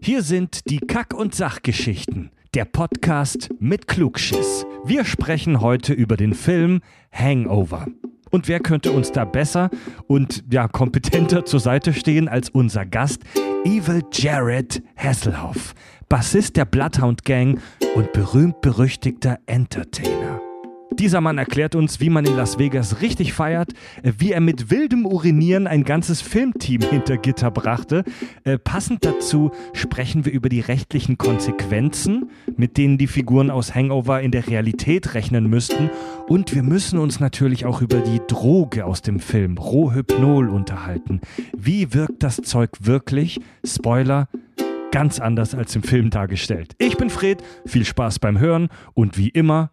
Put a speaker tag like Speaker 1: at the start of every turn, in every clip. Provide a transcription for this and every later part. Speaker 1: Hier sind die Kack- und Sachgeschichten, der Podcast mit Klugschiss. Wir sprechen heute über den Film Hangover. Und wer könnte uns da besser und ja, kompetenter zur Seite stehen als unser Gast, Evil Jared Hasselhoff, Bassist der Bloodhound Gang und berühmt-berüchtigter Entertainer. Dieser Mann erklärt uns, wie man in Las Vegas richtig feiert, äh, wie er mit wildem Urinieren ein ganzes Filmteam hinter Gitter brachte. Äh, Passend dazu sprechen wir über die rechtlichen Konsequenzen, mit denen die Figuren aus Hangover in der Realität rechnen müssten. Und wir müssen uns natürlich auch über die Droge aus dem Film, Rohhypnol, unterhalten. Wie wirkt das Zeug wirklich? Spoiler, ganz anders als im Film dargestellt. Ich bin Fred, viel Spaß beim Hören und wie immer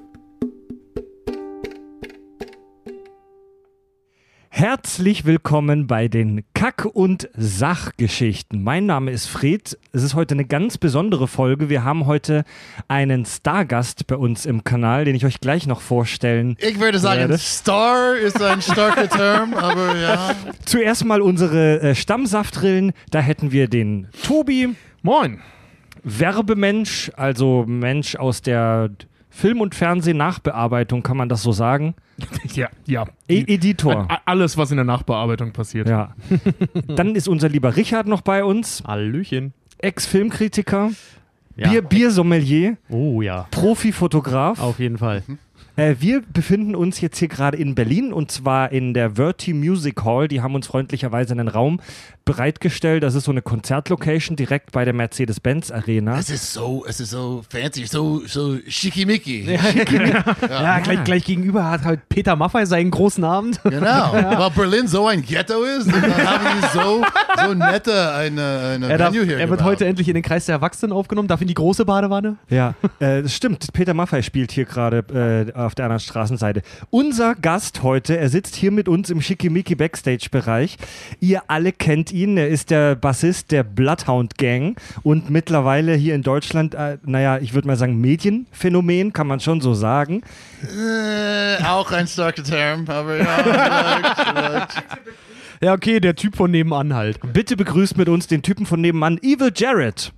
Speaker 1: Herzlich willkommen bei den Kack- und Sachgeschichten. Mein Name ist Fred. Es ist heute eine ganz besondere Folge. Wir haben heute einen Stargast bei uns im Kanal, den ich euch gleich noch vorstellen.
Speaker 2: Ich würde sagen,
Speaker 1: Werde.
Speaker 2: Star ist ein starker Term, aber ja.
Speaker 1: Zuerst mal unsere äh, Stammsaftrillen. Da hätten wir den Tobi,
Speaker 3: Moin.
Speaker 1: Werbemensch, also Mensch aus der Film- und Fernsehen-Nachbearbeitung, kann man das so sagen?
Speaker 3: Ja, ja.
Speaker 1: E Editor.
Speaker 3: A- Alles, was in der Nachbearbeitung passiert.
Speaker 1: Ja. Dann ist unser lieber Richard noch bei uns,
Speaker 4: Hallöchen.
Speaker 1: Ex-Filmkritiker,
Speaker 4: Ja.
Speaker 1: Bier Biersommelier,
Speaker 4: Oh ja.
Speaker 1: Profifotograf.
Speaker 4: Auf jeden Fall.
Speaker 1: Äh, wir befinden uns jetzt hier gerade in Berlin und zwar in der Verti Music Hall. Die haben uns freundlicherweise einen Raum bereitgestellt. Das ist so eine Konzertlocation direkt bei der Mercedes-Benz Arena.
Speaker 2: Es ist so, es ist so fancy, so, so schickimicki.
Speaker 4: Ja, Gleich, gleich gegenüber hat halt Peter Maffay seinen großen Abend.
Speaker 2: Genau. Weil Berlin so ein Ghetto ist, und dann haben die so, so nette eine, eine
Speaker 4: Er, darf,
Speaker 2: Venue hier
Speaker 4: er wird
Speaker 2: gebaut.
Speaker 4: heute endlich in den Kreis der Erwachsenen aufgenommen. Darf in die große Badewanne?
Speaker 1: Ja, äh, das stimmt. Peter Maffay spielt hier gerade äh, auf der anderen Straßenseite. Unser Gast heute, er sitzt hier mit uns im Schickimicki Backstage-Bereich. Ihr alle kennt ihn. Er ist der Bassist der Bloodhound Gang und mittlerweile hier in Deutschland, äh, naja, ich würde mal sagen, Medienphänomen, kann man schon so sagen.
Speaker 2: Äh, auch ein starker Term, aber ja. vielleicht, vielleicht.
Speaker 4: Ja, okay, der Typ von nebenan halt.
Speaker 1: Bitte begrüßt mit uns den Typen von nebenan, Evil Jared.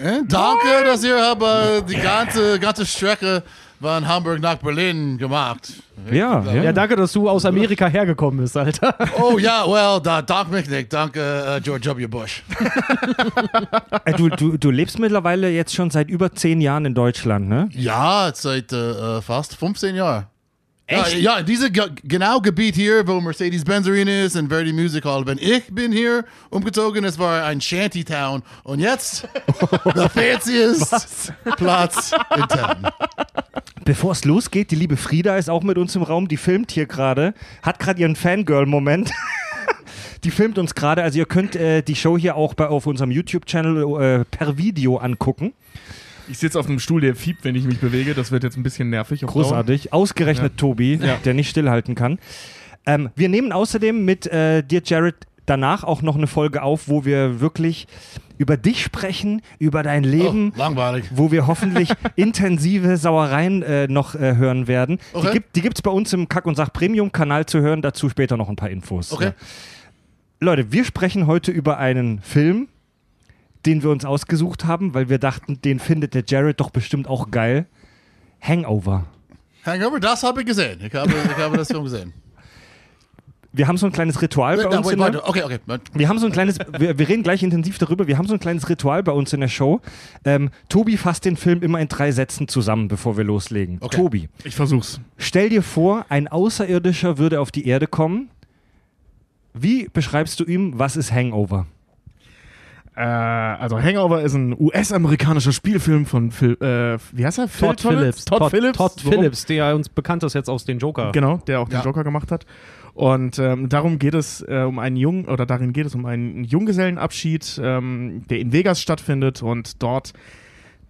Speaker 2: Äh, Danke, dass ihr habt äh, die ganze, ganze Strecke von Hamburg nach Berlin gemacht.
Speaker 1: Ja,
Speaker 4: Ja, danke, dass du aus Amerika hergekommen bist, Alter.
Speaker 2: Oh ja, well, da, dank mich nicht. Danke, äh, George W. Bush.
Speaker 1: Äh, du, du, du lebst mittlerweile jetzt schon seit über zehn Jahren in Deutschland, ne?
Speaker 2: Ja, seit äh, äh, fast 15 Jahren. Echt? Ja, ja dieses ge genau Gebiet hier, wo Mercedes-Benz Arena ist und Verdi Music Hall. Wenn ich bin hier umgezogen, es war ein Shantytown. Und jetzt der fanciest Platz in Town.
Speaker 1: Bevor es losgeht, die liebe Frieda ist auch mit uns im Raum, die filmt hier gerade, hat gerade ihren Fangirl-Moment. Die filmt uns gerade, also ihr könnt äh, die Show hier auch bei, auf unserem YouTube-Channel äh, per Video angucken.
Speaker 3: Ich sitze auf einem Stuhl, der fiebt, wenn ich mich bewege. Das wird jetzt ein bisschen nervig. auf
Speaker 1: Großartig. Ausgerechnet Tobi, der nicht stillhalten kann. Ähm, wir nehmen außerdem mit äh, dir, Jared, danach auch noch eine Folge auf, wo wir wirklich über dich sprechen, über dein Leben.
Speaker 2: Oh, langweilig.
Speaker 1: wo wir hoffentlich intensive Sauereien äh, noch äh, hören werden.
Speaker 2: Okay.
Speaker 1: Die gibt es gibt's bei uns im Kack- und Sach-Premium-Kanal zu hören. Dazu später noch ein paar Infos.
Speaker 2: Okay.
Speaker 1: Ja. Leute, wir sprechen heute über einen Film, den wir uns ausgesucht haben, weil wir dachten, den findet der Jared doch bestimmt auch geil. Hangover.
Speaker 2: Hangover, das habe ich gesehen. Ich habe, ich habe das Film gesehen.
Speaker 1: Wir haben so ein kleines Ritual bei
Speaker 2: Na,
Speaker 1: uns.
Speaker 2: wait,
Speaker 1: in der-
Speaker 2: warte. Okay, okay.
Speaker 1: Wir haben so ein kleines, wir, wir reden gleich intensiv darüber, wir haben so ein kleines Ritual bei uns in der Show. Ähm, Tobi fasst den Film immer in drei Sätzen zusammen, bevor wir loslegen.
Speaker 2: Okay.
Speaker 1: Tobi,
Speaker 3: Dauer. Ich versuch's.
Speaker 1: Stell dir vor, ein Außerirdischer würde auf die Erde kommen. Wie beschreibst du ihm, was ist Hangover?
Speaker 3: Äh, also Hangover ist ein US-amerikanischer Spielfilm von Phil, äh, wie heißt er? Phil
Speaker 4: Todd
Speaker 3: Tollett?
Speaker 4: Phillips.
Speaker 3: Todd, Phillips.
Speaker 4: Todd
Speaker 3: So rum.
Speaker 4: Phillips, der uns bekannt ist jetzt aus den Joker.
Speaker 3: Genau, der auch den
Speaker 2: Ja.
Speaker 3: Joker gemacht hat. Und ähm, darum geht es äh, um einen jungen, oder darin geht es um einen Junggesellenabschied, ähm, der in Vegas stattfindet und dort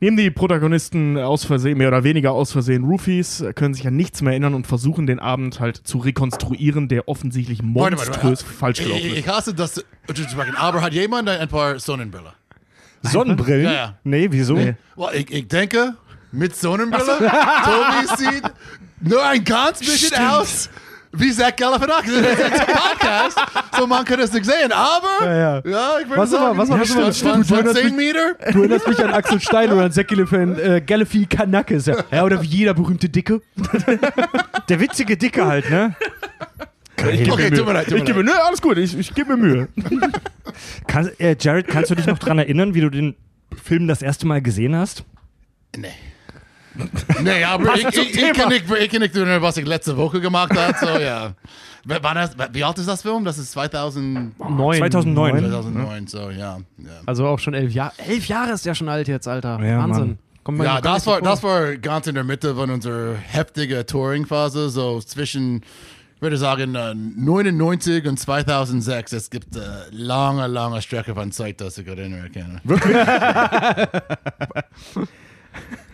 Speaker 3: Nehmen die Protagonisten aus Versehen, mehr oder weniger aus Versehen, Roofies, können sich an nichts mehr erinnern und versuchen den Abend halt zu rekonstruieren, der offensichtlich
Speaker 2: Warte,
Speaker 3: monströs
Speaker 2: warte, warte.
Speaker 3: falsch
Speaker 2: Ich,
Speaker 3: gelaufen
Speaker 2: ich, ich
Speaker 3: ist.
Speaker 2: hasse das äh, zu sprechen, aber hat jemand ein paar Sonnenbrille?
Speaker 1: Sonnenbrillen?
Speaker 2: Ja, ja.
Speaker 1: Nee, wieso?
Speaker 3: Nee.
Speaker 2: Well, ich, ich denke, mit Sonnenbrille, Tobi sieht nur ein ganz bisschen aus wie Zach Galifianakis. Das ist ein Podcast, so man kann es nicht sehen, aber
Speaker 4: Ja, ja.
Speaker 2: ich würde
Speaker 4: Was
Speaker 2: sagen,
Speaker 4: aber- was aber-
Speaker 2: von- von,
Speaker 4: stimmt, stimmt, du
Speaker 2: von
Speaker 4: erinnerst
Speaker 2: 10 Meter.
Speaker 4: Du erinnerst mich an Axel Stein oder an Zack Gallifan, äh, Gallify Kanakis. Ja. ja, oder wie jeder berühmte Dicke.
Speaker 1: Der witzige Dicke halt, ne?
Speaker 2: Okay, tut mir leid, tut
Speaker 3: Ich
Speaker 2: mir
Speaker 3: gebe
Speaker 2: leid.
Speaker 3: mir, nö, alles gut, ich, ich gebe mir Mühe.
Speaker 1: Kann, äh, Jared, kannst du dich noch dran erinnern, wie du den Film das erste Mal gesehen hast?
Speaker 2: Nee. Nee, aber ich, ich, ich, kann nicht, ich kann nicht tun, eh, was ich letzte Woche gemacht habe. So, ja. W- Wann das, wie alt ist das Film? Das ist 2000,
Speaker 1: 2009.
Speaker 2: 2009, so, ja. ja.
Speaker 4: Also auch schon elf Jahre. Elf Jahre ist der schon alt jetzt, Alter.
Speaker 1: Ja,
Speaker 4: Wahnsinn.
Speaker 1: Mann.
Speaker 4: Kommt man
Speaker 2: Ja,
Speaker 4: noch gar
Speaker 2: das
Speaker 4: nicht
Speaker 2: war,
Speaker 4: so vor.
Speaker 2: das war ganz in der Mitte von unserer heftigen Touring-Phase, so zwischen, ich würde sagen, äh, 99 und 2006. Es gibt äh, lange, lange Strecke von Zeit, dass ich erinnern kann.
Speaker 1: 2000,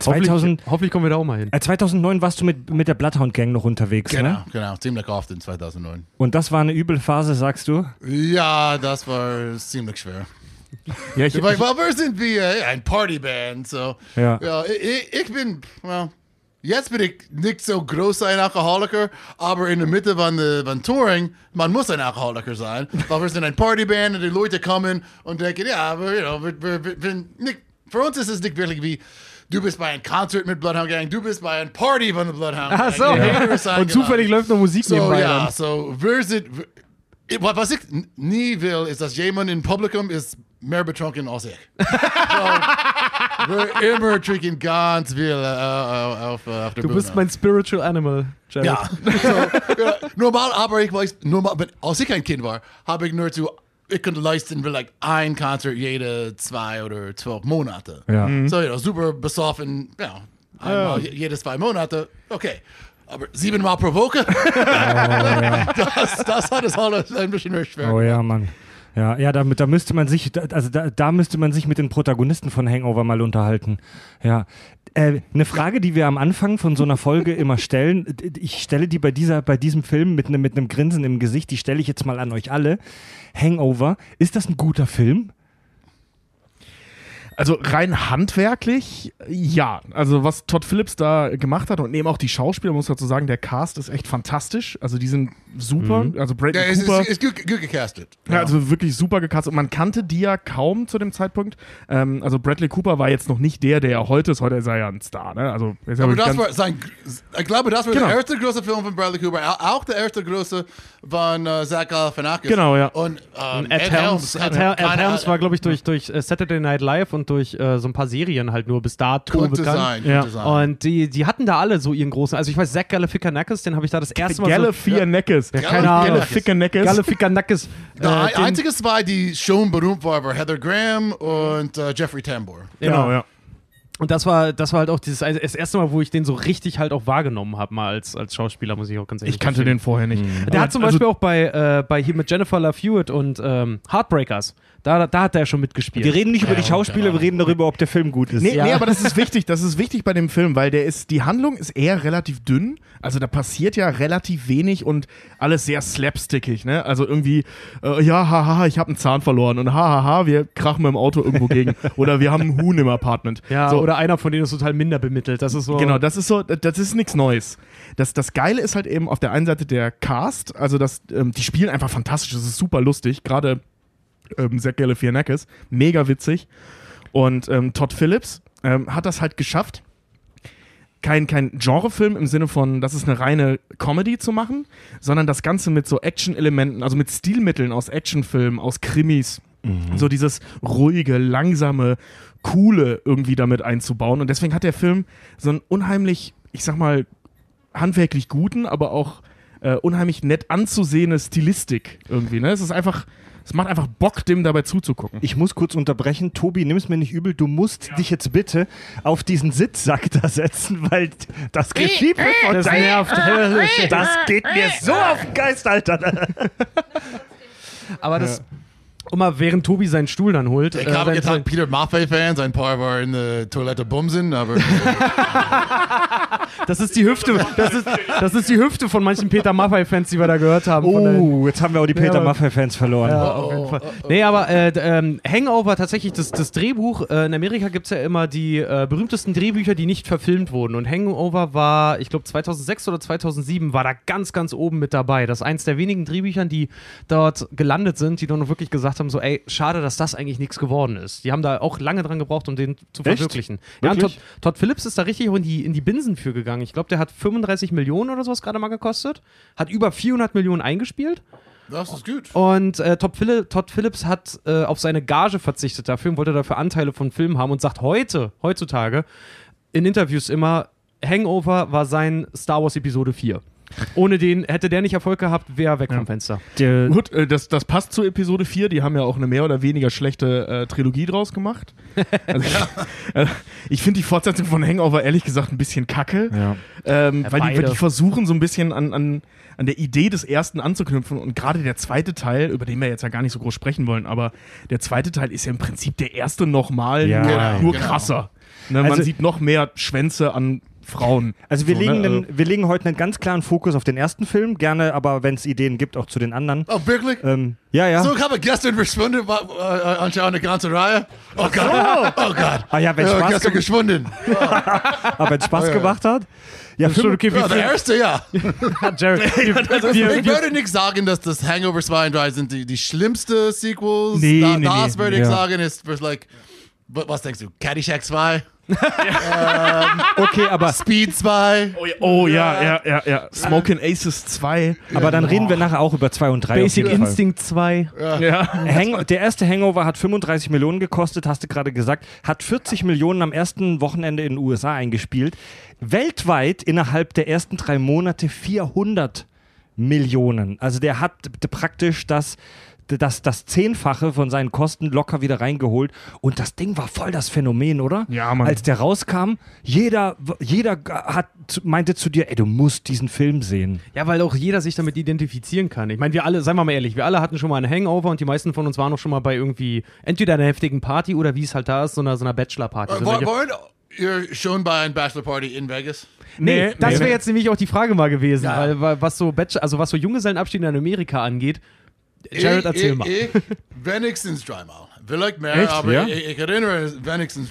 Speaker 4: Hoffentlich, hoffentlich kommen wir da auch mal hin.
Speaker 1: äh, 2009 warst du mit, mit der Bloodhound Gang noch unterwegs,
Speaker 2: Genau,
Speaker 1: ne?
Speaker 2: genau, ziemlich oft in 2009.
Speaker 1: Und das war eine üble Phase, sagst du?
Speaker 2: Ja, das war ziemlich schwer.
Speaker 3: Ja, ich,
Speaker 2: Ich meine, well, wir sind wie äh, ein Partyband, so.
Speaker 1: Ja.
Speaker 2: ja ich, ich bin, well, jetzt bin ich nicht so groß ein Alkoholiker, aber in der Mitte von, der, von Touring, man muss ein Alkoholiker sein, weil wir sind ein Partyband und die Leute kommen und denken, ja, wir, you know, wir, wir, wir, wir nicht, für uns ist es nicht wirklich wie, du bist bei einem Konzert mit Bloodhound Gang, du bist bei einer Party von der Bloodhound Gang.
Speaker 4: Ach so.
Speaker 2: Jeder ist
Speaker 4: Und zufällig
Speaker 2: eingeladen.
Speaker 4: läuft noch Musik
Speaker 2: So,
Speaker 4: nebenbei.
Speaker 2: ja,
Speaker 4: dann.
Speaker 2: so, wir sind. wir- wa- Was ich n- nie will, ist, dass jemand im Publikum ist mehr betrunken als ich. so, wir immer trinken ganz viel äh, äh, auf, äh, auf der
Speaker 4: Du
Speaker 2: Bühne.
Speaker 4: bist mein spiritual animal, Jared.
Speaker 2: Ja. so, ja. Normal, aber ich weiß, normal, wenn- als ich ein Kind war, habe ich nur zu. Ich konnte leisten, vielleicht ein Konzert jede zwei oder zwölf Monate.
Speaker 1: Ja.
Speaker 2: So, ja, super besoffen, ja. Einmal je- jedes zwei Monate, okay. Aber siebenmal pro Woche? das, das hat es alles ein bisschen mehr schwer.
Speaker 1: Oh ja, Mann. Ja, ja, damit, da müsste man sich, da- also da, da müsste man sich mit den Protagonisten von Hangover mal unterhalten. Ja. Äh, eine Frage, die wir am Anfang von so einer Folge immer stellen, d- ich stelle die bei dieser, bei diesem Film mit einem mit einem Grinsen im Gesicht, die stelle ich jetzt mal an euch alle. Hangover, ist das ein guter Film?
Speaker 3: Also rein handwerklich, ja. Also was Todd Phillips da gemacht hat und eben auch die Schauspieler, muss dazu sagen, der Cast ist echt fantastisch. Also die sind super. Also
Speaker 2: Ja,
Speaker 3: Brandon
Speaker 2: es ist,
Speaker 3: Cooper.
Speaker 2: es ist gut, gut gecastet.
Speaker 3: Ja, also wirklich super gecastet. Und man kannte die ja kaum zu dem Zeitpunkt. Ähm, also Bradley Cooper war jetzt noch nicht der, der er heute ist. Heute ist er ja ein Star, ne? Also er ist ja
Speaker 2: Aber
Speaker 3: wirklich
Speaker 2: das
Speaker 3: ganz-
Speaker 2: war sein, ich glaube, das war
Speaker 3: Genau.
Speaker 2: der erste große Film von Bradley Cooper, au- auch der erste große von äh, Zach Galifianakis.
Speaker 3: Genau, ja.
Speaker 2: Und ähm,
Speaker 4: Ed, Helms, Ed, Hel- Ed
Speaker 2: keine-
Speaker 4: Helms war, glaube ich, durch, durch äh, Saturday Night Live und durch äh, so ein paar Serien halt nur bis dato
Speaker 2: Könnte
Speaker 4: bekannt.
Speaker 2: sein,
Speaker 3: Ja.
Speaker 2: könnte sein.
Speaker 4: Und die, die hatten da alle so ihren großen. Also ich weiß, Zack Galifianakis, den habe ich da das erste Mal
Speaker 3: Galifianakis. Ja, keine
Speaker 4: Ahnung. so.
Speaker 3: Galifianakis.
Speaker 4: Galifianakis. Äh,
Speaker 2: Der
Speaker 4: den-
Speaker 2: ein- einzige zwei, die schon berühmt waren, war Heather Graham und äh, Jeffrey Tambor.
Speaker 3: Genau, ja.
Speaker 4: Und das war, das war halt auch dieses das erste Mal, wo ich den so richtig halt auch wahrgenommen habe, mal als, als Schauspieler, muss ich auch ganz ehrlich
Speaker 3: Ich kannte
Speaker 4: gestehen.
Speaker 3: den vorher nicht.
Speaker 4: Der hat zum
Speaker 3: Also-
Speaker 4: Beispiel auch bei, äh, bei hier mit Jennifer Love Hewitt und ähm, Heartbreakers. Da, da hat er ja schon mitgespielt.
Speaker 1: Wir reden nicht über die Schauspieler, wir reden darüber, ob der Film gut ist.
Speaker 3: Nee,
Speaker 4: Ja.
Speaker 3: nee, aber das ist wichtig. Das ist wichtig bei dem Film, weil der ist, die Handlung ist eher relativ dünn. Also da passiert ja relativ wenig und alles sehr slapstickig, ne? Also irgendwie, äh, ja, haha, ich habe einen Zahn verloren und hahaha, wir krachen mit dem Auto irgendwo gegen. Oder wir haben einen Huhn im Apartment.
Speaker 4: ja,
Speaker 3: so,
Speaker 4: oder einer von denen ist total minder bemittelt. Das ist so.
Speaker 3: Genau, das ist so, das ist nichts Neues. Das, das Geile ist halt eben auf der einen Seite der Cast, also das, ähm, die spielen einfach fantastisch, das ist super lustig, gerade ähm, Zach Galifianakis, mega witzig. Und ähm, Todd Phillips ähm, hat das halt geschafft, kein, kein Genrefilm im Sinne von, das ist eine reine Comedy zu machen, sondern das Ganze mit so Action-Elementen, also mit Stilmitteln aus Actionfilmen, aus Krimis, so dieses ruhige, langsame, coole irgendwie damit einzubauen. Und deswegen hat der Film so einen unheimlich, ich sag mal, handwerklich guten, aber auch äh, unheimlich nett anzusehende Stilistik irgendwie. Ne? Es ist einfach, es macht einfach Bock, dem dabei zuzugucken.
Speaker 1: Ich muss kurz unterbrechen. Tobi, nimm es mir nicht übel. Du musst dich jetzt bitte auf diesen Sitzsack da setzen, weil das Geschiefe von
Speaker 4: Das
Speaker 1: deinem-
Speaker 4: nervt.
Speaker 1: Das geht mir so auf den Geist, Alter.
Speaker 4: Aber das, immer während Tobi seinen Stuhl dann holt.
Speaker 2: Ich
Speaker 4: äh,
Speaker 2: habe
Speaker 4: sein-
Speaker 2: gedacht,
Speaker 4: sein-
Speaker 2: Peter Maffei-Fans, ein paar waren in der Toilette bumsen, aber
Speaker 4: das ist die Hüfte, das ist, das ist die Hüfte von manchen Peter Maffei-Fans, die wir da gehört haben. von der-
Speaker 1: Oh, jetzt haben wir auch die Peter
Speaker 4: aber-
Speaker 1: Maffay-Fans verloren.
Speaker 4: Ja, auf jeden Fall. Nee, aber äh, d- ähm, Hangover tatsächlich, das, das Drehbuch, äh, in Amerika gibt es ja immer die äh, berühmtesten Drehbücher, die nicht verfilmt wurden. Und Hangover war, ich glaube 2006 oder 2007, war da ganz, ganz oben mit dabei. Das ist eins der wenigen Drehbüchern, die dort gelandet sind, die dann wirklich gesagt haben, so ey, schade, dass das eigentlich nichts geworden ist. Die haben da auch lange dran gebraucht, um den zu verwirklichen. Ja, und Todd,
Speaker 3: Wirklich?
Speaker 4: Todd Phillips ist da richtig in die, in die Binsen für gegangen. Ich glaube, der hat 35 Millionen oder sowas gerade mal gekostet, hat über 400 Millionen eingespielt.
Speaker 2: das ist gut.
Speaker 4: Und äh, Todd, Phil Todd Phillips hat äh, auf seine Gage verzichtet dafür und wollte dafür Anteile von Filmen haben und sagt heute, heutzutage, in Interviews immer, Hangover war sein Star Wars Episode 4. Ohne den, hätte der nicht Erfolg gehabt, wäre weg vom Fenster.
Speaker 1: Der,
Speaker 3: Gut, äh, das, das passt zu Episode 4. Die haben ja auch eine mehr oder weniger schlechte äh, Trilogie draus gemacht. Also, äh, ich finde die Fortsetzung von Hangover ehrlich gesagt ein bisschen kacke.
Speaker 1: ja.
Speaker 3: Ähm,
Speaker 4: Ja,
Speaker 3: weil, die, weil
Speaker 4: beide.
Speaker 3: die versuchen so ein bisschen an, an, an der Idee des ersten anzuknüpfen und gerade der zweite Teil, über den wir jetzt ja gar nicht so groß sprechen wollen, aber der zweite Teil ist ja im Prinzip der erste nochmal,
Speaker 1: Ja.
Speaker 3: nur,
Speaker 1: Genau,
Speaker 3: nur
Speaker 2: genau.
Speaker 3: krasser. Ne,
Speaker 1: Also-
Speaker 3: man sieht noch mehr Schwänze an Frauen.
Speaker 1: Also wir,
Speaker 3: So,
Speaker 1: legen
Speaker 3: ne,
Speaker 1: einen, wir legen heute einen ganz klaren Fokus auf den ersten Film, gerne aber, wenn es Ideen gibt, auch zu den anderen.
Speaker 2: Oh, wirklich?
Speaker 3: Äh,
Speaker 1: Ähm, ja, ja.
Speaker 2: So, ich habe gestern verschwunden, war, äh, anscheinend eine ganze Reihe. Oh Gott, oh Gott.
Speaker 1: Ah ja, wenn
Speaker 2: Ja,
Speaker 1: Spaß,
Speaker 2: gestern
Speaker 1: gem
Speaker 2: geschwunden.
Speaker 1: aber wenn's Spaß gemacht hat. Ja, fünf,
Speaker 4: okay,
Speaker 2: Ja, der erste, ja.
Speaker 4: Jared,
Speaker 2: Ich würde nicht sagen, dass das Hangover 2 und 3 sind die, die schlimmste Sequels.
Speaker 1: Nee,
Speaker 2: da,
Speaker 1: nee,
Speaker 2: das
Speaker 1: nee.
Speaker 2: würde ich
Speaker 1: Ja.
Speaker 2: sagen, ist was, like, wa- was denkst du? Caddyshack 2?
Speaker 1: okay, aber,
Speaker 2: Speed 2?
Speaker 3: Oh ja, oh, ja, ja, ja. ja. Smoking Aces 2.
Speaker 1: aber dann reden wir nachher auch über zwei und drei.
Speaker 4: Basic
Speaker 1: auf jeden Fall.
Speaker 4: Instinct 2.
Speaker 3: Ja.
Speaker 1: Hang der erste Hangover hat 35 Millionen gekostet, hast du gerade gesagt, hat 40 Millionen am ersten Wochenende in den USA eingespielt. Weltweit innerhalb der ersten drei Monate 400 Millionen. Also der hat d- praktisch das, das, das Zehnfache von seinen Kosten locker wieder reingeholt. Und das Ding war voll das Phänomen, oder?
Speaker 3: Ja, Mann.
Speaker 1: Als der rauskam, jeder, jeder g- hat, meinte zu dir, ey, du musst diesen Film sehen.
Speaker 4: Ja, weil auch jeder sich damit identifizieren kann. Ich meine, wir alle, seien wir mal ehrlich, wir alle hatten schon mal einen Hangover und die meisten von uns waren auch schon mal bei irgendwie entweder einer heftigen Party oder wie es halt da ist, so einer, so einer Bachelor-Party.
Speaker 2: Äh,
Speaker 4: So
Speaker 2: War,
Speaker 4: solche-
Speaker 2: waren ihr schon bei einer Bachelor Party in Vegas?
Speaker 4: Nee,
Speaker 3: Nee,
Speaker 4: das
Speaker 3: nee.
Speaker 4: wäre jetzt nämlich auch die Frage mal gewesen,
Speaker 2: Ja.
Speaker 4: weil, weil was so Bachelor, also was so Junggesellenabschiede in Amerika angeht. Jared,
Speaker 2: ich,
Speaker 4: erzähl
Speaker 2: ich,
Speaker 4: mal.
Speaker 2: Ich, wenigstens dreimal. Vielleicht mehr,
Speaker 1: Echt?
Speaker 2: aber
Speaker 1: Ja?
Speaker 2: ich, ich erinnere wenigstens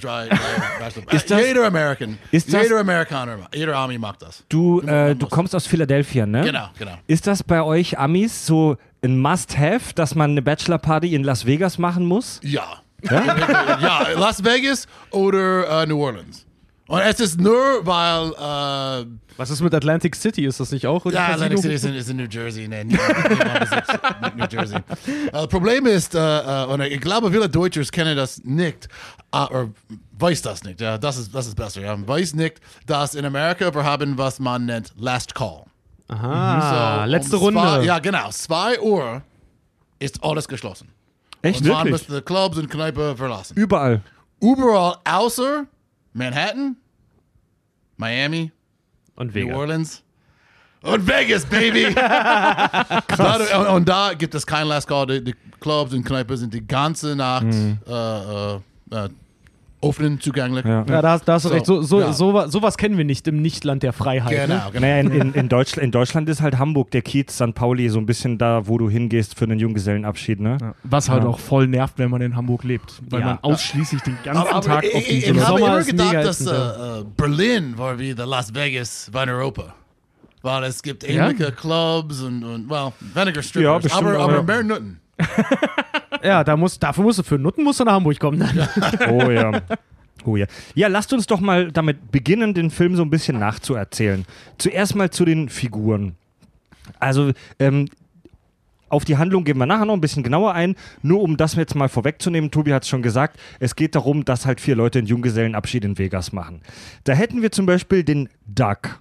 Speaker 2: drei. drei Bachelor Party.
Speaker 1: Ist das-
Speaker 2: jeder American,
Speaker 1: ist das-
Speaker 2: jeder Amerikaner, jeder Army macht das.
Speaker 1: Du, äh,
Speaker 2: man
Speaker 1: du
Speaker 2: muss.
Speaker 1: kommst aus Philadelphia, ne?
Speaker 2: Genau, genau.
Speaker 1: Ist das bei euch Amis so ein Must-Have, dass man eine Bachelor-Party in Las Vegas machen muss?
Speaker 2: Ja.
Speaker 1: Ja?
Speaker 2: ja, Las Vegas oder äh, New Orleans. Und es ist nur, weil äh,
Speaker 4: Was ist mit Atlantic City? Ist das nicht auch? ein
Speaker 2: ja,
Speaker 4: Casino?
Speaker 2: Atlantic City ist in, ist in New Jersey. Nein, niemand besitzt New Jersey. Äh, Das Problem ist, äh, äh, und ich glaube, viele Deutsche kennen das nicht, äh, oder weiß das nicht. Ja, das ist, das ist besser. Ja. Weiß nicht, dass in Amerika wir haben, was man nennt Last Call.
Speaker 4: Aha,
Speaker 2: So,
Speaker 4: Ah, letzte
Speaker 2: um
Speaker 4: Runde.
Speaker 2: Zwei, ja, genau. 2 Uhr ist alles geschlossen.
Speaker 1: Echt?
Speaker 2: und man
Speaker 1: Wirklich?
Speaker 2: müssen die Clubs und Kneipe verlassen.
Speaker 1: Überall.
Speaker 2: überall außer Manhattan, Miami,
Speaker 4: Und
Speaker 2: New
Speaker 4: Vegas.
Speaker 2: Orleans und Vegas, baby. Da- und, und da gibt es kein Last Call. Die, die Clubs und Kneipen sind die ganze Nacht äh, äh, äh, offen zugänglich.
Speaker 1: Ja.
Speaker 4: Ja, da hast, da hast du
Speaker 2: So,
Speaker 4: recht. So, so,
Speaker 2: ja.
Speaker 4: so, sowas kennen wir nicht im Nichtland der Freiheit. Ne?
Speaker 2: Genau, genau.
Speaker 1: Naja, in, in, in, Deutschland, in Deutschland ist halt Hamburg, der Kiez, St. Pauli, so ein bisschen da, wo du hingehst für einen Junggesellenabschied, ne?
Speaker 3: Was halt auch voll nervt, wenn man in Hamburg lebt. Weil
Speaker 4: Ja.
Speaker 3: man ausschließlich den ganzen
Speaker 2: Aber- aber
Speaker 3: Tag
Speaker 2: ich,
Speaker 3: auf
Speaker 2: ich,
Speaker 3: diesem
Speaker 2: ich habe
Speaker 4: Sommer
Speaker 2: immer
Speaker 4: ist
Speaker 2: gedacht,
Speaker 4: mega
Speaker 2: dass äh,
Speaker 4: ätzend,
Speaker 2: äh, Berlin war wie der Las Vegas von Europa. Weil es gibt
Speaker 3: Ja.
Speaker 2: ähnliche Clubs und, und well, weniger Strippers,
Speaker 1: bestimmt,
Speaker 2: aber,
Speaker 1: aber-
Speaker 2: aber mehr Nutten. Genau.
Speaker 4: Ja, da muss, dafür musst du für Nutten musst du nach Hamburg kommen. Dann.
Speaker 1: Oh ja. Oh ja. Ja, lasst uns doch mal damit beginnen, den Film so ein bisschen nachzuerzählen. Zuerst mal zu den Figuren. Also, ähm, auf die Handlung gehen wir nachher noch ein bisschen genauer ein. Nur um das jetzt mal vorwegzunehmen, Tobi hat es schon gesagt, es geht darum, dass halt vier Leute einen Junggesellenabschied in Vegas machen. Da hätten wir zum Beispiel den Doug.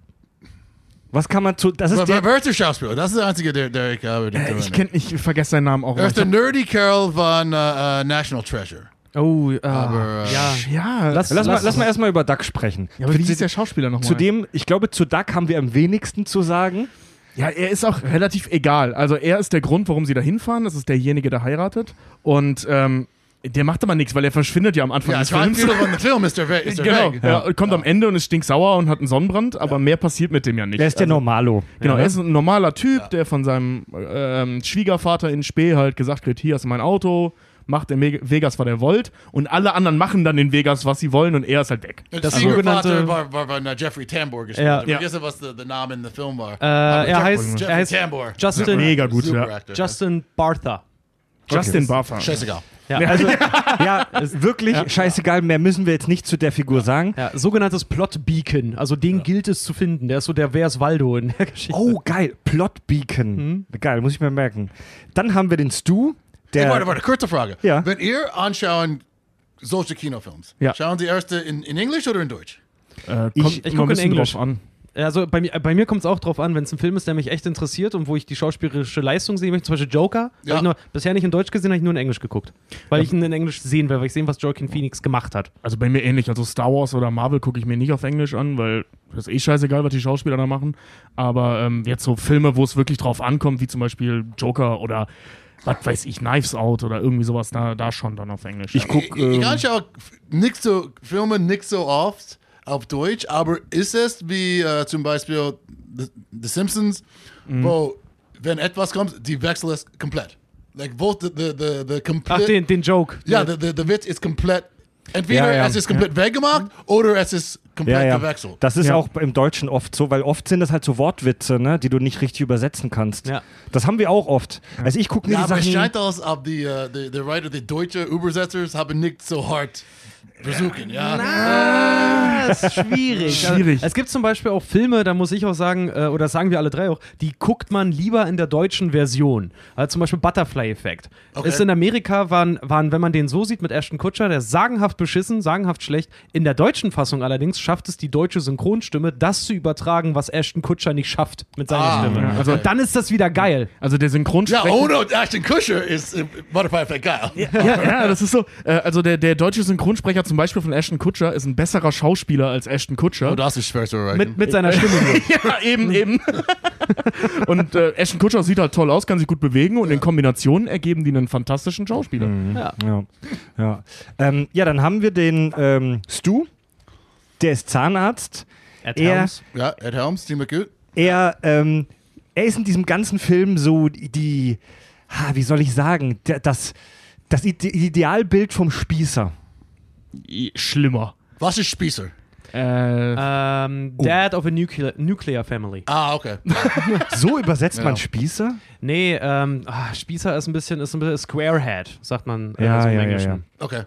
Speaker 1: Was kann man zu. Das ist
Speaker 2: Wer
Speaker 1: der.
Speaker 2: wer ist der Schauspieler? Das ist der einzige, der, der ich habe. den
Speaker 3: Ich
Speaker 2: Grünen.
Speaker 3: kenn, ich vergesse seinen Namen auch.
Speaker 2: Er ist
Speaker 3: immer.
Speaker 2: der nerdy Kerl von äh, äh, National Treasure.
Speaker 4: Oh, äh,
Speaker 2: Aber, äh,
Speaker 4: ja.
Speaker 3: ja,
Speaker 4: Lass-
Speaker 1: Lass mal, lass mal erstmal über Doug sprechen.
Speaker 3: ja, aber wie ist der Schauspieler nochmal?
Speaker 1: Zu dem, ich glaube, zu Duck haben wir am wenigsten zu sagen.
Speaker 3: Ja, er ist auch relativ egal. Also er ist der Grund, warum sie da hinfahren. Das ist derjenige, der heiratet. Und ähm, der macht aber nichts, weil er verschwindet ja am Anfang
Speaker 2: Ja,
Speaker 3: des
Speaker 2: zwei
Speaker 3: Films.
Speaker 2: Viertel von dem Film ist der, We- ist der
Speaker 3: Genau,
Speaker 2: weg.
Speaker 3: ja. und kommt am Ende und ist stinksauer und hat einen Sonnenbrand, aber mehr passiert mit dem ja nicht.
Speaker 1: Der ist der
Speaker 3: Also-
Speaker 1: Normalo.
Speaker 3: Genau,
Speaker 1: ja,
Speaker 3: er ist ein normaler Typ, der von seinem ähm, Schwiegervater in Spee halt gesagt kriegt, hier ist mein Auto, macht in Meg- Vegas, was er wollt und alle anderen machen dann in Vegas, was sie wollen und er ist halt weg.
Speaker 4: Das
Speaker 2: Das Schwiegervater
Speaker 4: sogenannte-
Speaker 2: war, war, war na, uh, Jeffrey Tambor gespielt.
Speaker 4: Ja.
Speaker 2: Ich vergesse, was der der Name in dem Film war.
Speaker 4: Äh, er heißt,
Speaker 2: Jeffrey
Speaker 4: er heißt
Speaker 2: Tambor.
Speaker 4: Justin,
Speaker 3: Mega gut,
Speaker 2: Super
Speaker 3: ja.
Speaker 2: Actor.
Speaker 4: Justin Bartha.
Speaker 3: Justin Buffer.
Speaker 2: Scheißegal.
Speaker 4: Ja,
Speaker 1: also, ja wirklich, scheißegal, mehr müssen wir jetzt nicht zu der Figur sagen.
Speaker 4: Ja, sogenanntes Plot Beacon. Also den gilt es zu finden. Der ist so der Wer ist Waldo in der Geschichte.
Speaker 1: Oh, geil, Plot Beacon. Geil, muss ich mir merken. Dann haben wir den Stu, der.
Speaker 2: Hey, warte, warte, kurze Frage.
Speaker 1: Ja.
Speaker 2: Wenn ihr anschauen solche Kinofilms,
Speaker 3: Ja.
Speaker 2: schauen Sie erst in, in Englisch oder in Deutsch?
Speaker 3: Äh, kommt
Speaker 1: Ich-
Speaker 3: ich,
Speaker 4: ich
Speaker 3: immer ein
Speaker 4: gucke in
Speaker 3: bisschen
Speaker 4: Englisch.
Speaker 3: drauf an.
Speaker 4: Also bei, mir- bei mir kommt es auch drauf an, wenn es ein Film ist, der mich echt interessiert und wo ich die schauspielerische Leistung sehen möchte, zum Beispiel Joker,
Speaker 2: Ja.
Speaker 4: habe ich nur, bisher nicht in Deutsch gesehen, habe ich nur in Englisch geguckt. Weil ich ihn in Englisch sehen will, weil ich sehen, was Joaquin Phoenix gemacht hat.
Speaker 3: Also bei mir ähnlich. Also Star Wars oder Marvel gucke ich mir nicht auf Englisch an, weil das ist eh scheißegal, was die Schauspieler da machen. Aber ähm, jetzt so Filme, wo es wirklich drauf ankommt, wie zum Beispiel Joker oder was weiß ich, Knives Out oder irgendwie sowas, da, da schon dann auf Englisch. Ich
Speaker 2: Ich,
Speaker 1: ähm,
Speaker 2: ich anschaue nicht so Filme nicht so oft auf Deutsch, aber ist es wie äh, zum Beispiel The, The Simpsons,
Speaker 1: Mhm.
Speaker 2: wo wenn etwas kommt, die wechseln es komplett. Like both the the the, the
Speaker 4: Ach,
Speaker 2: complete.
Speaker 4: den, den Joke.
Speaker 2: ja, the, the, the Witz ist komplett. Entweder
Speaker 1: Ja, ja.
Speaker 2: es ist komplett weggemacht oder es ist komplett
Speaker 1: ja, ja.
Speaker 2: gewechselt.
Speaker 1: Das ist
Speaker 3: Ja.
Speaker 1: auch im Deutschen oft so, weil oft sind das halt so Wortwitze, ne, die du nicht richtig übersetzen kannst.
Speaker 4: Ja.
Speaker 1: Das haben wir auch oft. Also ich gucke mir
Speaker 2: Ja,
Speaker 1: die
Speaker 2: aber es
Speaker 1: Sachen.
Speaker 2: scheint als ob die, äh, die, die Writer, die deutsche Übersetzer haben nicht so hart versuchen, ja?
Speaker 4: Ah, ist schwierig.
Speaker 3: Schwierig.
Speaker 4: Es gibt zum Beispiel auch Filme, da muss ich auch sagen, äh, oder das sagen wir alle drei auch, die guckt man lieber in der deutschen Version. Also zum Beispiel Butterfly Effect.
Speaker 2: Okay.
Speaker 4: Ist in Amerika, waren, waren, wenn man den so sieht mit Ashton Kutscher, der ist sagenhaft beschissen, sagenhaft schlecht. In der deutschen Fassung allerdings schafft es die deutsche Synchronstimme, das zu übertragen, was Ashton Kutscher nicht schafft mit seiner
Speaker 2: Ah,
Speaker 4: Stimme.
Speaker 2: ja,
Speaker 3: also-
Speaker 4: Und dann ist das wieder geil.
Speaker 3: also der
Speaker 2: Ja, oh,
Speaker 3: Synchronsprecher.
Speaker 2: ohne Ashton Kutcher ist äh, Butterfly Effect geil.
Speaker 3: ja, ja, das ist so. Äh, also der, der deutsche Synchronsprecher zum Beispiel von Ashton Kutscher ist ein besserer Schauspieler als Ashton Kutscher.
Speaker 2: Oh, das ist schwer zu erreichen.
Speaker 4: Mit, mit seiner Stimme. nur.
Speaker 3: ja, eben, eben. und äh, Ashton Kutscher sieht halt toll aus, kann sich gut bewegen und in Kombinationen ergeben die einen fantastischen Schauspieler.
Speaker 1: Ja, ja. Ähm, ja, dann haben wir den ähm, Stu, der ist Zahnarzt.
Speaker 4: Ed
Speaker 1: Er-
Speaker 4: Helms.
Speaker 2: ja, Ed Helms, ziemlich gut.
Speaker 1: er, ähm, er ist in diesem ganzen Film so die, ha, wie soll ich sagen, der- das, das Ide Idealbild vom Spießer.
Speaker 3: I- Schlimmer.
Speaker 2: Was ist Spießer?
Speaker 3: Äh,
Speaker 4: Ähm, Dad of a Nuclear, nuclear Family.
Speaker 2: Ah, okay.
Speaker 1: So übersetzt
Speaker 2: Ja.
Speaker 1: man Spießer?
Speaker 4: Nee, ähm, ah, Spießer ist ein bisschen, ist ein bisschen Squarehead, sagt man äh,
Speaker 1: Ja,
Speaker 4: so im
Speaker 1: ja, ja,
Speaker 4: Englischen.
Speaker 1: ja.
Speaker 2: Okay.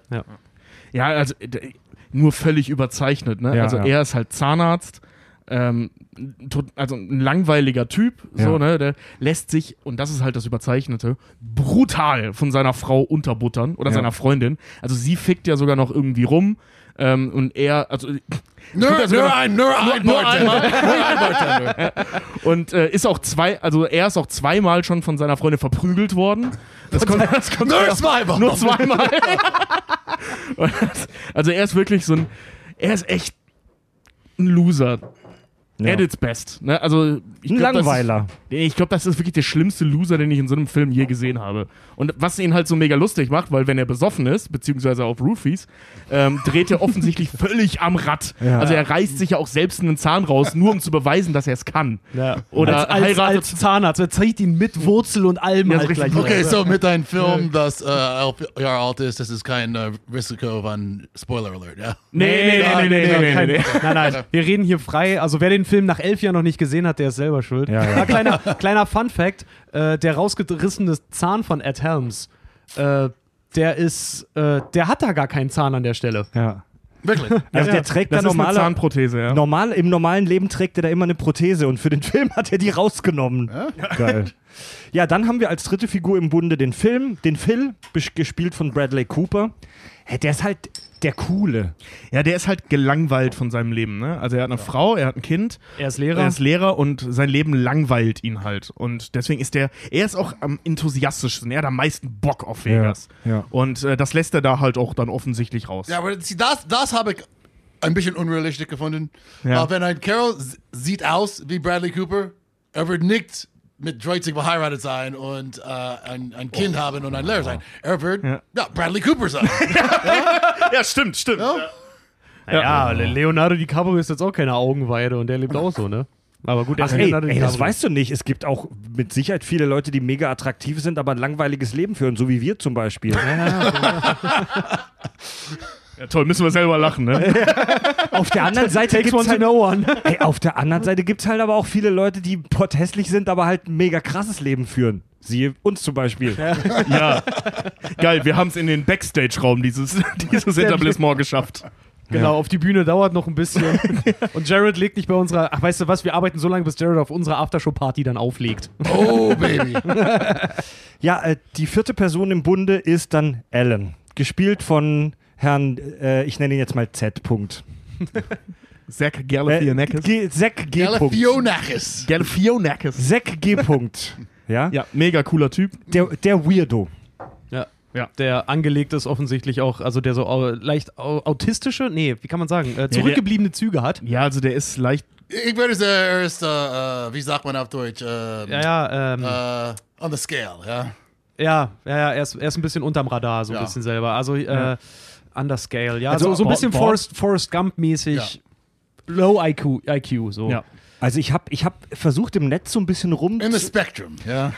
Speaker 3: ja, also d- nur völlig überzeichnet. Ne?
Speaker 1: Ja,
Speaker 3: also
Speaker 1: ja.
Speaker 3: er ist halt Zahnarzt. Ähm, tot- also ein langweiliger Typ,
Speaker 1: Ja.
Speaker 3: so, ne, der lässt sich, und das ist halt das Überzeichnete, brutal von seiner Frau unterbuttern oder
Speaker 1: Ja.
Speaker 3: seiner Freundin. Also sie fickt ja sogar noch irgendwie rum ähm, und er, also
Speaker 2: Nur,
Speaker 3: das
Speaker 2: nur
Speaker 3: wieder-
Speaker 2: ein, nur ein
Speaker 3: nur
Speaker 2: Bartender. Nur ein Bartender.
Speaker 3: Und äh, ist auch zwei, also er ist auch zweimal schon von seiner Freundin verprügelt worden. Das kommt, das kommt
Speaker 2: Nur zweimal.
Speaker 3: nur zweimal. Und das- also er ist wirklich so ein, er ist echt ein Loser.
Speaker 1: Ja.
Speaker 3: At its best. Ne? Also ich
Speaker 1: Ein
Speaker 3: glaub, das ist-
Speaker 1: Langweiler.
Speaker 3: Nee, Ich glaube, das ist wirklich der schlimmste Loser, den ich in so einem Film je gesehen habe. Und was ihn halt so mega lustig macht, weil wenn er besoffen ist, beziehungsweise auf Roofies, ähm, dreht er offensichtlich völlig am Rad.
Speaker 1: Ja.
Speaker 3: Also er reißt sich ja auch selbst einen Zahn raus, nur um zu beweisen, dass er es kann. Oder
Speaker 4: als, als,
Speaker 3: heiratet.
Speaker 4: als Zahnarzt, er zieht ihn mit Wurzel und allem
Speaker 3: Ja, so
Speaker 4: halt
Speaker 3: richtig
Speaker 4: gleich.
Speaker 2: Okay, so mit einem Film, das äh, elf Jahre alt ist, das ist kein äh, Risiko von Spoiler Alert, ja?
Speaker 3: nee, nee, nee, nee, nee, nee, nee, nee.
Speaker 4: Nein, nein, wir reden hier frei. Also wer den Film nach elf Jahren noch nicht gesehen hat, der ist selber schuld.
Speaker 1: Ja, ja.
Speaker 4: Aber Ah, Kleiner, kleiner Fun Fact, äh, der rausgerissene Zahn von Ed Helms, äh, der ist, äh, der hat da gar keinen Zahn an der Stelle.
Speaker 1: Ja.
Speaker 2: Wirklich.
Speaker 1: Also
Speaker 3: Ja,
Speaker 1: der trägt da
Speaker 3: das ist eine
Speaker 1: normaler,
Speaker 3: Zahnprothese, ja.
Speaker 1: normal, im normalen Leben trägt er da immer eine Prothese und für den Film hat er die rausgenommen. Geil. Ja, dann haben wir als dritte Figur im Bunde den Film, den Phil, bes- gespielt von Bradley Cooper. Hä, der ist halt der Coole.
Speaker 3: Ja, der ist halt gelangweilt von seinem Leben. Ne? Also er hat eine Frau, er hat ein Kind,
Speaker 4: Er ist Lehrer.
Speaker 3: er ist Lehrer und sein Leben langweilt ihn halt. Und deswegen ist der, er ist auch am enthusiastischsten, er hat am meisten Bock auf Vegas.
Speaker 1: ja.
Speaker 3: Und äh, das lässt er da halt auch dann offensichtlich raus.
Speaker 2: Ja, aber sie- das, das habe ich ein bisschen unrealistisch gefunden.
Speaker 3: Ja.
Speaker 2: Äh, wenn ein Carol sieht aus wie Bradley Cooper, Er wird nicht mit 30 verheiratet sein und äh, ein, ein Kind haben und ein Lehrer sein. Er wird ja.
Speaker 3: Ja.
Speaker 2: Bradley Cooper sein.
Speaker 3: Ja, stimmt, stimmt.
Speaker 2: ja?
Speaker 4: Ja, Leonardo DiCaprio ist jetzt auch keine Augenweide und der lebt auch so, ne? Aber gut, der
Speaker 1: Ach,
Speaker 4: ist
Speaker 1: ey,
Speaker 4: Leonardo
Speaker 1: ey, das
Speaker 4: DiCaprio.
Speaker 1: weißt du nicht. Es gibt auch mit Sicherheit viele Leute, die mega attraktiv sind, aber ein langweiliges Leben führen, so wie wir zum Beispiel. ne?
Speaker 3: Ja, toll, müssen wir selber lachen, ne?
Speaker 1: auf der anderen Seite
Speaker 4: Takes
Speaker 1: gibt's
Speaker 4: one to
Speaker 1: halt,
Speaker 4: know one.
Speaker 1: ey, auf der anderen Seite gibt's halt aber auch viele Leute, die potthässlich sind, aber halt ein mega krasses Leben führen. Siehe uns zum Beispiel.
Speaker 3: ja. Geil, wir haben es in den Backstage-Raum dieses, dieses Etablissement geschafft.
Speaker 4: Genau, auf die Bühne dauert noch ein bisschen. Und Jared legt nicht bei unserer. Ach, weißt du was? Wir arbeiten so lange, bis Jared auf unserer Aftershow-Party dann auflegt.
Speaker 2: Oh, Baby.
Speaker 1: Ja, äh, die vierte Person im Bunde ist dann Alan, gespielt von Herrn, äh, ich nenne ihn jetzt mal Z. Punkt.
Speaker 3: Zach
Speaker 1: Äh,
Speaker 3: Galifianakis.
Speaker 1: G- Zack G. Punkt.
Speaker 2: Galathionakis.
Speaker 3: Galifianakis.
Speaker 1: Zack G. Punkt. Ja?
Speaker 3: Ja, mega cooler Typ.
Speaker 1: Der, der Weirdo.
Speaker 4: Ja.
Speaker 3: Ja.
Speaker 4: Der angelegt ist offensichtlich auch, also der so au- leicht au- autistische, nee, wie kann man sagen, äh, zurückgebliebene Züge hat.
Speaker 3: Ja, also der ist leicht.
Speaker 2: Ich würde sagen, er ist, äh, äh, wie sagt man auf Deutsch? ähm,
Speaker 4: Ja, ja, ähm,
Speaker 2: äh, on the scale, ja.
Speaker 4: ja, ja, ja er, ist, er ist ein bisschen unterm Radar, so ein
Speaker 2: Ja.
Speaker 4: bisschen selber. Also äh, underscale, ja.
Speaker 1: Also
Speaker 4: so, so ein
Speaker 1: Bo-
Speaker 4: bisschen
Speaker 1: Bo-
Speaker 4: Forrest, Forrest Gump-mäßig. Low IQ, IQ, so.
Speaker 3: Ja.
Speaker 1: Also ich habe ich hab versucht im Netz so ein bisschen rum
Speaker 2: In the spectrum, ja.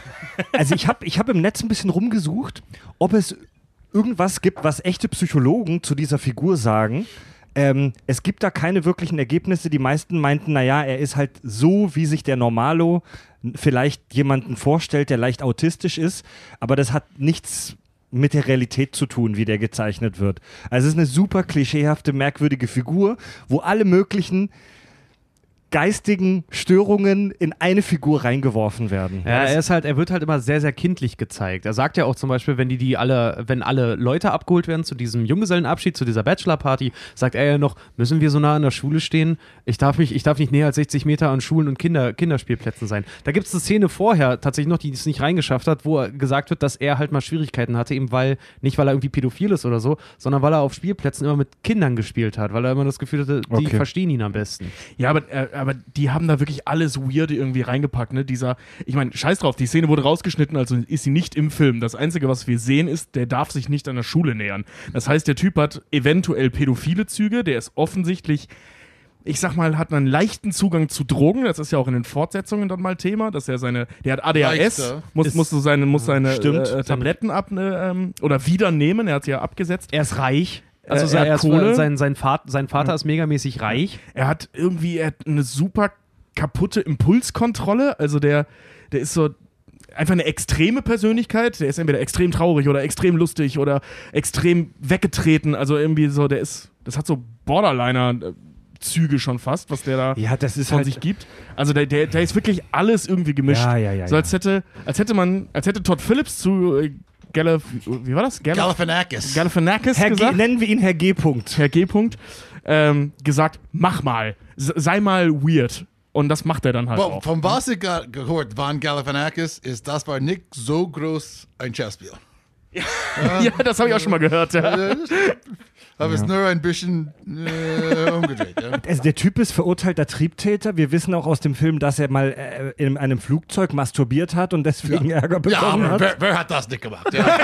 Speaker 1: also ich habe ich hab im Netz ein bisschen rumgesucht, ob es irgendwas gibt, was echte Psychologen zu dieser Figur sagen. Ähm, es gibt da keine wirklichen Ergebnisse. Die meisten meinten, naja, er ist halt so, wie sich der Normalo vielleicht jemanden vorstellt, der leicht autistisch ist. Aber das hat nichts mit der Realität zu tun, wie der gezeichnet wird. Also es ist eine super klischeehafte, merkwürdige Figur, wo alle möglichen geistigen Störungen in eine Figur reingeworfen werden.
Speaker 4: Ja, er ist halt, er wird halt immer sehr, sehr kindlich gezeigt. Er sagt ja auch zum Beispiel, wenn die, die alle, wenn alle Leute abgeholt werden zu diesem Junggesellenabschied, zu dieser Bachelorparty, sagt er ja noch, müssen wir so nah an der Schule stehen? Ich darf mich, ich darf nicht näher als 60 Meter an Schulen und Kinder, Kinderspielplätzen sein. Da gibt es eine Szene vorher tatsächlich noch, die es nicht reingeschafft hat, wo gesagt wird, dass er halt mal Schwierigkeiten hatte, eben weil, nicht weil er irgendwie pädophil ist oder so, sondern weil er auf Spielplätzen immer mit Kindern gespielt hat, weil er immer das Gefühl hatte, die
Speaker 1: Okay.
Speaker 4: verstehen ihn am besten.
Speaker 3: Ja, aber, äh, aber die haben da wirklich alles Weirde irgendwie reingepackt, ne? Dieser, ich meine, scheiß drauf, die Szene wurde rausgeschnitten, also ist sie nicht im Film. Das Einzige, was wir sehen, ist, der darf sich nicht an der Schule nähern. Das heißt, der Typ hat eventuell pädophile Züge, der ist offensichtlich, ich sag mal, hat einen leichten Zugang zu Drogen. Das ist ja auch in den Fortsetzungen dann mal Thema, dass er seine, der hat ADHS,
Speaker 2: Leichter.
Speaker 3: muss, muss so seine, muss seine
Speaker 1: Stimmt.
Speaker 3: äh, äh, Tabletten ab, ne, ähm, oder wieder nehmen, er hat sie ja abgesetzt.
Speaker 4: Er ist reich. Also
Speaker 3: Äh,
Speaker 4: sein-
Speaker 3: er hat
Speaker 4: er ist,
Speaker 3: Kohle.
Speaker 4: sein, sein, Vater, sein Vater ist megamäßig reich.
Speaker 3: Er hat irgendwie er hat eine super kaputte Impulskontrolle. Also der, der ist so einfach eine extreme Persönlichkeit. Der ist entweder extrem traurig oder extrem lustig oder extrem weggetreten. Also irgendwie so, der ist, das hat so Borderliner-Züge schon fast, was der da
Speaker 1: Ja, das ist
Speaker 3: von
Speaker 1: halt
Speaker 3: sich gibt. Also der, der, der ist wirklich alles irgendwie gemischt.
Speaker 1: Ja, ja, ja,
Speaker 3: so als hätte, als hätte man, als hätte Todd Phillips zu äh, Galef, wie war das? Galef,
Speaker 2: Galifianakis.
Speaker 3: Galifianakis
Speaker 1: Herr G,
Speaker 3: gesagt.
Speaker 1: nennen wir ihn Herr G. Punkt.
Speaker 3: Herr G. -Punkt, ähm, gesagt, mach mal, S- sei mal weird. Und das macht er dann halt
Speaker 2: Bo-
Speaker 3: auch.
Speaker 2: Von was ich ge- gehört von Galifianakis ist, das war nicht so groß ein Chessspiel.
Speaker 3: Ja, das habe ich auch schon mal gehört. Ja.
Speaker 2: Habe es nur ein bisschen äh, umgedreht. Ja.
Speaker 1: Also der Typ ist verurteilter Triebtäter. Wir wissen auch aus dem Film, dass er mal äh, in einem Flugzeug masturbiert hat und deswegen Ärger
Speaker 2: Ja,
Speaker 1: bekommen
Speaker 2: aber
Speaker 1: hat.
Speaker 2: wer, wer hat das nicht gemacht? Ja.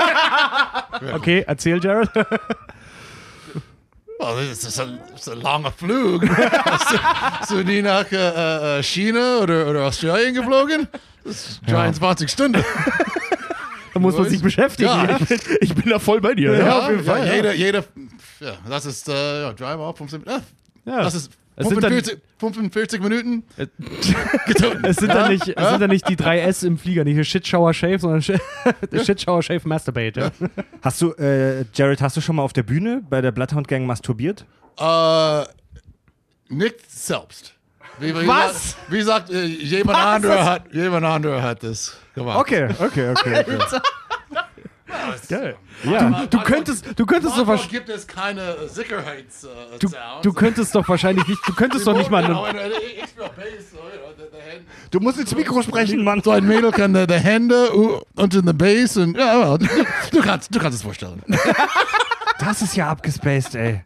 Speaker 4: Okay, erzähl, Jared.
Speaker 2: Well, das ist ein, das ist ein langer Flug. Hast du nie nach äh, äh, China oder, oder Australien geflogen? Das ist 23 Stunden.
Speaker 4: Da muss man sich beschäftigen.
Speaker 2: Ja.
Speaker 3: Ich bin da voll bei dir.
Speaker 2: Ja,
Speaker 3: Ja.
Speaker 2: auf jeden Fall. Ja, jeder, jeder, ja, das ist äh, ja, dreimal 15 ah,
Speaker 4: Ja.
Speaker 2: Das ist
Speaker 4: Es sind dann-
Speaker 2: 45, 45 Minuten
Speaker 4: Äh,
Speaker 2: getötet.
Speaker 4: Es sind da nicht, es sind da nicht die drei S im Flieger, nicht Shit Shower Shave, sondern Shit, Shit Shower Shave Masturbate. Ja.
Speaker 1: Hast du, äh, Jared, hast du schon mal auf der Bühne bei der Bloodhound Gang masturbiert?
Speaker 2: Äh, nicht selbst. Wie, wie
Speaker 4: Was?
Speaker 2: Sagt, wie sagt äh, jemand anderer hat jemand anderer hat das gemacht.
Speaker 1: Okay, okay, okay. okay.
Speaker 3: Geil.
Speaker 1: ja.
Speaker 4: Du könntest, du könntest doch
Speaker 2: Warum
Speaker 4: wahrsch-
Speaker 2: gibt es keine Sicherheits äh,
Speaker 4: du,
Speaker 2: Sounds?
Speaker 4: du könntest doch wahrscheinlich nicht, du könntest doch nicht mal.
Speaker 2: Ja,
Speaker 4: Einen,
Speaker 2: aber, äh, ich spiel Bass, so, ja, der- der Hand-
Speaker 1: Du musst ins Mikro sprechen, Mann.
Speaker 2: So ein Mädel kann die Hände uh, und in der Bass und ja, ja, du, du kannst du kannst es vorstellen.
Speaker 1: Das ist ja abgespaced, ey.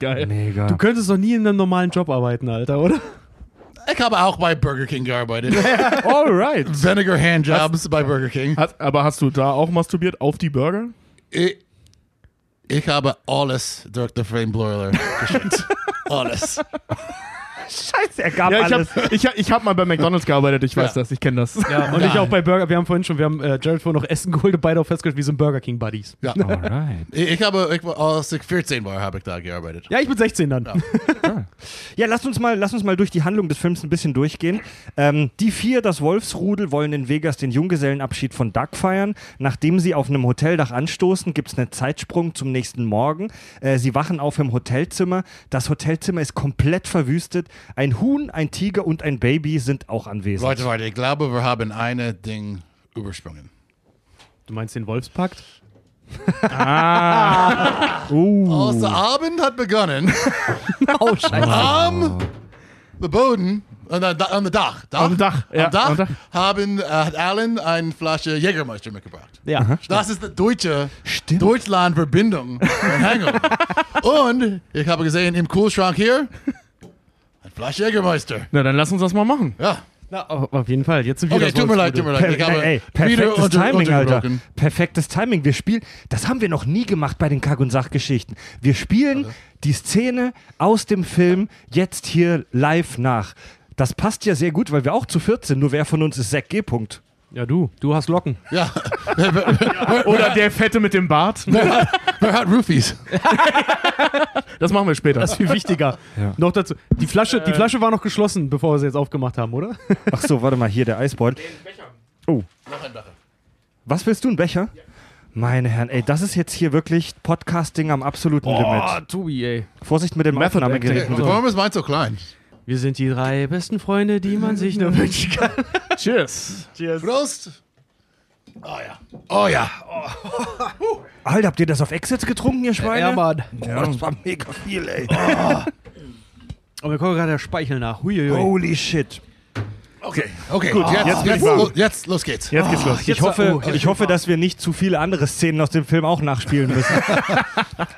Speaker 3: Geil.
Speaker 1: Mega.
Speaker 4: du könntest doch nie in einem normalen Job arbeiten, Alter, oder?
Speaker 2: Ich habe auch bei Burger King gearbeitet.
Speaker 1: Alright.
Speaker 2: Vinegar Handjobs bei Burger King.
Speaker 3: Hat, aber hast du da auch masturbiert auf die Burger?
Speaker 2: Ich, ich habe alles durch den Frame Broiler geschickt. alles.
Speaker 1: Scheiße, er gab
Speaker 3: Ja, ich
Speaker 1: alles.
Speaker 3: habe ich, hab- ich hab mal bei McDonalds gearbeitet, ich weiß
Speaker 2: Ja.
Speaker 3: das, ich kenne das.
Speaker 4: Ja, und
Speaker 2: Geil.
Speaker 4: ich auch bei Burger. Wir haben vorhin schon, wir haben äh, Jared vorhin noch Essen geholt und beide auch festgestellt, wir sind Burger King Buddies.
Speaker 2: Ja.
Speaker 1: Alright.
Speaker 2: Ich, ich habe, ich, war- als ich 14 war, habe ich da gearbeitet.
Speaker 4: Ja, ich bin 16 dann.
Speaker 1: Ja, lasst uns, mal, lasst uns mal durch die Handlung des Films ein bisschen durchgehen. Ähm, die vier, das Wolfsrudel, wollen in Vegas den Junggesellenabschied von Doug feiern. Nachdem sie auf einem Hoteldach anstoßen, gibt es einen Zeitsprung zum nächsten Morgen. Äh, sie wachen auf im Hotelzimmer. Das Hotelzimmer ist komplett verwüstet. Ein Huhn, ein Tiger und ein Baby sind auch anwesend.
Speaker 2: Leute, Leute, ich glaube, wir haben eine Ding übersprungen.
Speaker 4: Du meinst den Wolfspakt?
Speaker 2: Als der Abend hat begonnen,
Speaker 4: Oh, scheiße.
Speaker 2: am Boden, an der- an der Dach, Dach,
Speaker 3: Am Dach, ja,
Speaker 2: am Dach,
Speaker 3: am Dach.
Speaker 2: Haben, äh, hat Alan eine Flasche Jägermeister mitgebracht.
Speaker 4: Ja.
Speaker 2: Das ist die deutsche Deutschland-Verbindung von Hangover. Und ich habe gesehen, im Kühlschrank hier, ein Flasch Jägermeister.
Speaker 3: Na, dann lass uns das mal machen.
Speaker 2: Ja.
Speaker 4: Na, au- auf jeden Fall. Jetzt sind wir
Speaker 2: Okay,
Speaker 4: das
Speaker 2: tut mir leid, tut mir leid.
Speaker 1: Per
Speaker 2: Ich habe
Speaker 1: ey,
Speaker 2: wieder
Speaker 1: perfektes
Speaker 2: unter,
Speaker 1: Timing, Alter.
Speaker 2: unterbrochen.
Speaker 1: Perfektes Timing. Wir spielen, das haben wir noch nie gemacht bei den Kack- und Sachgeschichten. Wir spielen die Szene aus dem Film jetzt hier live nach. Das passt ja sehr gut, weil wir auch zu 14, nur wer von uns ist Zack G. Punkt.
Speaker 4: Ja, du. Du hast Locken.
Speaker 2: Ja. wer, wer, wer,
Speaker 3: Oder der Fette mit dem Bart.
Speaker 2: wer hat Roofies?
Speaker 3: Das machen wir später.
Speaker 4: Das ist viel wichtiger. Noch dazu. Die Flasche, die Flasche war noch geschlossen, bevor wir sie jetzt aufgemacht haben, oder?
Speaker 1: Ach so, warte mal, hier der Eisbeutel.
Speaker 2: Noch ein Becher.
Speaker 1: Was willst du, ein Becher? Meine Herren, ey, das ist jetzt hier wirklich Podcasting am absoluten Limit.
Speaker 4: Tobi, ey.
Speaker 1: Vorsicht mit dem
Speaker 3: Method
Speaker 1: Aufnahmegerät.
Speaker 3: acting.
Speaker 2: Warum ist mein so klein?
Speaker 4: Wir sind die drei besten Freunde, die man sich nur wünschen kann.
Speaker 3: Cheers.
Speaker 2: Prost. Oh ja. Oh ja.
Speaker 1: Alter, habt ihr das auf Exit getrunken, ihr Schweine?
Speaker 4: Mann.
Speaker 1: Boah, das war mega viel, ey.
Speaker 4: Und Oh, wir gucken gerade der Speichel nach. Huiuiui.
Speaker 3: Oh,
Speaker 1: Holy shit.
Speaker 2: Okay. Okay. Gut, jetzt,
Speaker 3: jetzt bin
Speaker 2: jetzt,
Speaker 3: ich warm.
Speaker 2: lo- jetzt, los geht's.
Speaker 3: Jetzt geht's los.
Speaker 1: Ich hoffe, ich hoffe, dass wir nicht zu viele andere Szenen aus dem Film auch nachspielen müssen.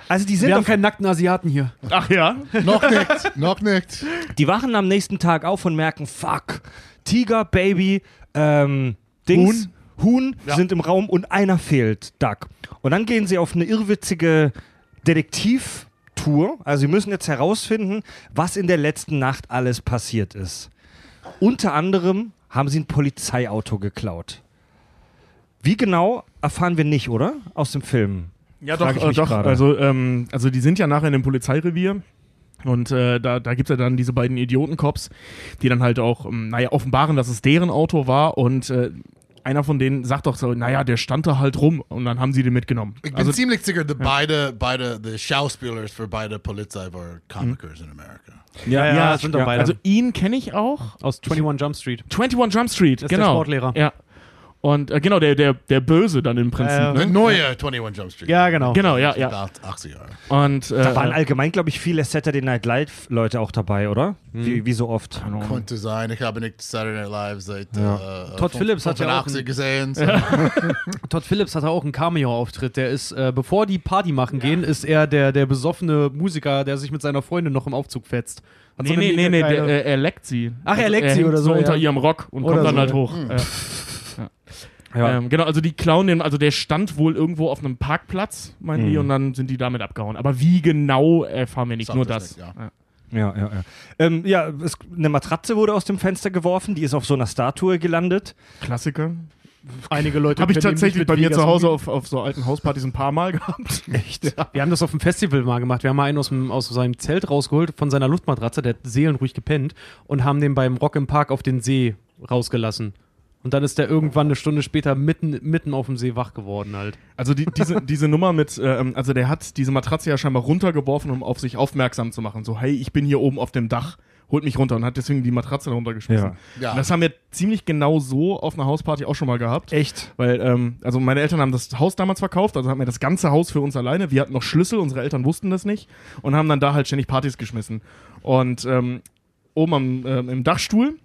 Speaker 1: also die sind
Speaker 4: Wir haben
Speaker 1: auf,
Speaker 4: keinen nackten Asiaten hier.
Speaker 3: Ach ja.
Speaker 2: Noch nicht. Noch nicht.
Speaker 1: die wachen am nächsten Tag auf und merken, fuck, Tiger, Baby, ähm, Dings, Huhn, sind im Raum und einer fehlt, Duck. Und dann gehen sie auf eine irrwitzige Detektivtour. Also sie müssen jetzt herausfinden, was in der letzten Nacht alles passiert ist. Unter anderem haben sie ein Polizeiauto geklaut. Wie genau erfahren wir nicht, oder? Aus dem Film.
Speaker 3: Ja,
Speaker 1: Frag
Speaker 3: doch,
Speaker 1: ich
Speaker 3: äh,
Speaker 1: mich
Speaker 3: doch.
Speaker 1: gerade.
Speaker 3: Also, ähm, also die sind ja nachher in dem Polizeirevier. Und äh, da, da gibt es ja dann diese beiden Idioten-Cops, die dann halt auch, ähm, naja, offenbaren, dass es deren Auto war. Und äh, einer von denen sagt doch so, naja, der stand da halt rum. Und dann haben sie den mitgenommen.
Speaker 2: Ich bin
Speaker 3: Also,
Speaker 2: ziemlich sicher, dass beide, beide, die Schauspieler für beide Polizei waren Comicers in Amerika.
Speaker 3: ja,
Speaker 4: ja, das sind doch beide.
Speaker 3: Also ihn kenne ich auch.
Speaker 4: Aus 21 Jump Street.
Speaker 3: 21 Jump Street,
Speaker 4: Das ist der
Speaker 3: genau.
Speaker 4: Sportlehrer.
Speaker 3: Ja. Und äh, genau, der, der, der Böse dann im Prinzip.
Speaker 4: Ja, ja.
Speaker 3: ne?
Speaker 2: Ne? Neue 21 Jump Street.
Speaker 4: Ja, genau.
Speaker 3: Genau, ja, ja.
Speaker 2: 80 Jahre.
Speaker 3: Und äh,
Speaker 1: Da waren
Speaker 4: halt
Speaker 1: allgemein, glaube ich, viele Saturday Night Live-Leute auch dabei, oder?
Speaker 3: Hm.
Speaker 1: Wie, wie so oft.
Speaker 2: Konnte sein. Ich habe nicht Saturday Night Live seit äh, äh,
Speaker 4: Todd
Speaker 2: fünf-
Speaker 4: Phillips hat ja auch
Speaker 2: 85
Speaker 4: einen-
Speaker 2: gesehen. So.
Speaker 4: Todd Phillips hatte auch einen Cameo-Auftritt. Der ist, äh, bevor die Party machen gehen, ist er der, der besoffene Musiker, der sich mit seiner Freundin noch im Aufzug fetzt. Hat
Speaker 3: nee,
Speaker 4: so eine
Speaker 3: nee, nee,
Speaker 4: mega
Speaker 3: nee,
Speaker 4: geile-
Speaker 3: der, äh, er leckt sie.
Speaker 4: Ach, er leckt
Speaker 3: er
Speaker 4: sie
Speaker 3: hängt
Speaker 4: oder so,
Speaker 3: so unter
Speaker 4: ja.
Speaker 3: ihrem Rock und
Speaker 4: Oder
Speaker 3: kommt dann
Speaker 4: so,
Speaker 3: halt
Speaker 4: Hm. ja.
Speaker 3: hoch. Äh,
Speaker 1: Ja.
Speaker 3: Ähm, genau, also die klauen den, also der stand wohl irgendwo auf einem Parkplatz, meinen die, und dann sind die damit abgehauen. Aber wie genau erfahren wir nicht,
Speaker 2: Sagt
Speaker 3: nur
Speaker 2: das
Speaker 3: das.
Speaker 2: nicht, ja.
Speaker 1: Ja, ja, ja. Ähm, ja, es, eine Matratze wurde aus dem Fenster geworfen, die ist auf so einer Statue gelandet.
Speaker 3: Klassiker.
Speaker 4: Einige Leute
Speaker 3: Habe ich
Speaker 4: können
Speaker 3: tatsächlich
Speaker 4: nämlich
Speaker 3: bei
Speaker 4: mit
Speaker 3: mir
Speaker 4: Vegas
Speaker 3: zu Hause
Speaker 4: umgehen.
Speaker 3: auf, auf so alten Hauspartys ein paar Mal gehabt. Echt? Ja.
Speaker 4: Wir haben das auf dem Festival mal gemacht. Wir haben mal einen aus, dem, aus seinem Zelt rausgeholt, von seiner Luftmatratze, der hat seelenruhig gepennt, und haben den beim Rock im Park auf den See rausgelassen. Und dann ist der irgendwann eine Stunde später mitten, mitten auf dem See wach geworden halt.
Speaker 3: Also die, diese, diese Nummer mit, ähm, also der hat diese Matratze ja scheinbar runtergeworfen, um auf sich aufmerksam zu machen. So, hey, ich bin hier oben auf dem Dach, holt mich runter und hat deswegen die Matratze runtergeschmissen.
Speaker 1: Ja.
Speaker 2: Ja.
Speaker 3: Und das haben wir ziemlich genau so auf einer Hausparty auch schon mal gehabt.
Speaker 1: Echt?
Speaker 3: Weil, ähm, also meine Eltern haben das Haus damals verkauft, also hatten wir das ganze Haus für uns alleine. Wir hatten noch Schlüssel, unsere Eltern wussten das nicht und haben dann da halt ständig Partys geschmissen. Und ähm, oben am, ähm, im Dachstuhl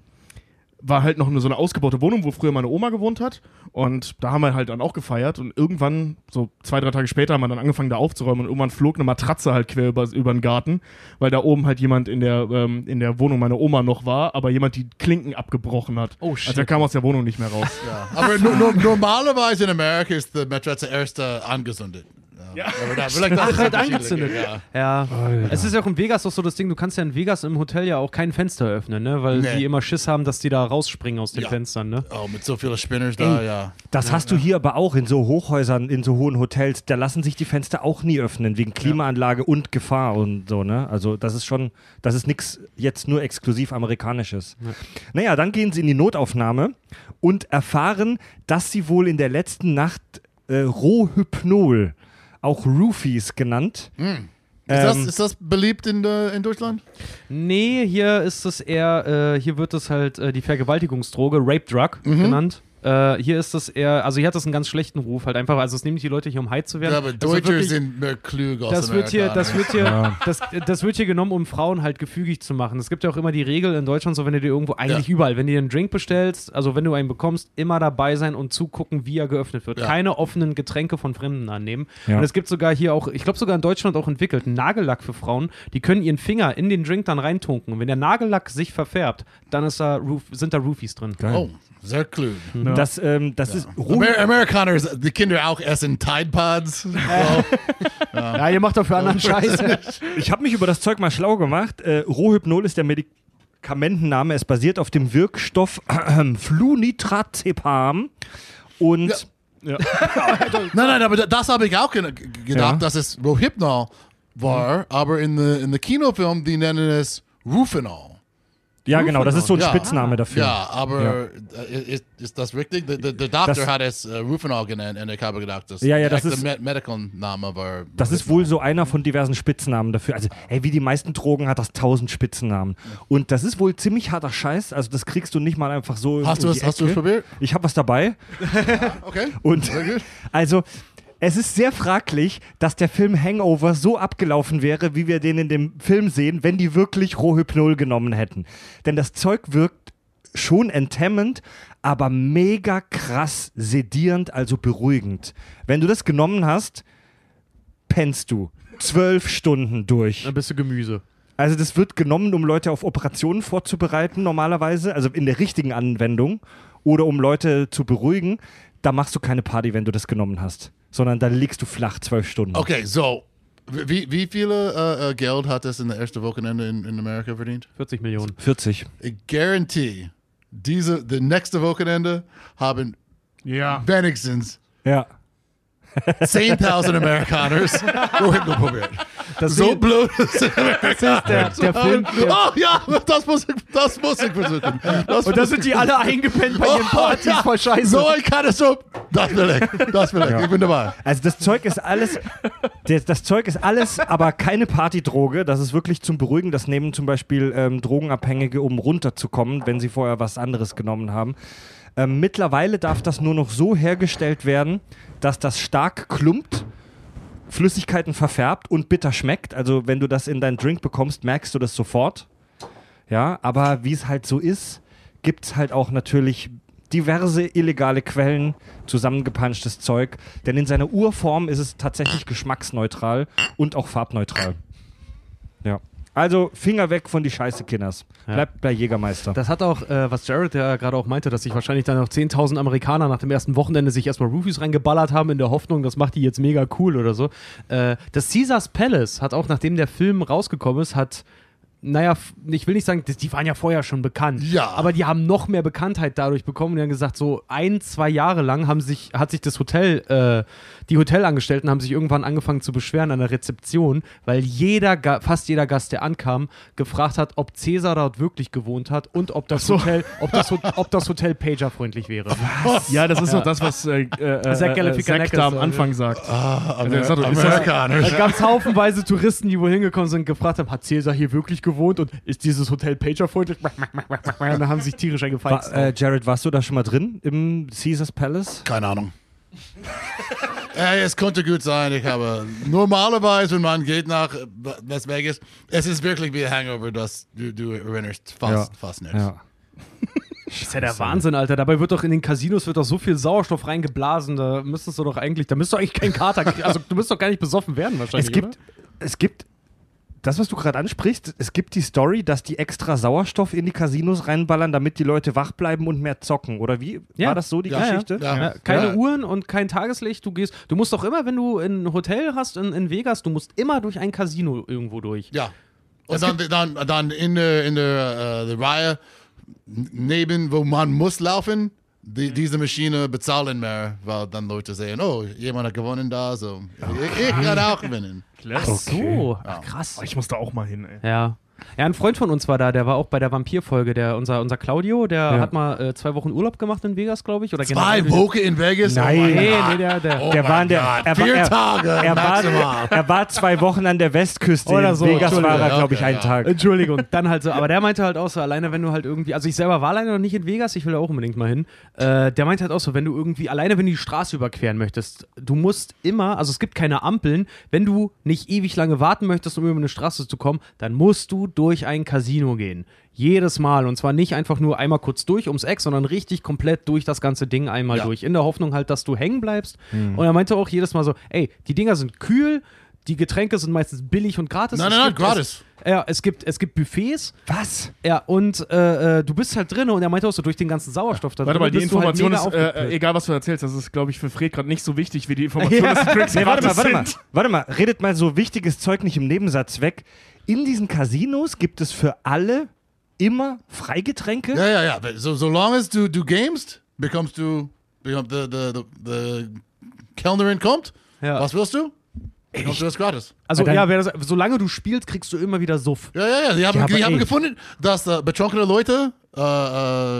Speaker 3: war halt noch nur so eine ausgebaute Wohnung, wo früher meine Oma gewohnt hat. Und da haben wir halt dann auch gefeiert. Und irgendwann, so zwei, drei Tage später, haben wir dann angefangen, da aufzuräumen. Und irgendwann flog eine Matratze halt quer über, über den Garten, weil da oben halt jemand in der, ähm, in der Wohnung meiner Oma noch war, aber jemand die Klinken abgebrochen hat.
Speaker 4: Oh, shit.
Speaker 3: Also er kam aus der Wohnung nicht mehr raus.
Speaker 2: Ja. Aber no, no, normalerweise in Amerika ist die Matratze erst äh, angezündet. Ja. Aber da, vielleicht das
Speaker 4: Ach,
Speaker 2: ist
Speaker 4: halt
Speaker 2: unterschiedlich,
Speaker 4: angezündet.
Speaker 2: Ja.
Speaker 4: Ja. Es ist ja auch in Vegas auch so das Ding, du kannst ja in Vegas im Hotel ja auch kein Fenster öffnen, ne? Weil
Speaker 2: Nee.
Speaker 4: die immer Schiss haben, dass die da rausspringen aus den
Speaker 2: Ja.
Speaker 4: Fenstern, ne?
Speaker 2: Oh, mit so vielen Spinners da, ja.
Speaker 1: Das hast du hier aber auch in so Hochhäusern, in so hohen Hotels. Da lassen sich die Fenster auch nie öffnen, wegen Klimaanlage und Gefahr und so, ne? Also, das ist schon, das ist nichts jetzt nur exklusiv Amerikanisches. Naja, dann gehen sie in die Notaufnahme und erfahren, dass sie wohl in der letzten Nacht äh, Rohhypnol, auch Roofies genannt,
Speaker 2: Ist, das,
Speaker 1: Ähm.
Speaker 2: ist das beliebt in, der- in Deutschland?
Speaker 4: Nee, hier ist es eher, äh, hier wird es halt äh, die Vergewaltigungsdroge, Rape Drug
Speaker 2: Mhm.
Speaker 4: genannt. Äh, hier ist es eher, also hier hat es einen ganz schlechten Ruf, halt einfach, also es nehmen die Leute hier, um high zu werden.
Speaker 2: Ja, aber
Speaker 4: Also
Speaker 2: Deutsche
Speaker 4: wirklich-
Speaker 2: sind mehr klüger als
Speaker 4: das wird hier,
Speaker 2: Amerikaner.
Speaker 4: das wird hier, das, das wird hier genommen, um Frauen halt gefügig zu machen. Es gibt ja auch immer die Regel in Deutschland, so wenn du dir irgendwo eigentlich überall, wenn du dir einen Drink bestellst, also wenn du einen bekommst, immer dabei sein und zugucken, wie er geöffnet wird.
Speaker 2: Ja.
Speaker 4: Keine offenen Getränke von Fremden annehmen.
Speaker 1: Ja.
Speaker 4: Und es gibt sogar hier auch, ich glaube sogar in Deutschland auch entwickelt, einen Nagellack für Frauen, die können ihren Finger in den Drink dann reintunken. Und wenn der Nagellack sich verfärbt, dann ist da Roof, sind da Roofies drin.
Speaker 2: Oh, sehr klug.
Speaker 4: Hm.
Speaker 1: das, ähm, das ist Roh
Speaker 2: Amer Amerikaner, die Kinder auch essen Tide
Speaker 4: Äh.
Speaker 2: Pods. So.
Speaker 4: Ja, ihr macht dafür anderen Scheiß.
Speaker 1: Ich habe mich über das Zeug mal schlau gemacht. Äh, Rohypnol ist der Medikamentenname. Es basiert auf dem Wirkstoff Flunitrazepam. Und
Speaker 2: Ja. Nein, nein, aber da- das habe ich auch gena- g- gedacht,
Speaker 1: Ja. Mhm.
Speaker 2: dass es Rohypnol war, aber in der in the Kinofilm, die nennen es Rufinol.
Speaker 1: ja, genau, das ist so ein
Speaker 2: Ja.
Speaker 1: Spitzname dafür.
Speaker 2: Ja, aber äh, Ist, ist das richtig? Der, der, der Doktor
Speaker 1: Das-
Speaker 2: hat es äh, Rufinol genannt und ich habe gedacht, dass
Speaker 1: Ja, ja,
Speaker 2: der
Speaker 1: das
Speaker 2: echte
Speaker 1: ist-
Speaker 2: Me Medical Name war.
Speaker 1: Das ist wohl so einer von diversen Spitznamen dafür. Also, ey, wie die meisten Drogen hat das tausend Spitznamen. Und das ist wohl ziemlich harter Scheiß. Also, das kriegst du nicht mal einfach so.
Speaker 2: Hast du
Speaker 1: um
Speaker 2: es-
Speaker 1: die
Speaker 2: hast du es
Speaker 1: Ecke.
Speaker 2: probiert?
Speaker 1: Ich habe was dabei.
Speaker 2: Okay.
Speaker 1: Und
Speaker 2: gut.
Speaker 1: also, es ist sehr fraglich, dass der Film Hangover so abgelaufen wäre, wie wir den in dem Film sehen, wenn die wirklich Rohhypnol genommen hätten. Denn das Zeug wirkt schon enthemmend, aber mega krass sedierend, also beruhigend. Wenn du das genommen hast, pennst du. Zwölf Stunden durch.
Speaker 4: Dann bist du Gemüse.
Speaker 1: Also das wird genommen, um Leute auf Operationen vorzubereiten normalerweise, also in der richtigen Anwendung oder um Leute zu beruhigen. Da machst du keine Party, wenn du das genommen hast, sondern da liegst du flach zwölf Stunden.
Speaker 2: Okay, so. Wie, wie viele äh, äh, Geld hat das in der ersten Wochenende in, in Amerika verdient?
Speaker 4: 40 Millionen.
Speaker 1: 40.
Speaker 2: Ich guarantee, diese, the nächste Wochenende haben
Speaker 3: Ja.
Speaker 2: wenigstens
Speaker 1: Ja.
Speaker 2: 10.000 Amerikaner Rohypnol probiert.
Speaker 4: Das
Speaker 2: So
Speaker 4: ist-
Speaker 2: blöd ist Amerikaner.
Speaker 4: der, der Film, der,
Speaker 2: Oh ja, das muss ich, das muss ich versuchen. Das
Speaker 4: Und da sind die alle eingepennt bei ihren
Speaker 2: Oh,
Speaker 4: Partys,
Speaker 2: ja.
Speaker 4: voll scheiße.
Speaker 2: So ein Katastrophe. Das will ich. Das will ich. Ich bin dabei.
Speaker 1: Also das Zeug ist alles, das, das Zeug ist alles, aber keine Partydroge. Das ist wirklich zum Beruhigen. Das nehmen zum Beispiel ähm, Drogenabhängige, um runterzukommen, wenn sie vorher was anderes genommen haben. Ähm, mittlerweile darf das nur noch so hergestellt werden, dass das stark klumpt, Flüssigkeiten verfärbt und bitter schmeckt. Also wenn du das in deinen Drink bekommst, merkst du das sofort. Ja, aber wie es halt so ist, gibt es halt auch natürlich diverse illegale Quellen, zusammengepanschtes Zeug. Denn in seiner Urform ist es tatsächlich geschmacksneutral und auch farbneutral. Ja. Also Finger weg von die Scheiße, Kinders.
Speaker 4: Ja.
Speaker 1: Bleibt bei Jägermeister.
Speaker 4: Das hat auch, äh, was Jared ja gerade auch meinte, dass sich wahrscheinlich dann auch 10.000 Amerikaner nach dem ersten Wochenende sich erstmal Roofies reingeballert haben in der Hoffnung, das macht die jetzt mega cool oder so. Äh, das Caesars Palace hat auch, nachdem der Film rausgekommen ist, hat, naja, f- ich will nicht sagen, die- die waren ja vorher schon bekannt.
Speaker 2: Ja.
Speaker 4: Aber die haben noch mehr Bekanntheit dadurch bekommen und die haben gesagt, so ein, zwei Jahre lang haben sich, hat sich das Hotel, äh, die Hotelangestellten haben sich irgendwann angefangen zu beschweren an der Rezeption, weil jeder, Ga- fast jeder Gast, der ankam, gefragt hat, ob Cäsar dort wirklich gewohnt hat und ob das Hotel, ob das, Ho- ob das Hotel pagerfreundlich wäre.
Speaker 3: Ja, das ist doch das, was äh, äh,
Speaker 4: Zack
Speaker 3: Zack äh, Zack
Speaker 4: Galifianakis,
Speaker 3: da am
Speaker 4: äh,
Speaker 3: Anfang sagt. Also er sagt doch, ist das-
Speaker 2: Amerikaner.
Speaker 4: Da gab es haufenweise Touristen, die wohl hingekommen sind und gefragt haben, hat Cäsar hier wirklich gewohnt und ist dieses Hotel pagerfreundlich? Und dann haben sich tierisch eingefeixt.
Speaker 1: War, äh, Jared, warst du da schon mal drin im Caesars Palace?
Speaker 2: Keine Ahnung. Ey, es könnte gut sein. Ich habe normalerweise, wenn man geht nach Las Vegas, es ist wirklich wie ein Hangover, das du, du erinnerst fast,
Speaker 1: Ja.
Speaker 2: fast nicht.
Speaker 1: Ja.
Speaker 4: Ist ja der Wahnsinn, Alter. Dabei wird doch in den Casinos wird doch so viel Sauerstoff reingeblasen. Da müsstest du doch eigentlich, da müsstest du eigentlich keinen Kater kriegen. Also du müsstest doch gar nicht besoffen werden wahrscheinlich.
Speaker 1: Es gibt, es gibt, das, was du gerade ansprichst, es gibt die Story, dass die extra Sauerstoff in die Casinos reinballern, damit die Leute wach bleiben und mehr zocken. Oder wie?
Speaker 4: Ja.
Speaker 1: War das so die
Speaker 2: Ja,
Speaker 1: Geschichte?
Speaker 2: ja.
Speaker 4: Ja, Ne, keine
Speaker 2: Ja.
Speaker 4: Uhren und kein Tageslicht. Du gehst, du musst doch immer, wenn du ein Hotel hast in, in Vegas, du musst immer durch ein Casino irgendwo durch.
Speaker 2: Ja. Und dann, dann, dann in der, in der, äh, der Reihe n- neben, wo man muss laufen, die, diese Maschine bezahlen mehr, weil dann Leute sehen, oh, jemand hat gewonnen da, so. Ich, ich kann auch gewinnen.
Speaker 4: Ach so, Ach, krass.
Speaker 3: Oh, ich muss da auch mal hin, ey.
Speaker 4: Ja. Ja, ein Freund von uns war da, der war auch bei der Vampir-Folge, der, unser, unser Claudio, der hat mal äh, zwei Wochen Urlaub gemacht in Vegas, glaube ich. Oder
Speaker 2: Zwei
Speaker 4: generell-
Speaker 2: Wochen in Vegas?
Speaker 1: Nein.
Speaker 2: Oh
Speaker 4: Nee, nee,
Speaker 2: mein Gott.
Speaker 4: der, der.
Speaker 2: Oh
Speaker 1: Der
Speaker 2: mein
Speaker 1: war in der- er
Speaker 2: Gott.
Speaker 1: war-
Speaker 2: Vier
Speaker 1: er-
Speaker 2: Tage
Speaker 1: Er
Speaker 2: maximal.
Speaker 1: war, er war zwei Wochen an der Westküste.
Speaker 4: Oder
Speaker 1: in
Speaker 4: so,
Speaker 1: Vegas war er,
Speaker 2: Entschuldigung,
Speaker 1: glaube ich,
Speaker 2: okay,
Speaker 1: einen
Speaker 2: ja.
Speaker 1: Tag.
Speaker 4: Entschuldigung. Dann halt so, aber der meinte halt auch so, alleine wenn du halt irgendwie, also ich selber war alleine noch nicht in Vegas, ich will da auch unbedingt mal hin. Äh, der meinte halt auch so, wenn du irgendwie, alleine wenn du die Straße überqueren möchtest, du musst immer, also es gibt keine Ampeln, wenn du nicht ewig lange warten möchtest, um über eine Straße zu kommen, dann musst du durch ein Casino gehen. Jedes Mal. Und zwar nicht einfach nur einmal kurz durch ums Eck, sondern richtig komplett durch das ganze Ding einmal
Speaker 2: Ja. Hm.
Speaker 4: durch. In der Hoffnung halt, dass du hängen bleibst. Und er meinte auch jedes Mal so, ey, die Dinger sind kühl, die Getränke sind meistens billig und gratis.
Speaker 2: Nein,
Speaker 4: Es
Speaker 2: nein, nein,
Speaker 4: gibt-
Speaker 2: gratis.
Speaker 4: ja, es gibt, es gibt Buffets.
Speaker 1: Was?
Speaker 4: Ja, und äh, äh, du bist halt drin und er meinte auch so durch den ganzen Sauerstoff da
Speaker 3: Warte
Speaker 4: drin
Speaker 3: mal, die
Speaker 4: bist du
Speaker 3: Information
Speaker 4: halt
Speaker 3: ist,
Speaker 4: mega
Speaker 3: äh,
Speaker 4: aufgepusht.
Speaker 3: egal was du erzählst, das ist, glaube ich, für Fred gerade nicht so wichtig wie die Information, dass die Drinks
Speaker 1: Nee, warte mal,
Speaker 3: gratis
Speaker 1: warte mal,
Speaker 3: sind.
Speaker 1: warte mal. Redet mal so wichtiges Zeug nicht im Nebensatz weg. In diesen Casinos gibt es für alle immer Freigetränke.
Speaker 2: Ja, ja, ja. So, solange es du, du gamest, bekommst du, bekommst the, the, the, the Kellnerin kommt.
Speaker 4: Ja.
Speaker 2: Was willst du? Bekommst du das gratis.
Speaker 4: Also
Speaker 1: Dann-
Speaker 4: ja, wer das, solange du spielst, kriegst du immer wieder Suff.
Speaker 2: Ja, ja, ja. Die haben,
Speaker 1: Ja, aber
Speaker 2: die haben
Speaker 1: ey.
Speaker 2: gefunden, dass äh, betrunkene Leute äh,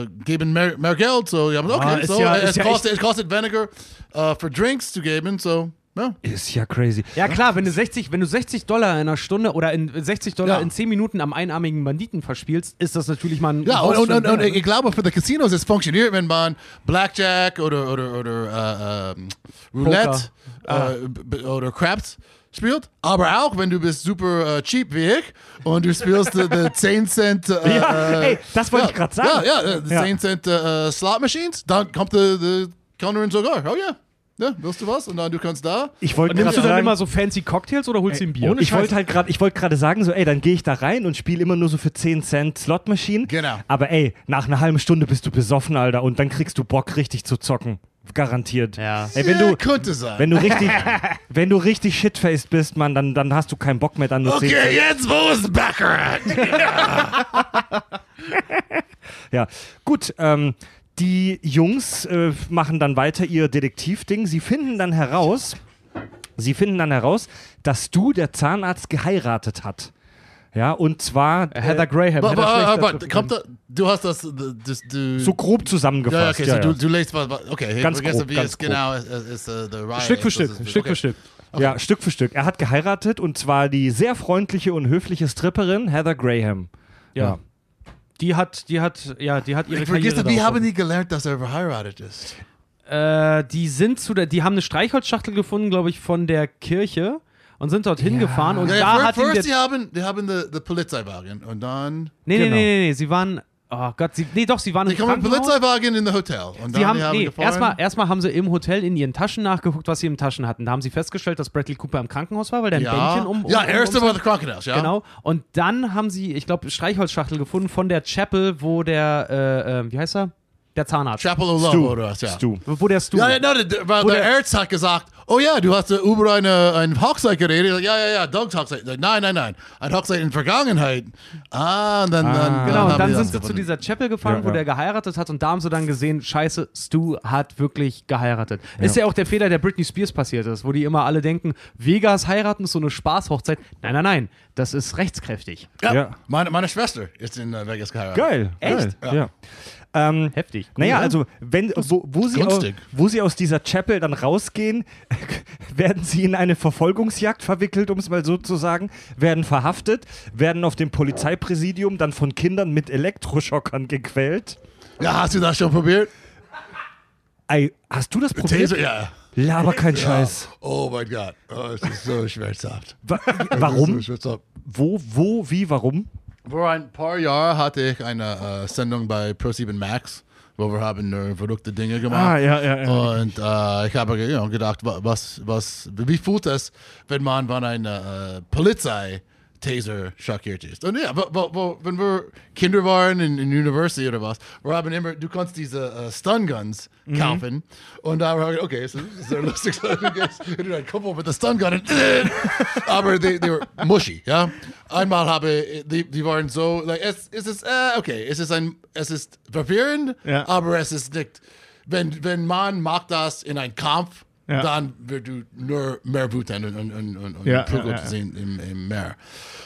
Speaker 2: äh, geben mehr, mehr Geld. So, die haben gesagt,
Speaker 1: Ah,
Speaker 2: okay,
Speaker 1: ist
Speaker 2: so,
Speaker 1: ja-
Speaker 2: äh,
Speaker 1: ist
Speaker 2: es,
Speaker 1: ja
Speaker 2: kostet, es kostet weniger äh, für Drinks zu geben. So, ja.
Speaker 1: Ist ja crazy.
Speaker 4: Ja klar, wenn du 60, wenn du 60 Dollar in einer Stunde oder in 60 Dollar
Speaker 2: Ja.
Speaker 4: in 10 Minuten am einarmigen Banditen verspielst, ist das natürlich mal ein
Speaker 2: Ja, und, und, und,
Speaker 4: Hausstand-
Speaker 2: und
Speaker 1: ne?
Speaker 2: ich glaube, für die Casinos, es funktioniert, wenn man Blackjack oder, oder, oder äh, ähm, Roulette
Speaker 1: Ah.
Speaker 2: äh, b- oder Craps spielt. Aber auch, wenn du bist super äh, cheap wie ich und du spielst äh, die 10 Cent... Äh,
Speaker 1: Ja,
Speaker 2: äh,
Speaker 1: ey, das wollte ich gerade sagen.
Speaker 2: Ja, ja, äh, die
Speaker 1: Ja.
Speaker 2: 10 Cent äh, äh, Slot Machines, dann kommt die, die Counterin sogar. Oh ja, ja, willst du was? Und dann du kannst da...
Speaker 1: Ich wollte
Speaker 4: und nimmst
Speaker 1: gerade
Speaker 4: du dann
Speaker 1: sagen,
Speaker 4: immer so fancy Cocktails oder holst du ein Bier?
Speaker 3: ohne
Speaker 1: ich
Speaker 3: Scheiß.
Speaker 1: wollte halt gerade, ich wollte gerade sagen, so, ey, dann gehe ich da rein und spiele immer nur so für 10 Cent Slotmaschinen.
Speaker 2: Genau.
Speaker 1: Aber ey, nach einer halben Stunde bist du besoffen, Alter, und dann kriegst du Bock, richtig zu zocken. Garantiert.
Speaker 4: Ja.
Speaker 1: Ey, wenn
Speaker 2: ja,
Speaker 1: du,
Speaker 2: könnte sein.
Speaker 1: wenn du richtig, wenn du richtig shitfaced bist, Mann, dann, dann hast du keinen Bock mehr, dann nur 10 Cent.
Speaker 2: okay, jetzt wo ist Baccarat?
Speaker 1: Ja, gut. Ähm, die Jungs äh, machen dann weiter ihr Detektivding. Sie finden dann heraus, sie finden dann heraus, dass du der Zahnarzt geheiratet hat. Ja, und zwar äh,
Speaker 4: Heather Graham.
Speaker 2: Aber,
Speaker 4: Heather
Speaker 2: aber,
Speaker 4: Schlechter-
Speaker 2: aber kommt da, du hast das... das du,
Speaker 1: so grob
Speaker 2: Ja,
Speaker 1: zusammengefasst.
Speaker 2: okay,
Speaker 1: ja,
Speaker 2: so
Speaker 1: ja.
Speaker 2: Du, du legst was, was okay, ich
Speaker 1: Ganz
Speaker 2: vergesse,
Speaker 1: grob,
Speaker 2: wie
Speaker 1: ganz
Speaker 2: es genau ist, ist, ist äh, der Riot.
Speaker 4: Stück für
Speaker 2: Das
Speaker 4: Stück,
Speaker 2: ist-
Speaker 4: Stück
Speaker 2: okay.
Speaker 4: für Stück.
Speaker 1: ja, Stück für Stück. Er hat geheiratet und zwar die sehr freundliche und höfliche Stripperin Heather Graham.
Speaker 4: Ja. Die hat, die hat, ja, die hat ihre
Speaker 2: Ich vergesse,
Speaker 4: Karriere um.
Speaker 2: wie
Speaker 4: darauf
Speaker 2: haben die gelernt, dass er verheiratet ist?
Speaker 4: Äh, die sind zu der, die haben eine Streichholzschachtel gefunden, glaube ich, von der Kirche und sind dort hingefahren und
Speaker 2: Ja,
Speaker 4: da
Speaker 2: fir-
Speaker 4: hat ihn der,
Speaker 2: first, die haben, die haben die, die Polizeiwagen und dann.
Speaker 4: nee, nee, nee,
Speaker 1: Genau.
Speaker 4: nee, nee, sie waren, oh Gott, sie, nee, doch, sie waren
Speaker 2: Die
Speaker 4: im
Speaker 2: kommen mit
Speaker 4: Krankenhaus.
Speaker 2: Polizeiwagen in das Hotel. Und dann
Speaker 4: Sie haben,
Speaker 2: die haben
Speaker 4: nee,
Speaker 2: gefahren.
Speaker 4: erstmal erstmal haben sie im Hotel in ihren Taschen nachgeguckt, was sie im Taschen hatten. Da haben sie festgestellt, dass Bradley Cooper im Krankenhaus war, weil der ein
Speaker 2: ja,
Speaker 4: Bändchen um, um
Speaker 2: ja
Speaker 4: um,
Speaker 2: erst
Speaker 4: um,
Speaker 2: war der Krankenhaus, ja.
Speaker 4: Genau. Und dann haben sie, ich glaube, Streichholzschachtel gefunden von der Chapel, wo der, äh, äh, wie heißt er? Der Zahnarzt.
Speaker 2: Chapel of Love
Speaker 1: Stu.
Speaker 2: oder was, ja.
Speaker 1: Stu.
Speaker 4: Wo der Stu.
Speaker 2: Ja, ja, no, der, weil
Speaker 4: Wo
Speaker 2: der
Speaker 4: der-
Speaker 2: Arzt hat gesagt, oh ja, du hast äh, über eine, eine Hochzeit geredet. Ja, ja, ja, Dogs Hochzeit. Nein, nein, nein. Eine Hochzeit in der Vergangenheit. Ah, dann, dann,
Speaker 4: Genau,
Speaker 2: haben
Speaker 4: und dann
Speaker 2: die das
Speaker 4: sind sie zu
Speaker 2: gefunden.
Speaker 4: dieser Chapel gefahren,
Speaker 1: Ja,
Speaker 4: wo
Speaker 1: ja.
Speaker 4: der geheiratet hat und da haben sie dann gesehen, scheiße, Stu hat wirklich geheiratet. Ist ja auch der Fehler, der Britney Spears passiert ist, wo die immer alle denken, Vegas heiraten ist so eine Spaßhochzeit. Nein, nein, nein, das ist rechtskräftig.
Speaker 2: Ja.
Speaker 1: Ja.
Speaker 2: Meine, meine Schwester ist in äh, Vegas geheiratet.
Speaker 1: Geil.
Speaker 4: Echt?
Speaker 1: Geil. Ja. Ähm,
Speaker 4: Heftig. Cool,
Speaker 1: Naja,
Speaker 4: ne?
Speaker 1: also wenn wo, wo, sie aus,
Speaker 2: günstig.
Speaker 1: wo sie aus dieser Chapel dann rausgehen, werden sie in eine Verfolgungsjagd verwickelt, um es mal so zu sagen, werden verhaftet, werden auf dem Polizeipräsidium dann von Kindern mit Elektroschockern gequält.
Speaker 2: Ja, hast du das schon probiert?
Speaker 1: Ei, hast du das
Speaker 2: These,
Speaker 1: Problem?
Speaker 2: ja.
Speaker 1: Laber kein Scheiß.
Speaker 2: Oh mein Gott. Oh, es ist so schmerzhaft.
Speaker 1: Wa
Speaker 2: Es
Speaker 1: warum?
Speaker 2: ist so schmerzhaft.
Speaker 1: Wo, wo, wie, warum?
Speaker 2: Vor ein paar Jahren hatte ich eine äh, Sendung bei Pro7 Max, wo wir haben nur verrückte Dinge
Speaker 3: Ah,
Speaker 2: gemacht.
Speaker 3: ja, ja, ja.
Speaker 2: Und äh, ich habe you know, gedacht, wa- was, was, wie fühlt es, wenn man von einer äh, Polizei Taser schockiert ist? Und ja, wo, wo, wo, wenn wir Kinder waren in, in University oder was, wir haben immer, du kannst diese äh, Stun Guns
Speaker 3: Mhm.
Speaker 2: kaufen. Und da haben wir gedacht, okay, es ist es ist sehr lustig. So, du gehst in ein Couple mit der Stun Gun. Und, äh, aber die, die were mushy, ja. Einmal habe, die, die waren so, like, es, es ist, äh, okay, es ist ein, es ist verwirrend,
Speaker 3: Ja.
Speaker 2: aber es ist nicht. Wenn, wenn man macht das in einem Kampf,
Speaker 3: Ja.
Speaker 2: dann wird du nur mehr wütend und, und, und, und, und
Speaker 3: Ja,
Speaker 2: Prügel
Speaker 3: ja, ja,
Speaker 2: zu sehen im, im Meer.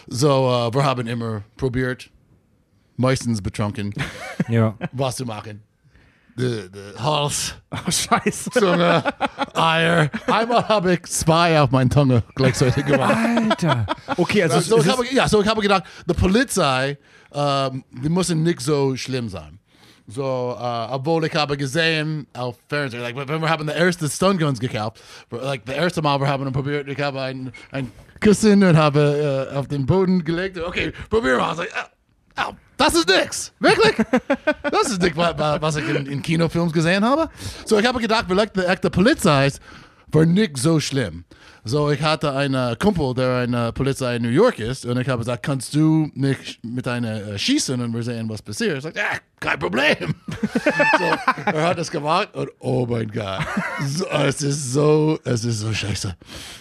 Speaker 2: So, äh, wir haben immer probiert, meistens betrunken,
Speaker 1: Ja.
Speaker 2: was zu machen. Der der Hals,
Speaker 3: Oh, scheiße.
Speaker 2: Zunge, Eier. Einmal habe ich zwei auf meinen Zunge gleichzeitig gemacht.
Speaker 1: Alter. Okay, also
Speaker 2: So,
Speaker 1: es
Speaker 2: ich
Speaker 1: ist,
Speaker 2: habe, ja, so ich habe gedacht, die Polizei, ähm, die müssen nicht so schlimm sein. So, äh, obwohl ich habe gesehen auf Fernsehen, like, wenn wir haben die erste Stun Guns gekauft, like, das erste Mal wir haben probiert, ich habe ein, ein Kissen und habe äh, auf den Boden gelegt, okay, probier mal. Also, äh, au, das ist nix, wirklich. das ist nicht, wa- wa- was ich in, in Kinofilms gesehen habe. So, ich habe gedacht, vielleicht die echte Polizei ist, war nicht so schlimm. So, ich hatte einen Kumpel, der eine Polizei in New York ist, und ich habe gesagt, kannst du nicht mit einer äh, schießen und wir sehen, was passiert? Er sagt, ja, kein Problem. so, er hat das gemacht und oh mein Gott. So, es ist so, es ist so scheiße.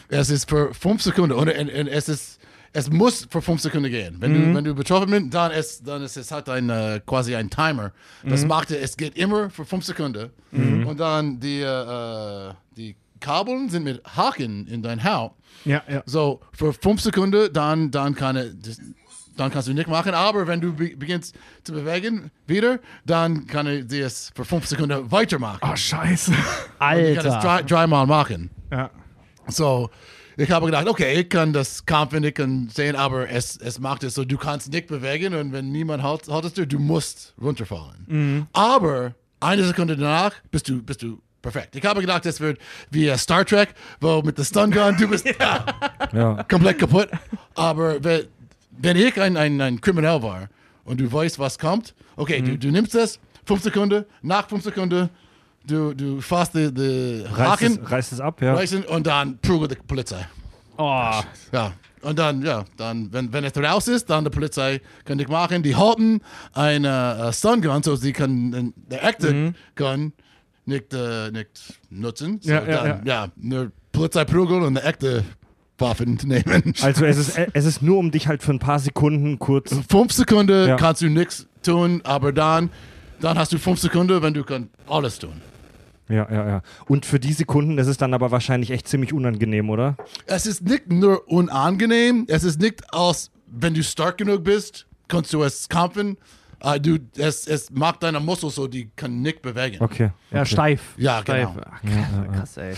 Speaker 2: Es ist für fünf Sekunden und, und, und es ist, es muss für fünf Sekunden gehen. Wenn, du, wenn du betroffen bist, dann ist, dann ist es halt ein, äh, quasi ein Timer. Das macht es, es geht immer für fünf Sekunden. Und dann die, äh, äh, die Kabeln sind mit Haken in dein Haut.
Speaker 3: Ja, ja.
Speaker 2: So, für fünf Sekunden, dann, dann, kann, er- das- dann kannst du nicht machen. Aber wenn du be beginnst zu bewegen wieder, dann kann er dir es für fünf Sekunden weitermachen.
Speaker 3: Oh, scheiße.
Speaker 2: Ich kann es drei- dreimal machen.
Speaker 3: Ja.
Speaker 2: So, ich habe gedacht, okay, ich kann das Kampf und ich kann sehen, aber es, es macht es so, du kannst nicht bewegen und wenn niemand halt, haltest du, du musst runterfallen. Aber eine Sekunde danach bist du, bist du perfekt. Ich habe gedacht, das wird wie äh, Star Trek, wo mit der Stun Gun, du bist ah,
Speaker 1: ja.
Speaker 2: komplett kaputt. Aber we- wenn ich ein, ein, ein Kriminell war und du weißt, was kommt, okay,
Speaker 1: Mhm.
Speaker 2: du, du nimmst das, fünf Sekunden, nach fünf Sekunden, du, du fasst die, die
Speaker 1: Reißt
Speaker 2: Haken,
Speaker 1: es, reißt es ab, ja.
Speaker 2: reißen und dann prügelt die Polizei.
Speaker 4: Oh,
Speaker 2: Ja. Und dann, ja, dann, wenn, wenn es raus ist, dann die Polizei kann dich machen. Die halten eine äh, Stun Gun, so sie können äh, der echte
Speaker 1: Mhm.
Speaker 2: Gun nicht, äh, nicht nutzen. So
Speaker 3: Ja, ja,
Speaker 2: dann, ja. nur Polizei prügeln und die echte Waffen nehmen.
Speaker 1: Also es ist, es ist nur, um dich halt für ein paar Sekunden kurz.
Speaker 2: fünf Sekunden
Speaker 1: Ja.
Speaker 2: kannst du nichts tun, aber dann, dann hast du fünf Sekunden, wenn du kannst alles tun.
Speaker 1: Ja, ja, ja. Und für die Sekunden, das ist dann aber wahrscheinlich echt ziemlich unangenehm, oder?
Speaker 2: Es ist nicht nur unangenehm, es ist nicht als, wenn du stark genug bist, kannst du es kämpfen. Äh, du, es, es macht deine Muskeln so, die kann nicht bewegen.
Speaker 1: Okay.
Speaker 4: ja,
Speaker 1: okay.
Speaker 4: steif.
Speaker 2: Ja,
Speaker 4: steif.
Speaker 2: genau.
Speaker 4: Ach, krass, krass, ey.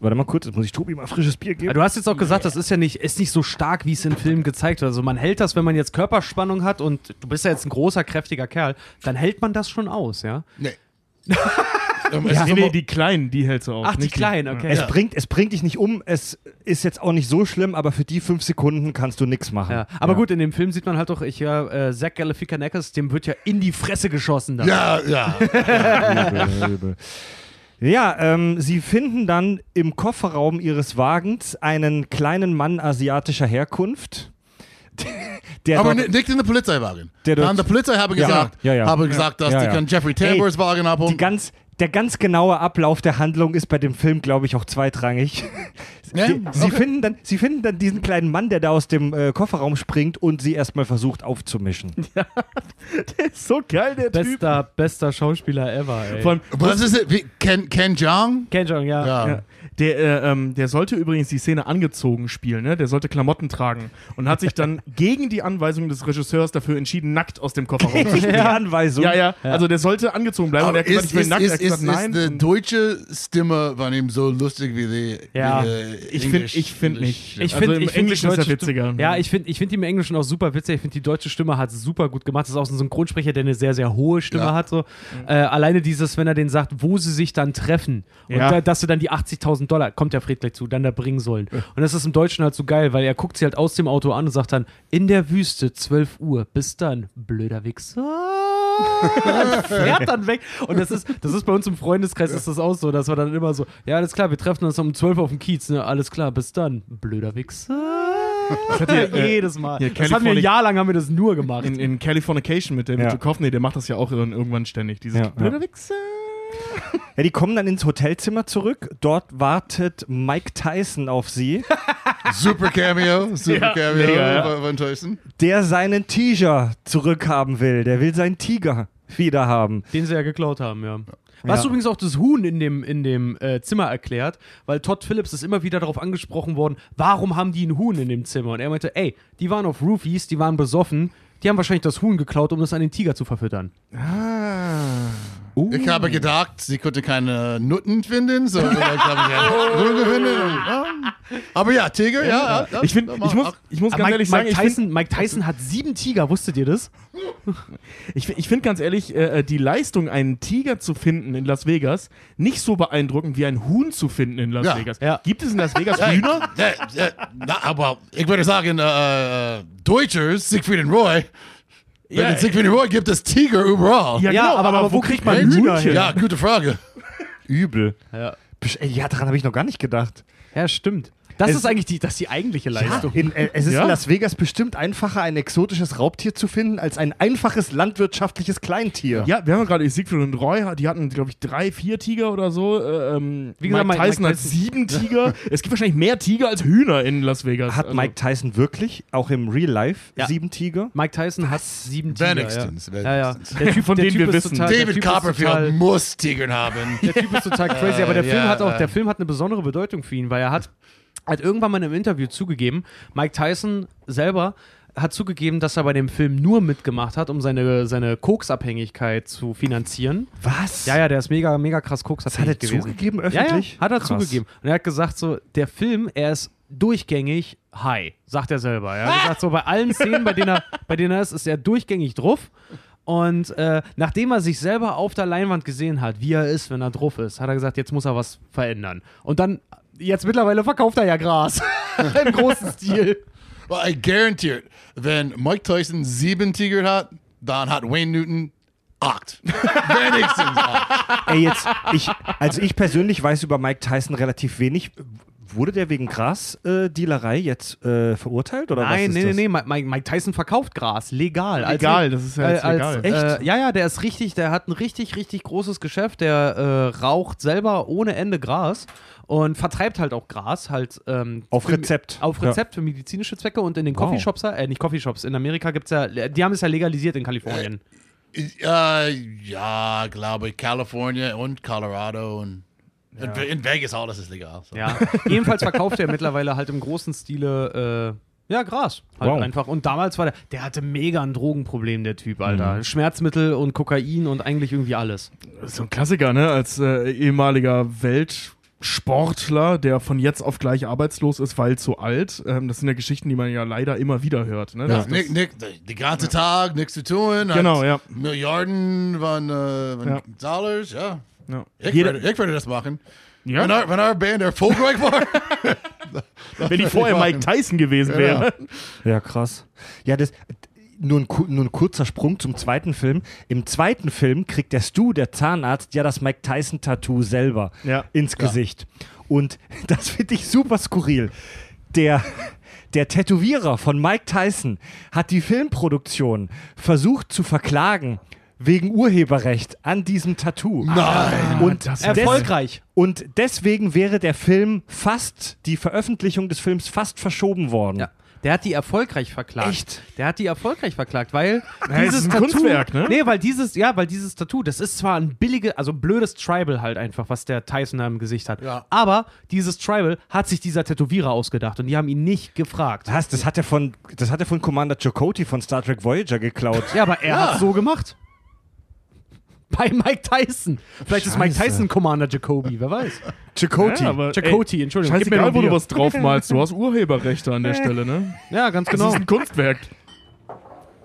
Speaker 1: Warte mal kurz, jetzt muss ich Tobi mal frisches Bier
Speaker 4: Ja,
Speaker 1: geben.
Speaker 4: Du hast jetzt auch gesagt, das ist ja nicht, ist nicht so stark, wie es in Filmen gezeigt wird. Also man hält das, wenn man jetzt Körperspannung hat und du bist ja jetzt ein großer, kräftiger Kerl, dann hält man das schon aus, ja?
Speaker 2: Nee. Ähm, es
Speaker 3: Ja,
Speaker 2: ist
Speaker 3: nee,
Speaker 2: nochmal-
Speaker 3: nee, die Kleinen, die hältst du auf.
Speaker 4: Ach, die
Speaker 3: nicht
Speaker 4: Kleinen, okay.
Speaker 1: Es,
Speaker 4: Ja.
Speaker 1: bringt, es bringt dich nicht um, es ist jetzt auch nicht so schlimm, aber für die fünf Sekunden kannst du nichts machen.
Speaker 4: Ja. Aber gut, in dem Film sieht man halt doch, ich ja, äh, Zach Galifianakis, dem wird ja in die Fresse geschossen da.
Speaker 2: ja, ja.
Speaker 1: Übel, übel. Ja, ähm, sie finden dann im Kofferraum ihres Wagens einen kleinen Mann asiatischer Herkunft. Der
Speaker 2: Aber
Speaker 1: dort-
Speaker 3: ne,
Speaker 2: ni- nicht in der Polizeiwagen.
Speaker 1: Der dort-
Speaker 2: Dann der Polizei habe
Speaker 1: Ja.
Speaker 2: gesagt,
Speaker 1: Ja, ja.
Speaker 2: habe gesagt, dass
Speaker 1: Ja,
Speaker 2: die
Speaker 1: ja.
Speaker 2: kann Jeffrey
Speaker 1: Ey,
Speaker 2: Tambors Wagen
Speaker 1: die
Speaker 2: abholen.
Speaker 1: ganz, der ganz genaue Ablauf der Handlung ist bei dem Film, glaube ich, auch zweitrangig.
Speaker 3: Ne?
Speaker 2: Ja?
Speaker 1: Sie, sie,
Speaker 2: Okay.
Speaker 1: finden dann, sie finden dann diesen kleinen Mann, der da aus dem äh, Kofferraum springt und sie erstmal versucht aufzumischen.
Speaker 3: So geil, der Typ.
Speaker 4: Bester, bester Schauspieler ever, ey.
Speaker 3: Vor allem,
Speaker 2: Was ist es? Wie- Ken, Ken Jong?
Speaker 4: Ken Jeong, ja.
Speaker 2: Ja.
Speaker 3: Ja. Der, äh, ähm, der sollte übrigens die Szene angezogen spielen, ne? Der sollte Klamotten tragen und hat sich dann gegen die Anweisung des Regisseurs dafür entschieden, nackt aus dem Kofferraum zu
Speaker 1: Die
Speaker 3: springen.
Speaker 1: Anweisung.
Speaker 3: Ja, ja, also der sollte angezogen bleiben und er
Speaker 2: Aber
Speaker 3: hat gesagt,
Speaker 2: ist,
Speaker 3: ich will
Speaker 2: ist,
Speaker 3: nackt.
Speaker 2: ist,
Speaker 3: er hat
Speaker 2: ist,
Speaker 3: gesagt,
Speaker 2: ist
Speaker 3: nein.
Speaker 2: die
Speaker 3: Und-
Speaker 2: deutsche Stimme von ihm so lustig wie äh, die,
Speaker 4: Ja.
Speaker 2: wie
Speaker 3: Ich finde ich find nicht.
Speaker 4: Ich
Speaker 3: also im
Speaker 4: find- ich find die
Speaker 3: Englischen ist er
Speaker 4: deutsche Stu-
Speaker 3: witziger.
Speaker 4: Ja, ich finde ich find die im Englischen auch super witzig. Ich finde, die deutsche Stimme hat super gut gemacht. Das ist auch so ein Synchronsprecher, der eine sehr, sehr hohe Stimme
Speaker 2: Ja.
Speaker 4: hat. So. Äh, alleine dieses, wenn er den sagt, wo sie sich dann treffen. Und
Speaker 3: Ja.
Speaker 4: da, dass du dann die 80.000 Dollar, kommt der Fred gleich zu, dann da bringen sollen. Und das ist im Deutschen halt so geil, weil er guckt sie halt aus dem Auto an und sagt dann, in der Wüste, 12 Uhr, bis dann, blöder Wichser. Und fährt dann weg. Und das ist, das ist bei uns im Freundeskreis ist das auch so, dass wir dann immer so, ja, alles klar, wir treffen uns um 12 Uhr auf dem Kiez, ne? Alles klar, bis dann, blöder Wichser.
Speaker 3: ihr, äh,
Speaker 4: Jedes Mal.
Speaker 3: hier,
Speaker 4: das haben wir ein
Speaker 3: California-
Speaker 4: Jahr lang haben wir das nur gemacht.
Speaker 3: In, in Californication mit der
Speaker 1: Ja.
Speaker 3: ja. Duchovny, der macht das ja auch dann irgendwann ständig. Dieses
Speaker 1: Ja,
Speaker 3: blöde
Speaker 1: ja.
Speaker 3: Wichser.
Speaker 1: Ja, die kommen dann ins Hotelzimmer zurück. Dort wartet Mike Tyson auf sie,
Speaker 2: Super Cameo, super Cameo
Speaker 3: mega, ja.
Speaker 2: von- von Tyson.
Speaker 1: der seinen Tiger zurückhaben will. Der will seinen Tiger wieder haben.
Speaker 4: Den sie ja geklaut haben, ja. Was
Speaker 1: Ja.
Speaker 4: übrigens auch das Huhn in dem, in dem äh, Zimmer erklärt, weil Todd Phillips ist immer wieder darauf angesprochen worden, warum haben die ein Huhn in dem Zimmer? Und er meinte, ey, die waren auf Roofies, die waren besoffen, die haben wahrscheinlich das Huhn geklaut, um das an den Tiger zu verfüttern.
Speaker 3: Uh.
Speaker 2: Ich habe gedacht, sie konnte keine Nutten finden, so vielleicht haben sie eine
Speaker 3: Oh.
Speaker 2: Nutte finden. Aber ja, Tiger, ja. ja, ja
Speaker 3: Ich, find, ich muss, ich muss ganz
Speaker 4: Ah, Mike,
Speaker 3: ehrlich sagen,
Speaker 4: Mike,
Speaker 3: ich find-
Speaker 4: Tyson, Mike Tyson hat sieben Tiger, wusstet ihr das?
Speaker 3: Ich, fi- ich finde ganz ehrlich, äh, die Leistung, einen Tiger zu finden in Las Vegas, nicht so beeindruckend wie ein Huhn zu finden in Las
Speaker 2: Ja,
Speaker 3: Vegas.
Speaker 4: ja.
Speaker 3: Gibt es in Las Vegas Hühner?
Speaker 2: Ja, ja, na, aber ich würde sagen, äh, äh, Deutschers, Siegfried und Roy. Wenn
Speaker 3: Ja,
Speaker 2: es Siegfried und Roy gibt es Tiger überall.
Speaker 4: Ja,
Speaker 3: genau,
Speaker 4: aber- aber wo kriegt man
Speaker 2: Hey,
Speaker 4: ein
Speaker 3: Hühner her?
Speaker 2: ja gute Frage.
Speaker 1: Übel.
Speaker 4: Ja,
Speaker 1: Besch- ey, Ja, daran habe ich noch gar nicht gedacht.
Speaker 4: ja stimmt. Das
Speaker 1: Es-
Speaker 4: ist eigentlich die, das ist die eigentliche Leistung.
Speaker 1: In, äh, es ist
Speaker 3: Ja.
Speaker 1: in Las Vegas bestimmt einfacher, ein exotisches Raubtier zu finden, als ein einfaches landwirtschaftliches Kleintier.
Speaker 3: Ja, wir haben ja gerade Siegfried und Roy, die hatten, glaube ich, drei, vier Tiger oder so. äh, Ähm,
Speaker 4: Wie gesagt,
Speaker 3: Mike
Speaker 4: Mike-
Speaker 3: Tyson
Speaker 4: Mike
Speaker 3: hat
Speaker 4: Tyson-
Speaker 3: sieben Tiger. Es gibt wahrscheinlich mehr Tiger als Hühner in Las Vegas.
Speaker 1: Hat
Speaker 3: Also-
Speaker 1: Mike Tyson wirklich, auch im Real Life,
Speaker 4: Ja.
Speaker 1: sieben Tiger?
Speaker 4: Mike Tyson hat sieben Tiger.
Speaker 2: Wenigstens,
Speaker 4: ja. Ja, ja.
Speaker 2: wenigstens.
Speaker 4: Der Typ,
Speaker 3: Von
Speaker 4: der
Speaker 3: denen
Speaker 4: typ
Speaker 3: wir
Speaker 4: ist
Speaker 3: wissen.
Speaker 4: Total, der
Speaker 2: David
Speaker 4: Typ ist
Speaker 2: Copperfield
Speaker 4: total-
Speaker 2: muss Tigern haben.
Speaker 4: Der Typ ist total crazy, aber der
Speaker 2: Äh,
Speaker 4: Film
Speaker 2: ja,
Speaker 4: hat auch,
Speaker 2: äh.
Speaker 4: der Film hat eine besondere Bedeutung für ihn, weil er hat, hat irgendwann mal in einem Interview zugegeben, Mike Tyson selber hat zugegeben, dass er bei dem Film nur mitgemacht hat, um seine, seine Koksabhängigkeit zu finanzieren.
Speaker 1: Was?
Speaker 4: Ja, ja, der ist mega, mega krass
Speaker 1: Das hat er
Speaker 4: koksabhängig gewesen.
Speaker 1: zugegeben
Speaker 4: Ja, ja,
Speaker 1: öffentlich?
Speaker 4: hat er
Speaker 1: Krass.
Speaker 4: zugegeben. Und er hat gesagt so, der Film, er ist durchgängig high, sagt er selber.
Speaker 1: Ah!
Speaker 4: Er hat gesagt so, bei allen Szenen, bei denen er, bei denen er ist, ist er durchgängig drauf. Und äh, nachdem er sich selber auf der Leinwand gesehen hat, wie er ist, wenn er drauf ist, hat er gesagt, jetzt muss er was verändern. Und dann, jetzt mittlerweile verkauft er ja Gras. Im großen Stil.
Speaker 2: Well, I guarantee it. Wenn Mike Tyson sieben Tiger hat, dann hat Wayne Newton acht. Wenigstens acht.
Speaker 1: Ey, jetzt, ich, also ich persönlich weiß über Mike Tyson relativ wenig. Wurde der wegen Grasdealerei jetzt äh, verurteilt oder
Speaker 4: Nein,
Speaker 1: was?
Speaker 4: nee,
Speaker 1: ist
Speaker 4: nee,
Speaker 1: das?
Speaker 4: nee, Mi- Mike, Mike Tyson verkauft Gras, legal. Als-
Speaker 3: Legal, das ist ja jetzt legal.
Speaker 4: Als, äh, ja, ja, der ist richtig, der hat ein richtig, richtig großes Geschäft. Der äh, raucht selber ohne Ende Gras und vertreibt halt auch Gras, halt ähm,
Speaker 1: Auf
Speaker 4: für-
Speaker 1: Rezept.
Speaker 4: Auf
Speaker 1: Ja.
Speaker 4: Rezept für medizinische Zwecke und in den
Speaker 1: Wow.
Speaker 4: Coffeeshops, äh, nicht Coffeeshops, in Amerika gibt's ja, die haben es ja legalisiert in Kalifornien.
Speaker 2: Äh, ja, glaube ich, California und Colorado und in- in Vegas alles ist
Speaker 1: Äh.
Speaker 2: legal. So.
Speaker 4: Ja. Jedenfalls verkauft er mittlerweile halt im großen Stile. Äh, ja, Gras. Halt
Speaker 1: Wow.
Speaker 4: einfach. Und damals war der, der hatte mega ein Drogenproblem, der Typ, Alter.
Speaker 1: Mhm.
Speaker 4: Schmerzmittel und Kokain und eigentlich irgendwie alles.
Speaker 3: So ein Klassiker, ne? Als äh, ehemaliger Weltsportler, der von jetzt auf gleich arbeitslos ist, weil zu alt. Ähm, das sind ja Geschichten, die man ja leider immer wieder hört. Ne?
Speaker 2: Ja,
Speaker 3: Das,
Speaker 2: Nick,
Speaker 3: das,
Speaker 2: Nick, den ganzen Tag nichts zu tun. hat
Speaker 3: Genau, ja.
Speaker 2: Milliarden von, äh, von
Speaker 3: Ja.
Speaker 2: Dollars, ja.
Speaker 3: ja.
Speaker 2: Ich,
Speaker 3: Jeder-
Speaker 2: würde, ich würde das machen.
Speaker 3: ja.
Speaker 2: Wenn, our, wenn our Band erfolgreich war.
Speaker 3: Wenn die vorher Mike Tyson gewesen wäre.
Speaker 1: Ja, krass. Ja, das. Nur ein, ku- nur ein kurzer Sprung zum zweiten Film. Im zweiten Film kriegt der Stu, der Zahnarzt, ja das Mike Tyson-Tattoo selber
Speaker 3: Ja.
Speaker 1: ins Gesicht. Und das finde ich super skurril. Der, der Tätowierer von Mike Tyson hat die Filmproduktion versucht zu verklagen wegen Urheberrecht an diesem Tattoo.
Speaker 2: Nein.
Speaker 1: Und
Speaker 3: das-
Speaker 1: des-
Speaker 4: Erfolgreich.
Speaker 1: Und deswegen wäre der Film fast, die Veröffentlichung des Films fast verschoben worden.
Speaker 4: Ja. Der hat die erfolgreich verklagt.
Speaker 1: Echt?
Speaker 4: Der hat die erfolgreich verklagt, weil
Speaker 3: es
Speaker 4: dieses
Speaker 3: ist ein
Speaker 4: Tattoo,
Speaker 3: Kunstwerk, ne?
Speaker 4: Nee, weil dieses, ja, weil dieses Tattoo, das ist zwar ein billige, also blödes Tribal halt einfach, was der Tyson da im Gesicht hat.
Speaker 2: Ja.
Speaker 4: Aber dieses Tribal hat sich dieser Tätowierer ausgedacht und die haben ihn nicht gefragt.
Speaker 1: Was? Das hat er von, das hat er von Commander Chakotay von Star Trek Voyager geklaut.
Speaker 4: Ja, aber er hat's so gemacht. bei Mike Tyson. Vielleicht ist Mike Tyson Commander Jacoby, wer weiß. Jacoti.
Speaker 3: Ja, aber,
Speaker 4: Jacoti, Entschuldigung. Gib mir
Speaker 3: Scheißegal,
Speaker 4: noch
Speaker 3: wo du
Speaker 4: Bier.
Speaker 3: was draufmalst. Du hast Urheberrechte an der Stelle, ne?
Speaker 4: Ja, ganz
Speaker 3: Das
Speaker 4: genau.
Speaker 3: ist ein Kunstwerk.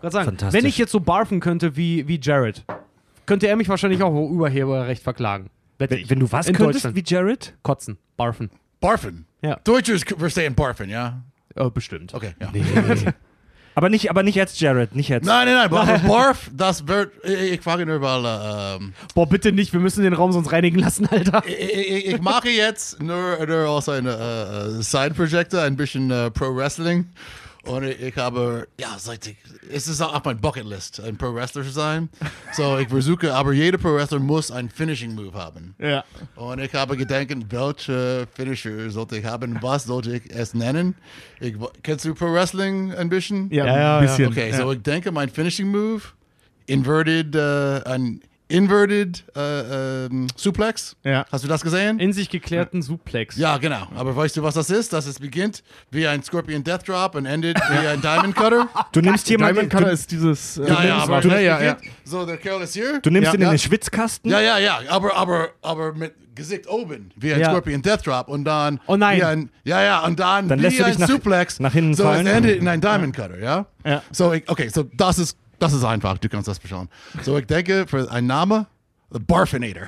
Speaker 4: Grad sagen,
Speaker 1: Fantastisch.
Speaker 4: Wenn ich jetzt so barfen könnte wie, wie Jared, könnte er mich wahrscheinlich auch Urheberrecht verklagen. Wette
Speaker 1: Wenn,
Speaker 4: ich.
Speaker 1: wenn du was
Speaker 4: In
Speaker 1: könntest,
Speaker 4: Deutschland.
Speaker 1: wie Jared?
Speaker 4: Kotzen, barfen.
Speaker 2: Barfen.
Speaker 4: Ja.
Speaker 2: Deutschers were saying barfen, ja?
Speaker 4: Äh, bestimmt.
Speaker 2: Okay, ja.
Speaker 1: Aber nicht, aber nicht jetzt Jared, nicht jetzt.
Speaker 2: Nein, nein, nein. Aber barf, das wird. Ich, ich frage nur, weil. äh, Ähm,
Speaker 4: Boah, bitte nicht, wir müssen den Raum sonst reinigen lassen, Alter.
Speaker 2: ich, ich, ich mache jetzt nur, nur aus einem äh, Side-Projekte ein bisschen äh, Pro-Wrestling. Und ich, ich habe, er, ja, seit ich, es ist auf meiner Bucketlist, ein Pro-Wrestler zu sein. So, ich versuche, aber jeder Pro-Wrestler muss einen Finishing-Move haben.
Speaker 3: Ja.
Speaker 2: Und ich habe gedacht, welche Finisher sollte ich haben? Was sollte ich es nennen? Ich, wo- kennst du Pro Wrestling ein bisschen?
Speaker 3: Ja,
Speaker 4: Ja, ja,
Speaker 3: ein bisschen.
Speaker 2: Okay,
Speaker 3: ja.
Speaker 2: so ich denke, mein Finishing Move, inverted, äh, ein inverted äh, ähm, Suplex.
Speaker 3: Ja.
Speaker 2: Hast du das gesehen?
Speaker 4: In sich geklärten Suplex.
Speaker 2: ja, genau. Aber weißt du, was das ist? Das es beginnt wie ein Scorpion Death Drop und endet wie ein Diamond Cutter.
Speaker 1: Du nimmst jemanden,
Speaker 3: Diamond Cutter
Speaker 1: du,
Speaker 3: ist dieses. äh,
Speaker 2: ja, ja, aber
Speaker 3: du,
Speaker 2: das
Speaker 3: ja, ja.
Speaker 2: beginnt- So, der Kerl ist hier.
Speaker 1: du nimmst
Speaker 3: Ja.
Speaker 1: ihn in
Speaker 2: Ja.
Speaker 1: den Schwitzkasten.
Speaker 2: Ja, ja, ja, aber, aber, aber mit Gesicht oben, wie ein
Speaker 4: Ja.
Speaker 2: Scorpion Death Drop und dann.
Speaker 4: Oh nein.
Speaker 2: Wie ein, ja, ja, und dann.
Speaker 1: Dann
Speaker 2: wie
Speaker 1: lässt du
Speaker 2: ein
Speaker 1: dich nach-
Speaker 2: Suplex.
Speaker 1: nach hinten
Speaker 2: so
Speaker 1: fallen.
Speaker 2: Es endet in ein Diamond Cutter, ja?
Speaker 3: Ja.
Speaker 2: So, ich, okay, so das ist, das ist einfach, du kannst das beschauen. So, ich denke, für einen Name, The Barfinator.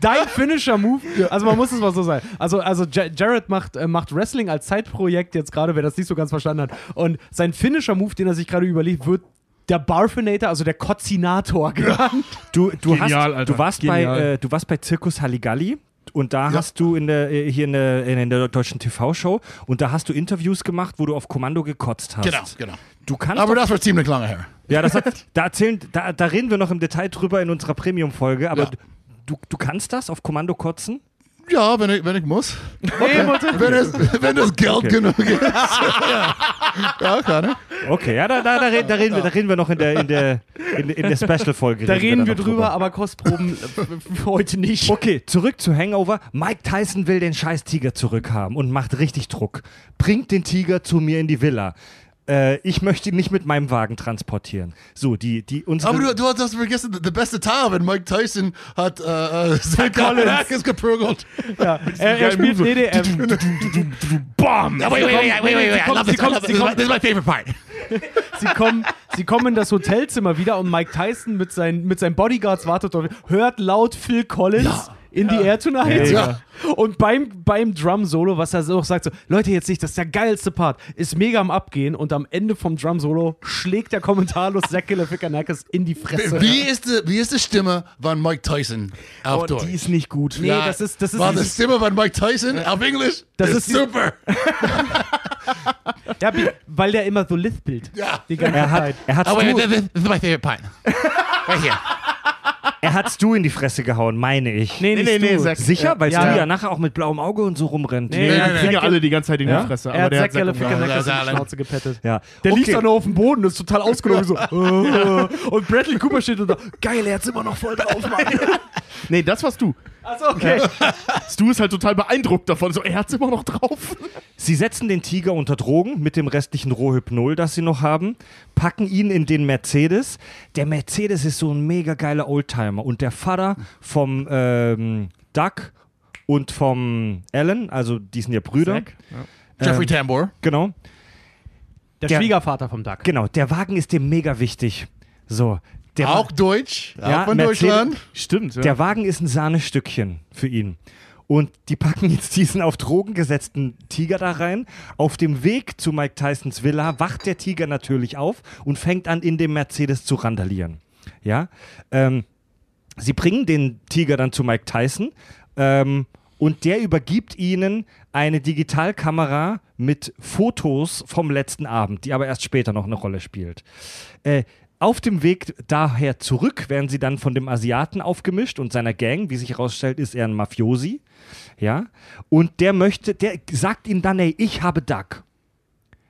Speaker 4: Dein Finisher-Move. Also man muss es mal so sein. Also, also Ja- Jared macht, äh, macht Wrestling als Zeitprojekt jetzt gerade, wer das nicht so ganz verstanden hat. Und sein Finisher-Move, den er sich gerade überlegt, wird der Barfinator, also der Kotzinator genannt.
Speaker 1: Du, du,
Speaker 3: Genial,
Speaker 1: hast,
Speaker 3: Alter.
Speaker 1: du, warst bei,
Speaker 3: Genial.
Speaker 1: äh, du warst bei Zirkus Halligalli und da hast du in der, äh, hier in der, in der deutschen TV-Show und da hast du Interviews gemacht, wo du auf Kommando gekotzt hast.
Speaker 2: Genau, genau.
Speaker 1: Du kannst
Speaker 2: Aber
Speaker 1: doch-
Speaker 2: das war ziemlich lange her.
Speaker 1: Ja, das hat, da erzählen, da, da reden wir noch im Detail drüber in unserer Premium-Folge, aber
Speaker 2: Ja.
Speaker 1: du, du kannst das auf Kommando kotzen?
Speaker 2: Ja, wenn ich, wenn ich muss.
Speaker 4: Nee, Mutter.
Speaker 2: Wenn, es, wenn das Geld genug ist. ja. ja, kann ich.
Speaker 1: Okay, ja, da, da, da, reden, da, reden, wir, da reden wir noch in der, in der, in, in der Special-Folge.
Speaker 4: Da reden wir
Speaker 1: dann noch
Speaker 4: drüber, aber Kostproben äh, für heute nicht.
Speaker 1: Okay, zurück zu Hangover. Mike Tyson will den scheiß Tiger zurückhaben und macht richtig Druck. Bringt den Tiger zu mir in die Villa. Äh, ich möchte ihn nicht mit meinem Wagen transportieren. So, die, die unsere,
Speaker 2: Aber du, du hast das vergessen, der beste Teil, wenn Mike Tyson hat äh, äh, Zach Galifianakis geprügelt.
Speaker 4: Ja. Er, er spielt EDM.
Speaker 3: Bam!
Speaker 2: Wait, wait, wait, wait, wait, wait. I love this. I love this. This is my favorite part.
Speaker 4: Sie kommen, sie kommen in das Hotelzimmer wieder und Mike Tyson mit seinen, mit seinen Bodyguards wartet dort, hört laut Phil Collins.
Speaker 2: Ja.
Speaker 4: In the Air Tonight.
Speaker 2: Ja.
Speaker 4: Und beim, beim Drum-Solo, was er so auch sagt, so, Leute, jetzt nicht, das ist der geilste Part, ist mega am Abgehen und am Ende vom Drum-Solo schlägt der kommentarlos Zack Galifianakis in die Fresse.
Speaker 2: Wie ist die, wie ist die Stimme von Mike Tyson auf Deutsch?
Speaker 1: die ist nicht gut.
Speaker 4: Nee, das ist, das ist,
Speaker 2: War die Stimme von Mike Tyson auf Englisch?
Speaker 4: Das ist die-
Speaker 2: super.
Speaker 4: ja, wie- weil der immer so lispelt.
Speaker 2: Ja.
Speaker 4: Die ganze
Speaker 1: Er hat,
Speaker 4: Zeit.
Speaker 1: er, hat's
Speaker 2: Oh, wait,
Speaker 1: du,
Speaker 2: this is my favorite part. Right here.
Speaker 1: er hat's du in die Fresse gehauen, meine ich.
Speaker 4: Nee, nee,
Speaker 3: nee,
Speaker 4: nee,
Speaker 3: nee,
Speaker 4: du.
Speaker 3: Zack.
Speaker 1: Sicher? Weil
Speaker 4: Ja.
Speaker 1: du ja nachher auch mit blauem Auge und so rumrennt.
Speaker 4: Nee,
Speaker 3: Ja,
Speaker 4: er
Speaker 3: die
Speaker 4: hat
Speaker 3: kriegen ja
Speaker 4: Zack-
Speaker 3: alle die ganze Zeit in
Speaker 1: Ja?
Speaker 3: die Fresse.
Speaker 4: Er
Speaker 3: Aber
Speaker 4: hat
Speaker 3: der
Speaker 4: Zack
Speaker 3: hat Zack
Speaker 4: Galifianakis in
Speaker 2: Ja,
Speaker 4: die
Speaker 2: ja,
Speaker 4: Schnauze gepettet.
Speaker 1: Ja.
Speaker 4: Der
Speaker 1: okay.
Speaker 4: liegt da nur auf dem Boden, ist total ausgenommen. so, äh, und Bradley Cooper steht da, geil, er hat's immer noch voll drauf, Mann.
Speaker 3: Nee, das warst du.
Speaker 4: Achso, Also, okay.
Speaker 3: Stu ist halt total beeindruckt davon. So, er hat's immer noch drauf.
Speaker 1: Sie setzen den Tiger unter Drogen mit dem restlichen Rohhypnol, das sie noch haben, packen ihn in den Mercedes. Der Mercedes ist so ein mega geiler Oldtimer und der Vater vom ähm, Duck und vom Alan, also die sind ja Brüder,
Speaker 2: Jeffrey Tambor.
Speaker 1: genau,
Speaker 4: Der
Speaker 1: Der-
Speaker 4: Schwiegervater vom Duck.
Speaker 1: genau. Der Wagen ist dem mega wichtig. So, der Wa-
Speaker 2: Auch Deutsch.
Speaker 1: Ja,
Speaker 2: auch von
Speaker 1: Mercedes-
Speaker 2: Deutschland.
Speaker 3: Stimmt, ja.
Speaker 1: Der Wagen ist ein Sahnestückchen für ihn. Und die packen jetzt diesen auf Drogen gesetzten Tiger da rein. Auf dem Weg zu Mike Tysons Villa wacht der Tiger natürlich auf und fängt an, in dem Mercedes zu randalieren. Ja. Ähm, sie bringen den Tiger dann zu Mike Tyson ähm, und der übergibt ihnen eine Digitalkamera mit Fotos vom letzten Abend, die aber erst später noch eine Rolle spielt. Äh, auf dem Weg daher zurück werden sie dann von dem Asiaten aufgemischt und seiner Gang. Wie sich herausstellt, ist er ein Mafiosi. Ja. Und der möchte, der sagt ihnen dann, ey, ich habe Duck.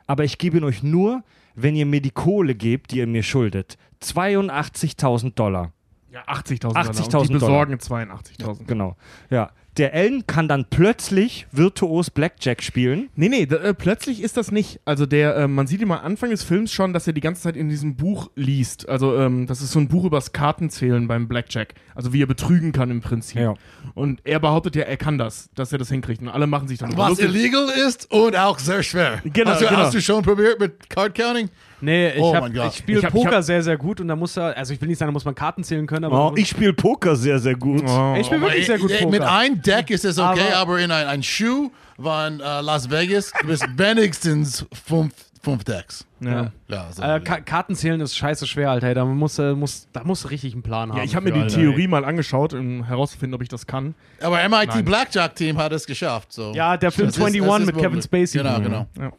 Speaker 1: Aber ich gebe ihn euch nur, wenn ihr mir die Kohle gebt, die ihr mir schuldet. 82.000 Dollar.
Speaker 3: Ja, 80.000
Speaker 1: 80.000
Speaker 3: Die
Speaker 1: Dollar.
Speaker 3: besorgen 82.000.
Speaker 1: Genau. Ja. Der Ellen kann dann plötzlich virtuos Blackjack spielen.
Speaker 3: Nee, nee, da, äh, plötzlich ist das nicht. Also der, äh, man sieht ihm am Anfang des Films schon, dass er die ganze Zeit in diesem Buch liest. Also ähm, das ist so ein Buch übers Kartenzählen beim Blackjack. Also wie er betrügen kann im Prinzip.
Speaker 1: Ja.
Speaker 3: Und er behauptet ja, er kann das, dass er das hinkriegt. Und alle machen sich dann
Speaker 2: Was illegal ist und auch sehr schwer.
Speaker 3: Genau,
Speaker 2: hast, du,
Speaker 3: genau.
Speaker 2: hast du schon probiert mit Card Counting?
Speaker 4: Nee, ich,
Speaker 2: Oh
Speaker 4: hab-
Speaker 2: mein Gott.
Speaker 4: ich spiele
Speaker 3: Ich hab- ich
Speaker 4: Poker
Speaker 3: hab-
Speaker 4: sehr, sehr gut und da muss er, also ich will nicht sagen, da muss man Karten zählen können, aber.
Speaker 1: Oh, ich spiele Poker sehr, sehr gut.
Speaker 3: Oh.
Speaker 4: ich spiele wirklich sehr gut
Speaker 2: Ey,
Speaker 4: Poker.
Speaker 2: Mit einem Deck ist es okay,
Speaker 4: Aber-
Speaker 2: aber, in ein, ein Schuh von äh, Las Vegas du bist wenigstens fünf, fünf Decks.
Speaker 3: Ja.
Speaker 2: Ja, so.
Speaker 4: Äh, Ka Kartenzählen ist scheiße schwer, Alter. ey. Da muss, äh, muss, da muss richtig einen Plan haben.
Speaker 3: Ja, ich habe mir
Speaker 4: für,
Speaker 3: die
Speaker 4: Alter,
Speaker 3: Theorie mal angeschaut, um herauszufinden, ob ich das kann.
Speaker 2: aber MIT Blackjack Team hat es geschafft. So.
Speaker 4: ey. Ja, der Film
Speaker 2: Das ist- das
Speaker 4: 21
Speaker 2: ist
Speaker 4: mit Kevin
Speaker 2: wirklich-
Speaker 4: Spacey. Mhm.
Speaker 2: Genau, genau.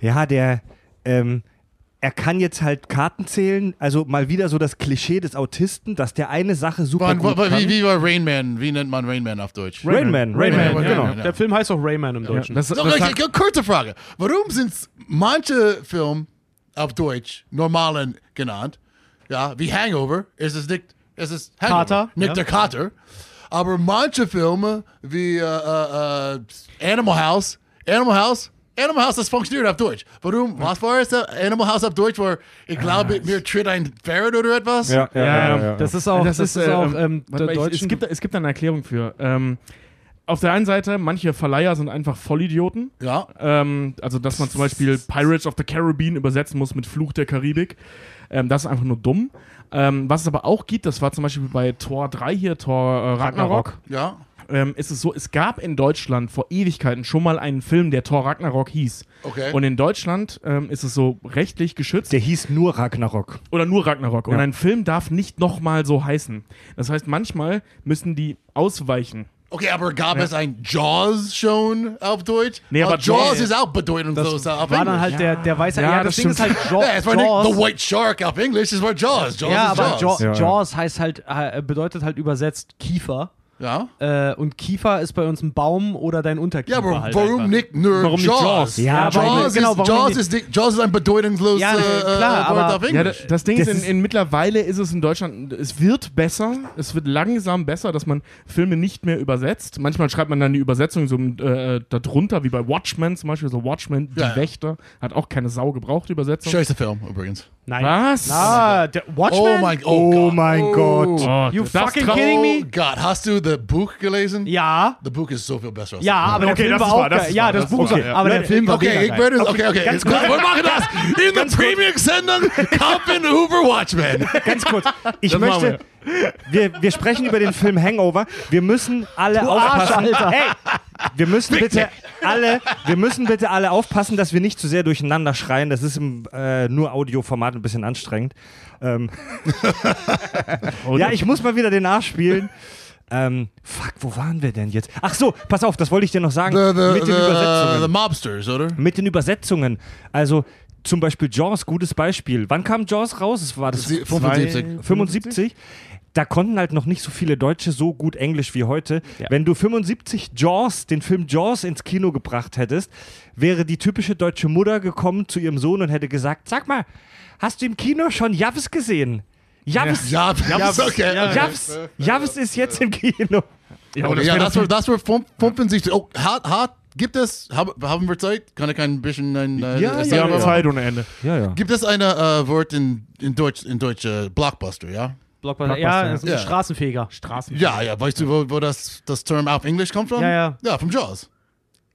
Speaker 1: Ja, der, ähm, er kann jetzt halt Karten zählen. Also mal wieder so das Klischee des Autisten, dass der eine Sache super
Speaker 2: Wann,
Speaker 1: gut
Speaker 2: wa-
Speaker 1: kann.
Speaker 2: wie, wie war Rain Man? Wie nennt man Rain Man auf Deutsch?
Speaker 1: Rain Man, Rain Man,
Speaker 2: Man,
Speaker 1: ja, genau.
Speaker 2: Man.
Speaker 4: Der Film heißt auch Rayman im Deutschen.
Speaker 3: Das,
Speaker 2: So,
Speaker 3: das
Speaker 2: okay, kurze Frage. Warum sind manche Filme auf Deutsch normalen genannt? Ja, wie Hangover. Es ist nicht, es ist Hangover.
Speaker 4: Kater,
Speaker 2: Nicht
Speaker 4: ja.
Speaker 2: der Kater. Aber manche Filme wie äh, äh, äh, Animal House, Animal House, Animal House, das funktioniert auf Deutsch. Warum? Was war es? da? Animal House auf Deutsch, wo ich glaube, mir tritt ein Ferret oder etwas?
Speaker 1: Ja, ja, ja, ja,
Speaker 3: ja.
Speaker 1: ja.
Speaker 4: Das ist auch, das ist,
Speaker 3: äh,
Speaker 4: auch
Speaker 3: ähm,
Speaker 4: ähm,
Speaker 3: warte
Speaker 4: der
Speaker 3: mal, ich-
Speaker 4: deutschen.
Speaker 3: es, gibt, es gibt da eine Erklärung für. Ähm, auf der einen Seite, manche Verleiher sind einfach Vollidioten.
Speaker 2: Ja.
Speaker 3: Ähm, also, dass man zum Beispiel Pirates of the Caribbean übersetzen muss mit Fluch der Karibik. Ähm, das ist einfach nur dumm. Ähm, was es aber auch gibt, das war zum Beispiel bei Tor 3 hier, Tor äh, Ragnarok,
Speaker 2: Ja.
Speaker 3: Ähm, ist es so, es gab in Deutschland vor Ewigkeiten schon mal einen Film, der Tor Ragnarok hieß.
Speaker 2: Okay.
Speaker 3: Und in Deutschland ähm, ist es so rechtlich geschützt
Speaker 1: Der hieß nur Ragnarok.
Speaker 3: oder nur Ragnarok. Und
Speaker 1: Ja.
Speaker 3: ein Film darf nicht nochmal so heißen. Das heißt, manchmal müssen die ausweichen.
Speaker 2: Okay, aber gab es ein Jaws schon auf Deutsch?
Speaker 3: Nee,
Speaker 2: Weil
Speaker 3: aber
Speaker 2: Jaws
Speaker 3: nee.
Speaker 2: ist auch bedeutungslos auf Englisch.
Speaker 4: war dann halt der, der weiße.
Speaker 3: Ja,
Speaker 4: Ja,
Speaker 3: das
Speaker 4: das, Ding ist
Speaker 3: stimmt.
Speaker 4: halt Jaw-
Speaker 2: Ja, es war nicht
Speaker 4: Oh, Jaws.
Speaker 2: The White Shark auf Englisch, es war Jaws. Jaws
Speaker 4: Ja,
Speaker 2: ist
Speaker 4: aber
Speaker 2: Jaws.
Speaker 4: Jaws,
Speaker 1: Ja, ja.
Speaker 4: Jaws heißt halt, äh, bedeutet halt übersetzt Kiefer.
Speaker 2: Ja?
Speaker 4: Äh, und Kiefer ist bei uns ein Baum oder dein
Speaker 2: ja,
Speaker 4: Unterkiefer.
Speaker 2: aber
Speaker 4: halt
Speaker 2: warum
Speaker 4: einfach.
Speaker 2: nicht nur
Speaker 3: Warum nicht
Speaker 2: Jaws?
Speaker 3: Jaws?
Speaker 1: Ja,
Speaker 2: Jaws,
Speaker 1: aber-
Speaker 2: ist,
Speaker 4: genau, warum
Speaker 2: Jaws,
Speaker 4: nicht-
Speaker 2: ist, nicht- Jaws ist ein bedeutungsloses
Speaker 4: Ja,
Speaker 2: äh,
Speaker 4: klar,
Speaker 2: äh, Wort
Speaker 4: aber-
Speaker 2: auf Englisch.
Speaker 3: das Ding
Speaker 1: Das
Speaker 3: ist,
Speaker 1: ist-
Speaker 3: in, in mittlerweile ist es in Deutschland, es wird besser, es wird langsam besser, dass man Filme nicht mehr übersetzt. Manchmal schreibt man dann die Übersetzung so äh, darunter, wie bei Watchmen zum Beispiel, so Watchmen,
Speaker 2: Ja, ja.
Speaker 3: die Wächter, hat auch keine Sau gebraucht, die Übersetzung.
Speaker 2: Scheiße Film übrigens.
Speaker 4: Nein.
Speaker 3: Was?
Speaker 4: Ah, der
Speaker 2: Oh
Speaker 4: Watchmen?
Speaker 2: mein Gott. Oh, Gott.
Speaker 1: mein Gott.
Speaker 3: Oh,
Speaker 4: You
Speaker 3: das
Speaker 4: fucking
Speaker 3: trau-
Speaker 4: kidding me?
Speaker 2: Oh Gott. Hast du das Buch gelesen?
Speaker 4: Ja.
Speaker 2: Das Buch ist so viel besser. als
Speaker 4: Ja,
Speaker 2: das Buch.
Speaker 4: aber
Speaker 3: Okay,
Speaker 4: der Film
Speaker 3: das
Speaker 4: war
Speaker 3: ist
Speaker 4: auch
Speaker 3: wahr, das
Speaker 4: geil.
Speaker 3: ist
Speaker 4: ja,
Speaker 3: wahr,
Speaker 4: das
Speaker 3: das ist
Speaker 4: Buch,
Speaker 3: wahr.
Speaker 4: okay. aber der Film war mega
Speaker 2: Okay, ich
Speaker 4: geil.
Speaker 2: werde es. Okay, okay.
Speaker 1: ganz kurz.
Speaker 2: Wir machen das in der Premium-Sendung. Captain Hoover Watchmen.
Speaker 1: Ganz kurz. Ich
Speaker 3: Das machen
Speaker 1: möchte. Wir, wir sprechen über den Film Hangover. Wir müssen alle
Speaker 4: Arsch,
Speaker 1: aufpassen.
Speaker 4: Alter.
Speaker 1: Hey, wir müssen bitte alle, wir müssen bitte alle aufpassen, dass wir nicht zu sehr durcheinander schreien. Das ist im äh, nur Audioformat ein bisschen anstrengend. Ähm, ja, ich muss mal wieder den Arsch spielen. Ähm, fuck, wo waren wir denn jetzt? Ach so, pass auf, das wollte ich dir noch sagen.
Speaker 2: The, the,
Speaker 1: mit den
Speaker 2: the,
Speaker 1: Übersetzungen.
Speaker 2: the Mobsters, oder?
Speaker 1: Mit den Übersetzungen. Also zum Beispiel Jaws, gutes Beispiel. Wann kam Jaws raus? Es war das
Speaker 2: Sie- 75.
Speaker 1: 75. Da konnten halt noch nicht so viele Deutsche so gut Englisch wie heute. Wenn du 75 Jaws, den Film Jaws ins Kino gebracht hättest, wäre die typische deutsche Mutter gekommen zu ihrem Sohn und hätte gesagt: Sag mal, hast du im Kino schon Javis gesehen? Javis,
Speaker 2: Ja, das ist okay. okay.
Speaker 1: Javis, Javis ist jetzt im Kino.
Speaker 3: Ja, aber
Speaker 2: Okay,
Speaker 3: das
Speaker 2: ja,
Speaker 3: wäre
Speaker 2: das
Speaker 3: doch
Speaker 2: war, das war 75. Oh, hart, hart. Gibt es, hab, haben wir Zeit? Kann ich ein bisschen ein. äh,
Speaker 1: Ja,
Speaker 2: ein-
Speaker 1: ja,
Speaker 3: viel-
Speaker 1: ja.
Speaker 3: Zeit ohne Ende.
Speaker 1: Ja, ja.
Speaker 2: Gibt es ein äh, Wort in, in Deutsch, in Deutsch äh, Blockbuster, ja?
Speaker 4: Blockbuster. Ja,
Speaker 3: Blockbuster.
Speaker 4: das ist
Speaker 2: Ja.
Speaker 4: ein Straßenfeger.
Speaker 3: Straßen.
Speaker 2: Ja, ja. Weißt du, wo, wo das, das Term auf Englisch kommt von?
Speaker 4: Ja, ja.
Speaker 2: Ja, vom Jaws.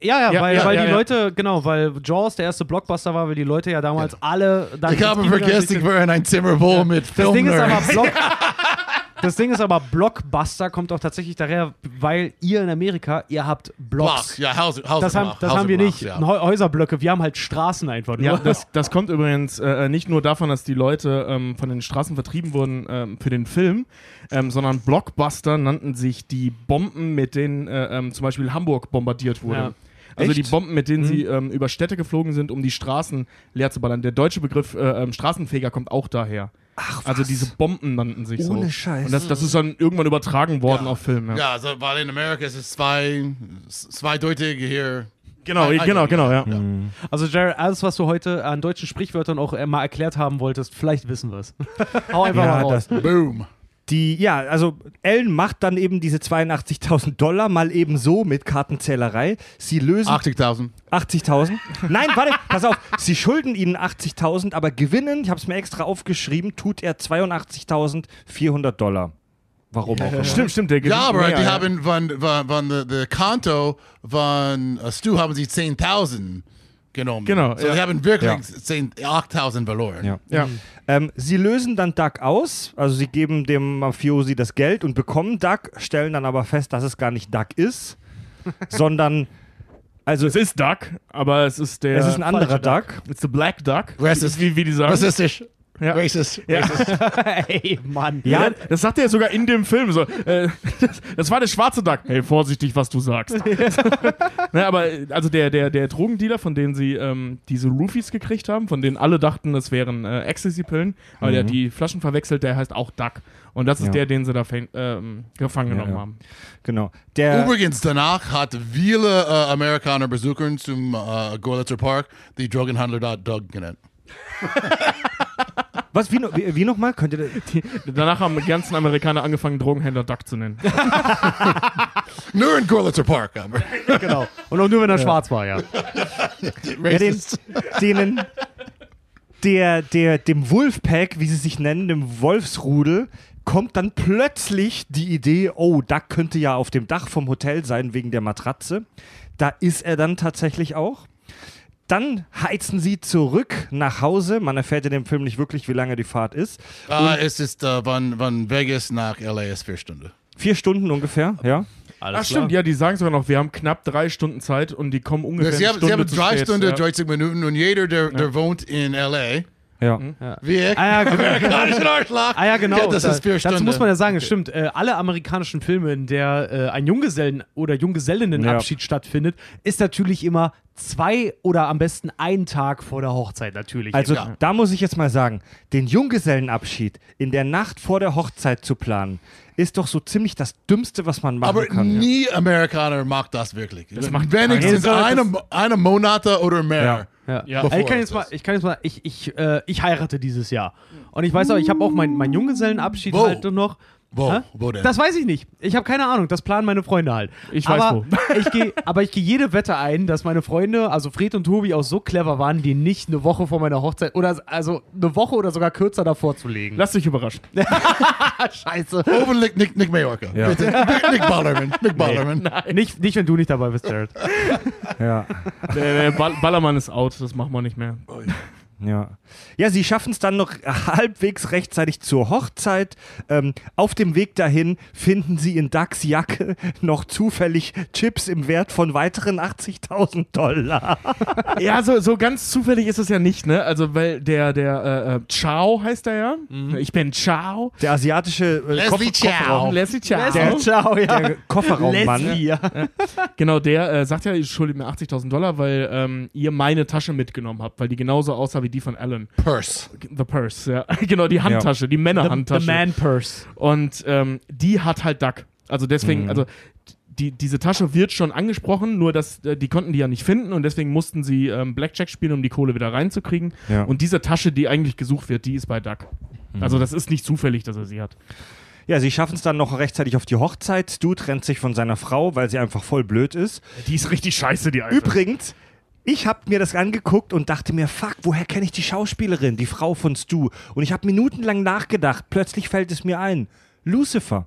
Speaker 4: Ja, ja,
Speaker 3: Ja,
Speaker 4: weil,
Speaker 3: ja,
Speaker 4: weil
Speaker 3: ja,
Speaker 4: die
Speaker 3: ja.
Speaker 4: Leute, genau, weil Jaws der erste Blockbuster war, weil die Leute ja damals alle. dann
Speaker 2: Ich habe
Speaker 4: ins Kino
Speaker 2: vergessen, ich war in ein Zimmer voll mit
Speaker 4: Das Ding, ist aber
Speaker 2: Filmnerds.
Speaker 4: Block das Ding ist aber, Blockbuster kommt auch tatsächlich daher, weil ihr in Amerika, ihr habt Blocks.
Speaker 2: Block, ja, House, House
Speaker 4: Das haben,
Speaker 2: Block,
Speaker 4: das
Speaker 2: House
Speaker 4: haben wir
Speaker 2: Block,
Speaker 4: nicht.
Speaker 2: Ja.
Speaker 4: Häu- Häuserblöcke, wir haben halt Straßen einfach nur.
Speaker 3: Ja, das, das kommt übrigens äh, nicht nur davon, dass die Leute ähm, von den Straßen vertrieben wurden ähm, für den Film, ähm, sondern Blockbuster nannten sich die Bomben, mit denen äh, ähm, zum Beispiel Hamburg bombardiert wurde.
Speaker 4: Ja.
Speaker 3: Also
Speaker 1: Echt? Mhm.
Speaker 3: die Bomben, mit denen sie ähm, über Städte geflogen sind, um die Straßen leer zu ballern. Der deutsche Begriff äh, ähm, Straßenfeger kommt auch daher. Ach, Also diese Bomben nannten sich so.
Speaker 1: Ohne Scheiß.
Speaker 3: Und das, das ist dann irgendwann übertragen worden auf Film. Ja.
Speaker 2: Ja, also, weil in Amerika ist es zwei, zweideutige hier.
Speaker 3: Genau,
Speaker 2: Ein-
Speaker 3: genau, genau, ja.
Speaker 4: Also, Jared, alles, was du heute an deutschen Sprichwörtern auch äh, mal erklärt haben wolltest, vielleicht wissen wir es. Hau einfach mal
Speaker 1: Ja,
Speaker 4: raus.
Speaker 1: das,
Speaker 2: Boom.
Speaker 1: die, ja, also Ellen macht dann eben diese 82.000 Dollar mal eben so mit Kartenzählerei. Sie lösen
Speaker 2: 80.000.
Speaker 1: 80.000. Nein, warte, pass auf. Sie schulden ihnen 80.000, aber gewinnen, ich habe es mir extra aufgeschrieben, tut er 82.400 Dollar. Warum auch immer.
Speaker 3: Stimmt, stimmt, der gewinnt
Speaker 2: Ja, aber
Speaker 3: mehr,
Speaker 2: die
Speaker 3: ja.
Speaker 2: haben von, von, von der der Konto von äh, Stu haben sie 10.000 genommen.
Speaker 3: Genau,
Speaker 2: So
Speaker 3: ja.
Speaker 2: die haben wirklich
Speaker 1: Ja.
Speaker 2: 10 8.000 verloren.
Speaker 1: Ja.
Speaker 3: Ja.
Speaker 1: Ähm, sie lösen dann Doug aus, also sie geben dem Mafiosi das Geld und bekommen Doug, stellen dann aber fest, dass es gar nicht Doug ist, sondern, also
Speaker 3: Es ist Duck, aber es ist der.
Speaker 1: Es ist ein anderer
Speaker 3: falsche
Speaker 1: Duck.
Speaker 3: It's the Black Duck.
Speaker 2: Racist.
Speaker 3: Wie, wie die sagen.
Speaker 2: Rassistisch.
Speaker 3: Ja.
Speaker 2: Racist.
Speaker 3: Ja.
Speaker 4: Ey, Mann.
Speaker 3: Ja, das sagt er sogar in dem Film. So, äh, das, das war der schwarze Duck. Hey, vorsichtig, was du sagst. Na, aber äh, also der, der, der Drogendealer, von denen sie ähm, diese Roofies gekriegt haben, von denen alle dachten, das wären äh, Ecstasy-Pillen, aber
Speaker 2: Mhm.
Speaker 3: der hat die Flaschen verwechselt, der heißt auch Duck. Und das ist
Speaker 1: Ja.
Speaker 3: der, den sie da fäng, ähm, gefangen
Speaker 1: Ja,
Speaker 3: genommen
Speaker 1: ja.
Speaker 3: haben.
Speaker 1: genau. Der,
Speaker 2: Übrigens, danach hat viele äh, Amerikaner Besucher zum äh, Görlitzer Park die Drogenhandler da Doug genannt.
Speaker 1: was, wie, no- wie, wie nochmal? Könnt ihr, das-
Speaker 3: Danach haben die ganzen Amerikaner angefangen, Drogenhändler Duck zu nennen.
Speaker 2: Nur in Görlitzer Park, aber.
Speaker 4: genau. Und auch nur, wenn er schwarz war, ja.
Speaker 1: ja, den, denen, der, der, dem Wolfpack, wie sie sich nennen, dem Wolfsrudel, kommt dann plötzlich die Idee, oh, Doug könnte ja auf dem Dach vom Hotel sein wegen der Matratze. Da ist er dann tatsächlich auch. Dann heizen sie zurück nach Hause. Man erfährt in dem Film nicht wirklich, wie lange die Fahrt ist.
Speaker 2: Ah, es ist äh, von, von Vegas nach LA ist vier Stunden.
Speaker 1: Vier Stunden ungefähr, ja.
Speaker 3: Ach stimmt, ja, die sagen sogar noch, wir haben knapp drei Stunden Zeit und die kommen ungefähr
Speaker 2: Sie
Speaker 3: eine
Speaker 2: haben,
Speaker 3: Stunde
Speaker 2: sie haben
Speaker 3: zu
Speaker 2: drei
Speaker 3: spät,
Speaker 2: Stunden,
Speaker 3: ja.
Speaker 2: 30 Minuten und jeder, der, der wohnt in LA,
Speaker 1: ja.
Speaker 2: wie ich,
Speaker 4: Ah ja, genau.
Speaker 2: amerikanischen Arschlag,
Speaker 4: Ah ja, genau.
Speaker 2: kennt, das ist vier
Speaker 4: Dazu
Speaker 2: Stunden.
Speaker 4: muss man ja sagen, stimmt, äh, alle amerikanischen Filme, in der äh, ein Junggesellen- oder Junggesellinnenabschied stattfindet, ist natürlich immer zwei oder am besten einen Tag vor der Hochzeit natürlich.
Speaker 1: Also
Speaker 2: Ja.
Speaker 1: da muss ich jetzt mal sagen, den Junggesellenabschied in der Nacht vor der Hochzeit zu planen, ist doch so ziemlich das Dümmste, was man machen
Speaker 2: aber
Speaker 1: kann. ja.
Speaker 2: nie Amerikaner macht das wirklich. Das
Speaker 3: macht
Speaker 2: wenigstens
Speaker 4: keiner.
Speaker 2: eine, eine Monate oder mehr.
Speaker 4: Ja.
Speaker 3: Ja.
Speaker 4: Also ich, kann
Speaker 2: Bevor
Speaker 4: jetzt
Speaker 2: es
Speaker 4: mal,
Speaker 2: ist.
Speaker 4: ich kann jetzt mal, ich, ich, äh, ich heirate dieses Jahr. Und ich weiß auch, ich habe auch meinen meinen Junggesellenabschied
Speaker 2: Wo?
Speaker 4: halt noch.
Speaker 2: Wo?
Speaker 4: Hä?
Speaker 2: Wo denn?
Speaker 4: Das weiß ich nicht. Ich habe keine Ahnung. Das planen meine Freunde halt.
Speaker 3: Ich weiß
Speaker 4: aber Ich geh, aber ich gehe jede Wette ein, dass meine Freunde, also Fred und Tobi, auch so clever waren, die nicht eine Woche vor meiner Hochzeit oder also eine Woche oder sogar kürzer davor zu legen.
Speaker 3: Lass dich überraschen.
Speaker 4: Scheiße.
Speaker 2: Hoffentlich Nick, Nick Mallorca. Bitte. Nick, Nick Ballerman. Nick Ballerman.
Speaker 4: Nicht, nicht, wenn du nicht dabei bist, Jared.
Speaker 1: Ja,
Speaker 3: Der, der Ball Ballermann ist out, das machen wir nicht mehr.
Speaker 1: ja. ja, sie schaffen es dann noch halbwegs rechtzeitig zur Hochzeit. Ähm, auf dem Weg dahin finden sie in Ducks Jacke noch zufällig Chips im Wert von weiteren 80.000 Dollar.
Speaker 3: Ja, so, so ganz zufällig ist es ja nicht, ne? Also, weil der, der äh, äh, Chao heißt er ja. Ich bin Chao.
Speaker 1: Der asiatische äh,
Speaker 2: Leslie
Speaker 1: Koffer
Speaker 2: Chow.
Speaker 1: Kofferraum
Speaker 3: Leslie Mhm. Chao.
Speaker 1: Der-
Speaker 4: Ciao, ja.
Speaker 1: der Kofferraummann.
Speaker 4: Leslie, ja.
Speaker 3: genau, der äh, sagt ja, ich schulde mir 80.000 Dollar, weil ähm, ihr meine Tasche mitgenommen habt, weil die genauso aussah wie die von Alan.
Speaker 2: Purse.
Speaker 3: The Purse, ja. genau, die Handtasche, die Männerhandtasche.
Speaker 4: The Man Purse.
Speaker 3: Und ähm, die hat halt Duck. Also deswegen, also die, diese Tasche wird schon angesprochen, nur dass äh, die konnten die ja nicht finden und deswegen mussten sie ähm, Blackjack spielen, um die Kohle wieder reinzukriegen.
Speaker 1: Ja.
Speaker 3: Und diese Tasche, die eigentlich gesucht wird, die ist bei Duck. Also das ist nicht zufällig, dass er sie hat.
Speaker 1: Ja, sie schaffen es dann noch rechtzeitig auf die Hochzeit. Stu trennt sich von seiner Frau, weil sie einfach voll blöd ist.
Speaker 4: Äh,
Speaker 3: Die ist richtig scheiße, die Alte.
Speaker 1: Übrigens, ich habe mir das angeguckt und dachte mir, fuck, woher kenne ich die Schauspielerin, die Frau von Stu? Und ich habe minutenlang nachgedacht. Plötzlich fällt es mir ein. Lucifer.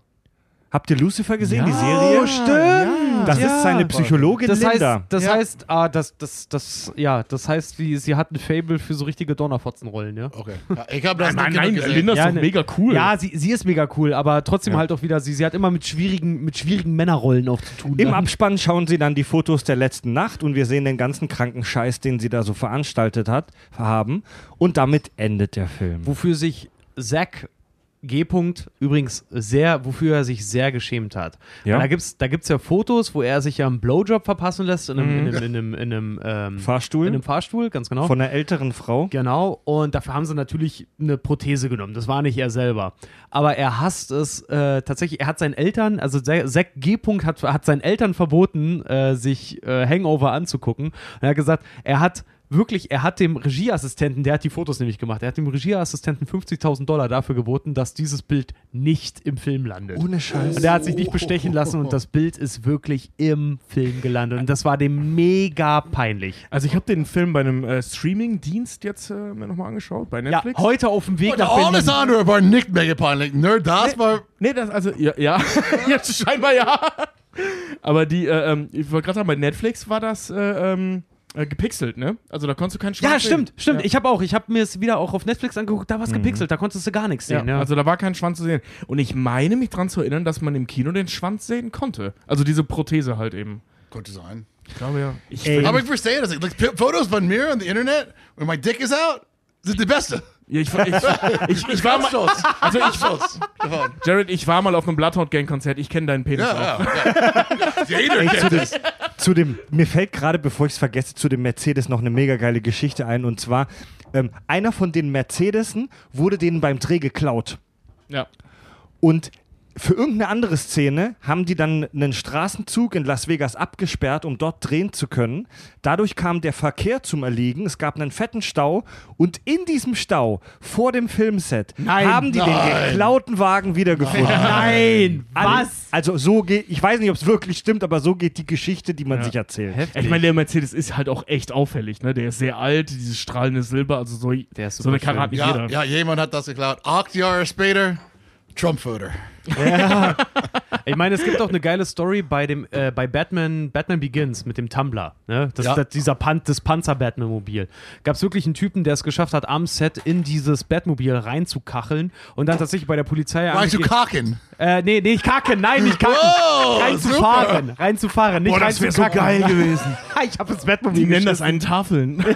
Speaker 1: Habt ihr Lucifer gesehen, die Serie?
Speaker 4: Oh, stimmt.
Speaker 1: Das
Speaker 4: Ja.
Speaker 1: ist seine Psychologin
Speaker 4: Das
Speaker 1: Linda.
Speaker 4: heißt, das heißt, ah, das, das, das, ja, das heißt, wie, sie hat ein Fable für so richtige Donnerfotzenrollen, ja.
Speaker 2: Okay. Ja, Ich habe das
Speaker 3: Ah, nein,
Speaker 2: nicht
Speaker 3: nein,
Speaker 2: genug gesehen.
Speaker 3: Linda ist
Speaker 4: Ja,
Speaker 3: doch
Speaker 4: ne-
Speaker 3: mega cool.
Speaker 4: Ja, sie, sie ist mega cool, aber trotzdem halt auch wieder, sie, sie hat immer mit schwierigen, mit schwierigen Männerrollen auch zu tun. ne?
Speaker 1: Im
Speaker 4: Ja.
Speaker 1: Abspann schauen sie dann die Fotos der letzten Nacht und wir sehen den ganzen kranken Scheiß, den sie da so veranstaltet hat, haben. Und damit endet der Film.
Speaker 4: Wofür sich Zack G. -Punkt übrigens sehr, wofür er sich sehr geschämt hat.
Speaker 1: Ja?
Speaker 4: Weil Da gibt es da gibt's ja Fotos, wo er sich ja einen Blowjob verpassen lässt in einem, in einem, in einem, in einem, ähm,
Speaker 1: Mhm. Fahrstuhl
Speaker 4: in einem Fahrstuhl, ganz genau.
Speaker 1: von einer älteren Frau.
Speaker 4: Genau, und dafür haben sie natürlich eine Prothese genommen. Das war nicht er selber. Aber er hasst es äh, tatsächlich. Er hat seinen Eltern, also Zack Zack G. -Punkt hat, hat seinen Eltern verboten, äh, sich äh, Hangover anzugucken. Und er hat gesagt, er hat wirklich, er hat dem Regieassistenten, der hat die Fotos nämlich gemacht, er hat dem Regieassistenten 50.000 Dollar dafür geboten, dass dieses Bild nicht im Film landet.
Speaker 2: Oh
Speaker 1: Ohne Scheiß.
Speaker 4: Und er hat sich nicht bestechen lassen und das Bild ist wirklich im Film gelandet. Und das war dem mega peinlich.
Speaker 3: Also ich habe den Film bei einem äh, Streaming-Dienst jetzt äh, mir nochmal angeschaut, bei
Speaker 4: Ja,
Speaker 3: Netflix.
Speaker 4: heute auf dem Weg
Speaker 2: Und
Speaker 4: nach Berlin.
Speaker 2: alles andere war nicht mega peinlich. Nur
Speaker 3: Ne.
Speaker 2: das war.
Speaker 3: Nee, das also, ja, ja. jetzt scheinbar ja. Aber die, äh, ähm, ich wollte gerade sagen, bei Netflix war das äh, ähm, äh, gepixelt, ne? Also da konntest du keinen
Speaker 4: Ja,
Speaker 3: Schwanz sehen.
Speaker 4: stimmt, stimmt.
Speaker 3: Ja.
Speaker 4: Ich habe auch, ich habe mir es wieder auch auf Netflix angeguckt, da war es gepixelt, da konntest du gar nichts
Speaker 3: Ja,
Speaker 4: sehen. Ja.
Speaker 3: Also da war kein Schwanz zu sehen. Und ich meine mich dran zu erinnern, dass man im Kino den Schwanz sehen konnte. Also diese Prothese halt eben.
Speaker 2: Könnte sein.
Speaker 3: Ich glaube ja. Ich
Speaker 4: Ey.
Speaker 2: Aber ich verstehe das. Like, p- Fotos von mir on the Internet, when my dick is out, sind die beste.
Speaker 3: Ja, ich, ich, ich, ich war mal, also ich, Jared, ich war mal auf einem Bloodhound Gang Konzert. Ich kenne deinen Penis auch.
Speaker 2: Ja, ja. ja. Jeder
Speaker 1: Ey, zu
Speaker 2: kennt
Speaker 1: dem,
Speaker 2: das.
Speaker 1: zu dem, mir fällt gerade, bevor ich es vergesse, zu dem Mercedes noch eine mega geile Geschichte ein. Und zwar, ähm, einer von den Mercedesen wurde denen beim Dreh geklaut.
Speaker 3: Ja.
Speaker 1: Und für irgendeine andere Szene haben die dann einen Straßenzug in Las Vegas abgesperrt, um dort drehen zu können. Dadurch kam der Verkehr zum Erliegen. Es gab einen fetten Stau. Und in diesem Stau, vor dem Filmset, haben die den
Speaker 2: Nein.
Speaker 1: geklauten Wagen wiedergefunden.
Speaker 4: Nein,
Speaker 1: Alle-
Speaker 4: was?
Speaker 1: Also so geht, ich weiß nicht, ob es wirklich stimmt, aber so geht die Geschichte, die man sich erzählt.
Speaker 3: Ich meine, der Mercedes ist halt auch echt auffällig, ne? Der ist sehr alt, dieses strahlende Silber, also so,
Speaker 4: Der ist
Speaker 3: so eine
Speaker 4: super schön.
Speaker 3: Karate nicht
Speaker 2: Ja,
Speaker 3: jeder.
Speaker 2: ja, jemand hat das geklaut. Acht Jahre später, Trump-Voter.
Speaker 4: Ich meine, es gibt auch eine geile Story bei dem äh, bei Batman Batman Begins mit dem Tumblr, ne? Das,
Speaker 2: Ja.
Speaker 4: das dieser Pan das Panzer Batman Mobil. Gab es wirklich einen Typen, der es geschafft hat, am Set in dieses Batmobil reinzukacheln und dann tatsächlich bei der Polizei
Speaker 2: Why you
Speaker 4: angegeben-
Speaker 2: cocking?
Speaker 4: Äh, nee, nee, ich kacke, nein, nicht kacken.
Speaker 2: Wow,
Speaker 4: reinzufahren, reinzufahren, nicht
Speaker 3: Boah, das wär so
Speaker 4: reinzukacken.
Speaker 3: geil gewesen.
Speaker 4: ich habe das Batmobil
Speaker 3: Die nennen das
Speaker 4: geschissen.
Speaker 3: einen Tafeln.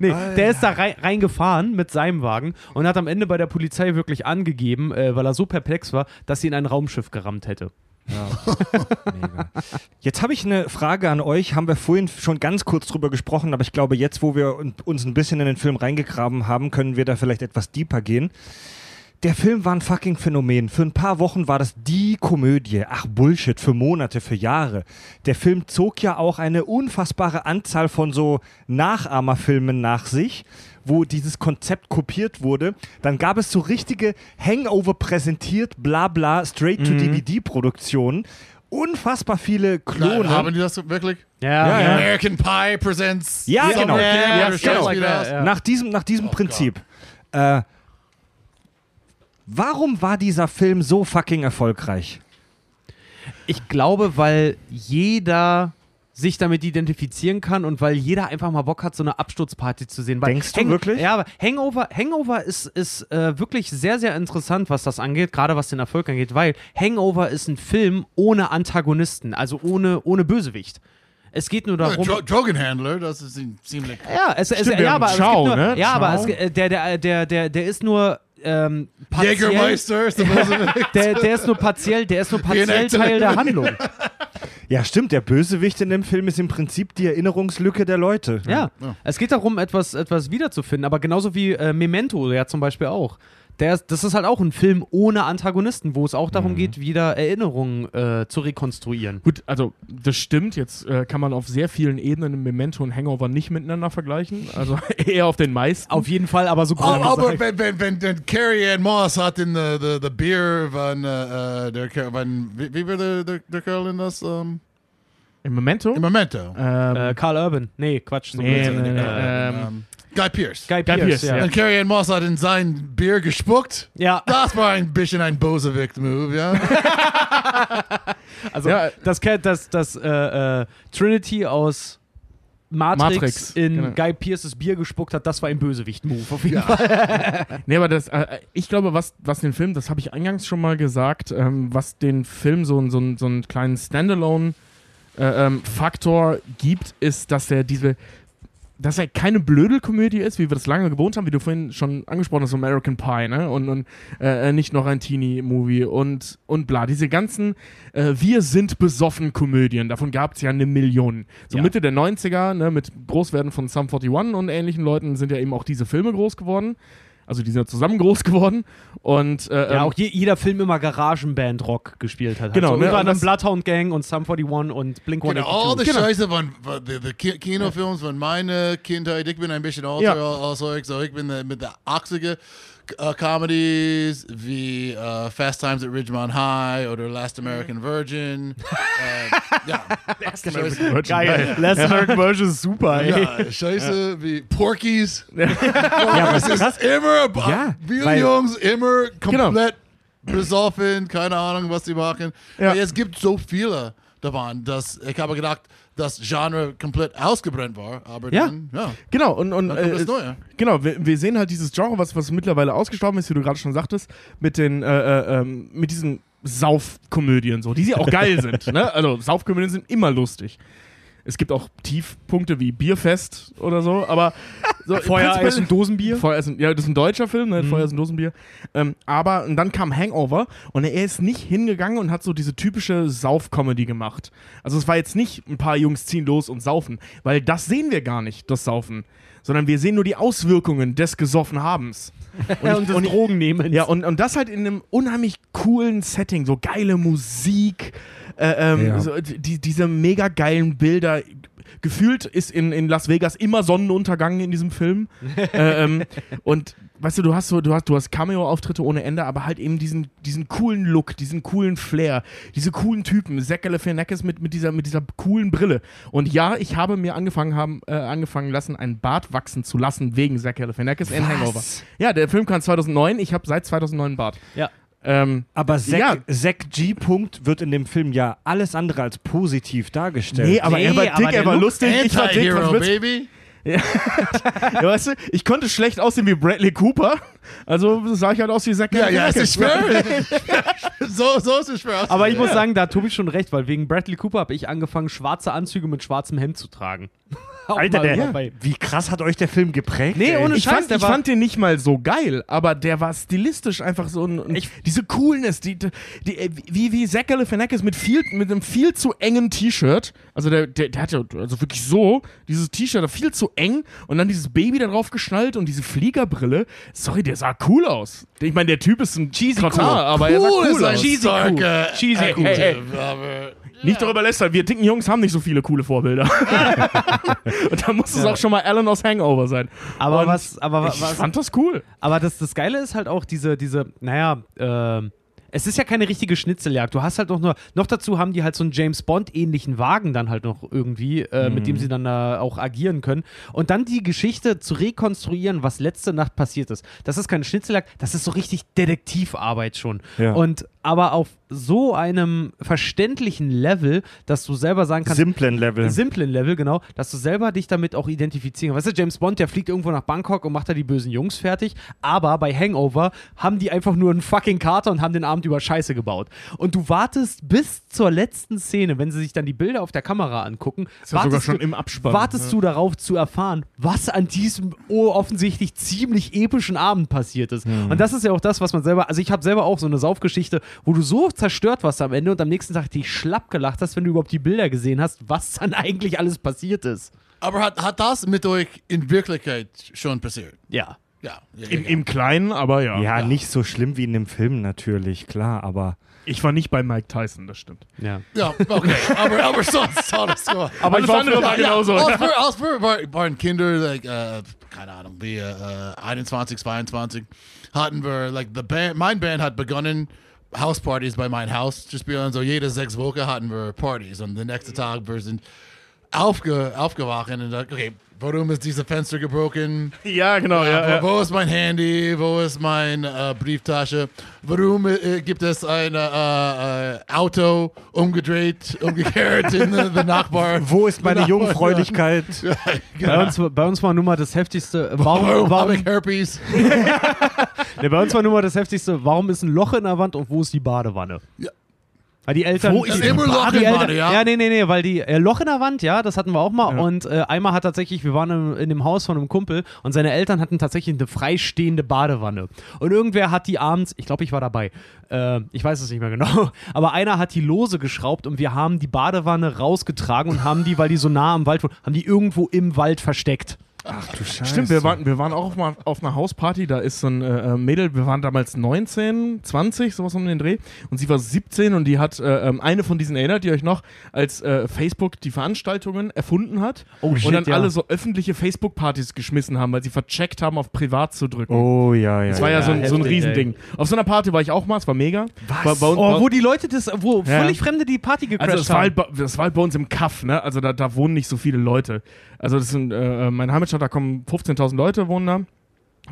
Speaker 4: Nee, der ist da rein, reingefahren mit seinem Wagen und hat am Ende bei der Polizei wirklich angegeben, äh, weil er so perplex war, dass sie in ein Raumschiff gerammt hätte.
Speaker 1: Jetzt habe ich eine Frage an euch. Haben wir vorhin schon ganz kurz drüber gesprochen, aber ich glaube, jetzt, wo wir un- uns ein bisschen in den Film reingegraben haben, können wir da vielleicht etwas deeper gehen. Der Film war ein fucking Phänomen. Für ein paar Wochen war das die Komödie. Ach Bullshit, für Monate, für Jahre. Der Film zog ja auch eine unfassbare Anzahl von so Nachahmerfilmen nach sich, wo dieses Konzept kopiert wurde. Dann gab es so richtige Hangover präsentiert, bla bla, Straight-to-DVD-Produktionen. Unfassbar viele Klone.
Speaker 2: Mhm. Nein, haben die das wirklich?
Speaker 1: Ja, ja.
Speaker 2: American Pie presents.
Speaker 1: Ja,
Speaker 2: Summer
Speaker 1: genau.
Speaker 2: Camp
Speaker 1: Ja,
Speaker 2: oder
Speaker 1: genau.
Speaker 2: sowas wie das.
Speaker 4: Ja.
Speaker 1: Nach diesem, nach
Speaker 2: Oh
Speaker 1: diesem Prinzip. Äh, warum war dieser Film so fucking erfolgreich?
Speaker 4: Ich glaube, weil jeder sich damit identifizieren kann und weil jeder einfach mal Bock hat, so eine Absturzparty zu sehen. Weil
Speaker 1: Denkst du wirklich?
Speaker 4: Ja, aber Hangover, Hangover ist, ist äh, wirklich sehr, sehr interessant, was das angeht, gerade was den Erfolg angeht, weil Hangover ist ein Film ohne Antagonisten, also ohne, ohne Bösewicht. Es geht nur darum.
Speaker 2: Dro Drogenhandler, das ist ihm ziemlich.
Speaker 4: Ja, es, es,
Speaker 3: Stimmt, wir
Speaker 4: ja,
Speaker 3: haben
Speaker 4: aber
Speaker 3: Ciao,
Speaker 4: es gibt nur,
Speaker 3: ne?
Speaker 4: ja, aber
Speaker 3: Ciao.
Speaker 4: es, ge- äh, der, der, der, der, der ist nur ähm, partiell.
Speaker 2: Jägermeister ist der Bösewicht.
Speaker 4: Der, der ist nur partiell, der ist nur partiell
Speaker 2: Reenactor.
Speaker 4: Teil der Handlung.
Speaker 1: Ja, stimmt, der Bösewicht in dem Film ist im Prinzip die Erinnerungslücke der Leute. ne?
Speaker 4: Ja. Es geht darum, etwas, etwas wiederzufinden, aber genauso wie äh, Memento ja zum Beispiel auch. Der ist, das ist halt auch ein Film ohne Antagonisten, wo es auch
Speaker 3: Mhm.
Speaker 4: darum geht, wieder Erinnerungen äh, zu rekonstruieren.
Speaker 3: Gut, also das stimmt. Jetzt äh, kann man auf sehr vielen Ebenen im Memento und Hangover nicht miteinander vergleichen. Also eher auf den meisten.
Speaker 4: Auf jeden Fall, aber so
Speaker 2: Oh, aber wenn, wenn, wenn, wenn Carrie Ann Moss hat in the, the, the Beer von äh, äh, der Kerl, von, wie, wie war der, der, der Kerl in das? ähm,
Speaker 3: Im Memento?
Speaker 2: Im Memento.
Speaker 3: ähm,
Speaker 4: äh, Karl Urban. Nee, Quatsch. So
Speaker 3: Nee,
Speaker 4: blöd.
Speaker 3: nee, nee,
Speaker 4: Äh,
Speaker 3: ähm,
Speaker 2: Ähm, Guy Pierce.
Speaker 4: Guy
Speaker 3: Guy
Speaker 4: Pierce,
Speaker 3: Pearce,
Speaker 4: ja.
Speaker 3: ja.
Speaker 2: Und Carrie Ann Moss hat in sein Bier gespuckt.
Speaker 4: Ja,
Speaker 2: Das war ein bisschen ein Bosewicht-Move, ja?
Speaker 4: also
Speaker 3: Ja.
Speaker 4: das kennt das, das äh, äh, Trinity aus Matrix,
Speaker 3: Matrix,
Speaker 4: in
Speaker 3: genau.
Speaker 4: Guy Pierces Bier gespuckt hat, das war ein Bösewicht-Move auf jeden
Speaker 2: Ja.
Speaker 4: Fall.
Speaker 3: Nee, aber das, äh, ich glaube, was, was den Film, das habe ich eingangs schon mal gesagt, ähm, was den Film so, einen- so, einen- so einen kleinen Standalone-Faktor Äh, ähm, gibt, ist, dass er diese, dass er keine Blödelkomödie ist, wie wir das lange gewohnt haben, wie du vorhin schon angesprochen hast, American Pie, ne? Und, und äh, äh, nicht noch ein Teenie-Movie und, und bla. Diese ganzen äh, Wir sind besoffen Komödien, davon gab es ja eine Million. So
Speaker 4: Ja.
Speaker 3: Mitte der 90er, ne, mit Großwerden von Sum 41 und ähnlichen Leuten sind ja eben auch diese Filme groß geworden. Also die sind ja zusammen groß geworden und äh,
Speaker 4: Ja,
Speaker 3: ähm,
Speaker 4: auch je, jeder Film immer Garagenband-Rock gespielt hat.
Speaker 3: Genau,
Speaker 4: also,
Speaker 3: ne,
Speaker 4: Unter
Speaker 3: und
Speaker 4: anderem
Speaker 3: das- oh,
Speaker 4: Bloodhound Gang und Sum 41 und Blink
Speaker 2: Genau, all die
Speaker 4: 182.
Speaker 2: Scheiße von, von die, die Ki- Kinofilms von meiner Kindheit. Ich bin ein bisschen älter
Speaker 3: Ja.
Speaker 2: als euch, so ich bin der- mit der 80er äh, Comedies wie äh, Fast Times at Ridgemont High oder Last American Virgin. äh, ja. Scheiße,
Speaker 3: Virgin.
Speaker 4: Geil. Last American Version ist super, ey.
Speaker 2: ja, Scheiße wie Porkies.
Speaker 1: Ja, was
Speaker 2: Es ist immer,
Speaker 1: Ja,
Speaker 2: wir
Speaker 1: weil-
Speaker 2: Jungs, immer
Speaker 3: Genau.
Speaker 2: komplett besoffen, keine Ahnung, was sie machen.
Speaker 3: Ja.
Speaker 2: Es gibt so viele davon, dass ich habe gedacht, das Genre komplett ausgebrannt war, aber
Speaker 3: Ja.
Speaker 2: dann, ja.
Speaker 3: Genau, und, und
Speaker 2: Dann kommt
Speaker 3: äh,
Speaker 2: das Neue.
Speaker 3: genau, wir, wir sehen halt dieses Genre, was, was mittlerweile ausgestorben ist, wie du gerade schon sagtest, mit den, äh, äh, ähm, mit diesen Saufkomödien so, die sie auch geil sind. Ne? Also Saufkomödien sind immer lustig. Es gibt auch Tiefpunkte wie Bierfest oder so, aber so im
Speaker 4: Äh, Feuer,
Speaker 3: Prinzip-
Speaker 4: Eis und Dosenbier. Mhm.
Speaker 3: Feuer ist ein, ja, das ist ein deutscher Film, ne? Feuer ist ein Dosenbier. Ähm, aber und dann kam Hangover und er ist nicht hingegangen und hat so diese typische Sauf-Comedy gemacht. Also es war jetzt nicht ein paar Jungs ziehen los und saufen, weil das sehen wir gar nicht, das Saufen. Sondern wir sehen nur die Auswirkungen des gesoffen Habens.
Speaker 4: Und, und, und Drogen nehmen.
Speaker 3: Ja, und, und das halt in einem unheimlich coolen Setting. So geile Musik, äh, ähm,
Speaker 1: Ja.
Speaker 3: so, die, diese mega geilen Bilder. Gefühlt ist in, in Las Vegas immer Sonnenuntergang in diesem Film. äh, ähm, und weißt du, du hast so, du hast, du hast Cameo-Auftritte ohne Ende, aber halt eben diesen, diesen coolen Look, diesen coolen Flair, diese coolen Typen, Zack Galifianakis mit, mit, dieser, mit dieser coolen Brille. Und ja, ich habe mir angefangen, haben, äh, angefangen lassen, einen Bart wachsen zu lassen wegen Zack Galifianakis in Hangover. Ja, der Film kam 2009, ich habe seit 2009 einen Bart.
Speaker 4: Ja.
Speaker 3: Ähm,
Speaker 1: Aber Zack,
Speaker 3: Ja.
Speaker 1: Zack G. Punkt wird in dem Film ja alles andere als positiv dargestellt.
Speaker 3: nee, aber er war
Speaker 4: Nee, aber
Speaker 3: dick,
Speaker 4: der
Speaker 3: er war
Speaker 4: Look-
Speaker 3: lustig, ich war dick.
Speaker 2: Anti-Hero,
Speaker 3: was willst-
Speaker 2: Baby.
Speaker 3: Ja, weißt du, ich konnte schlecht aussehen wie Bradley Cooper, also sah ich halt aus wie Zack
Speaker 2: Ja, ja, es
Speaker 3: Galifianakis.
Speaker 2: ist schwer. so, so ist es schwer.
Speaker 4: Aber ich muss sagen, da hat Tobi schon recht, weil wegen Bradley Cooper habe ich angefangen, schwarze Anzüge mit schwarzem Hemd zu tragen. Auch
Speaker 1: Alter,
Speaker 4: mal
Speaker 1: der,
Speaker 4: dabei.
Speaker 1: wie krass hat euch der Film geprägt?
Speaker 4: Nee,
Speaker 1: ey?
Speaker 4: ohne
Speaker 3: Ich
Speaker 4: Scheiß,
Speaker 3: fand,
Speaker 4: der
Speaker 3: ich
Speaker 4: war-
Speaker 3: fand den nicht mal so geil, aber der war stilistisch einfach so ein, ein
Speaker 4: Ich-
Speaker 3: diese Coolness, die, die äh, wie wie Zack Galifianakis mit viel mit einem viel zu engen T-Shirt, also der, der der hat ja also wirklich so dieses T-Shirt viel zu eng und dann dieses Baby da drauf geschnallt und diese Fliegerbrille. Sorry, der sah cool aus. Ich meine, der Typ ist ein cheesy Krottar,
Speaker 2: cool.
Speaker 3: aber er sah cool,
Speaker 2: ist ein
Speaker 3: aus.
Speaker 4: Cheesy
Speaker 2: starker
Speaker 4: cool. Cheesy cool.
Speaker 2: Adjective, aber
Speaker 3: Nicht darüber lästern, wir dicken Jungs haben nicht so viele coole Vorbilder. und da muss es auch schon mal Alan aus Hangover sein.
Speaker 4: Aber
Speaker 3: Und
Speaker 4: was, aber
Speaker 3: ich
Speaker 4: was,
Speaker 3: fand das cool.
Speaker 4: aber das, das Geile ist halt auch diese, diese, naja, ähm, es ist ja keine richtige Schnitzeljagd. Du hast halt noch nur, noch dazu haben die halt so einen James Bond-ähnlichen Wagen dann halt noch irgendwie, äh, mit dem sie dann äh, auch agieren können. Und dann die Geschichte zu rekonstruieren, was letzte Nacht passiert ist. Das ist keine Schnitzeljagd, das ist so richtig Detektivarbeit schon.
Speaker 1: Ja.
Speaker 4: Und aber auf so einem verständlichen Level, dass du selber sagen kannst,
Speaker 1: simplen Level.
Speaker 4: simplen Level, genau, dass du selber dich damit auch identifizieren kannst. Weißt du, James Bond, der fliegt irgendwo nach Bangkok und macht da die bösen Jungs fertig, aber bei Hangover haben die einfach nur einen fucking Kater und haben den Abend über Scheiße gebaut. Und du wartest bis zur letzten Szene, wenn sie sich dann die Bilder auf der Kamera angucken,
Speaker 3: ja sogar
Speaker 4: wartest
Speaker 3: schon
Speaker 4: du,
Speaker 3: im Abspann,
Speaker 4: wartest du darauf zu erfahren, was an diesem oh, offensichtlich ziemlich epischen Abend passiert ist.
Speaker 3: Hm.
Speaker 4: Und das ist ja auch das, was man selber, also ich habe selber auch so eine Saufgeschichte, wo du so zerstört warst am Ende und am nächsten Tag dich schlapp gelacht hast, wenn du überhaupt die Bilder gesehen hast, was dann eigentlich alles passiert ist.
Speaker 2: aber hat, hat das mit euch in Wirklichkeit schon passiert?
Speaker 4: Ja.
Speaker 2: Ja. ja, ja,
Speaker 3: Im,
Speaker 2: ja.
Speaker 3: Im Kleinen, aber ja.
Speaker 1: ja, nicht so schlimm wie in dem Film natürlich, klar, aber
Speaker 3: Ich war nicht bei Mike Tyson, das stimmt.
Speaker 4: Ja.
Speaker 2: ja okay. aber, aber sonst hat es gemacht.
Speaker 3: Aber ich war, war genauso.
Speaker 2: Ja, als wir, als wir war- waren Kinder, like, äh, keine Ahnung, wie äh, äh, 21, 22, hatten wir, like, the band, mein Band hat begonnen, Hauspartys bei mein Haus zu spielen. So jede sechs Wochen hatten wir Partys und der nächste Tag wir sind aufge, aufgewacht und like, uh, okay, warum ist dieses Fenster gebrochen?
Speaker 3: Ja, genau. Ja,
Speaker 2: Wo,
Speaker 3: ja.
Speaker 2: wo ist mein Handy? Wo ist meine äh, Brieftasche? Warum äh, gibt es ein äh, äh, Auto umgedreht, umgekehrt in äh, der Nachbar?
Speaker 1: wo ist meine
Speaker 2: Nachbar-
Speaker 1: Jungfräulichkeit?
Speaker 4: Bei, uns, bei uns war nur mal das heftigste, äh, warum,
Speaker 2: Warum habe
Speaker 4: warum,
Speaker 2: ich Herpes?
Speaker 4: nee, Ne, bei uns war nur mal das heftigste, warum ist ein Loch in der Wand und wo ist die Badewanne?
Speaker 2: Ja.
Speaker 4: Weil die Eltern,
Speaker 2: Wo ist immer Loch
Speaker 4: die
Speaker 2: in
Speaker 4: Eltern-
Speaker 2: Bade, ja?
Speaker 4: ja, nee, nee, nee, weil die äh, Loch in der Wand, ja, das hatten wir auch mal. Und äh, einmal hat tatsächlich, wir waren im, in dem Haus von einem Kumpel und seine Eltern hatten tatsächlich eine freistehende Badewanne. Und irgendwer hat die abends, ich glaube, ich war dabei, äh, ich weiß es nicht mehr genau, aber einer hat die lose geschraubt und wir haben die Badewanne rausgetragen und haben die, weil die so nah am Wald war, haben die irgendwo im Wald versteckt.
Speaker 1: Ach du Scheiße.
Speaker 3: Stimmt, wir waren, wir waren auch auf, mal auf einer Hausparty, da ist so ein äh, Mädel, wir waren damals 19, 20, sowas um den Dreh. Und sie war 17 und die hat äh, ähm, eine von diesen erinnert, die euch noch, als äh, Facebook die Veranstaltungen erfunden hat
Speaker 1: Oh, shit,
Speaker 3: und dann
Speaker 1: ja.
Speaker 3: alle so öffentliche Facebook-Partys geschmissen haben, weil sie vercheckt haben, auf privat zu drücken.
Speaker 1: Oh ja, ja.
Speaker 3: Das war ja,
Speaker 1: ja.
Speaker 3: so, ein, so ein
Speaker 4: heftig,
Speaker 3: Riesending. Auf so einer Party war ich auch mal, es war mega. Was? War, bei uns-
Speaker 4: Oh,
Speaker 3: war-
Speaker 4: wo die Leute das, wo
Speaker 3: Ja.
Speaker 4: völlig Fremde die Party gecrashed
Speaker 3: also es war, halt,
Speaker 4: haben.
Speaker 3: bei- das war halt bei uns im Kaff, ne? Also da, da wohnen nicht so viele Leute. Also das sind, äh, mein Heimatstadt, da kommen 15.000 Leute wohnen da.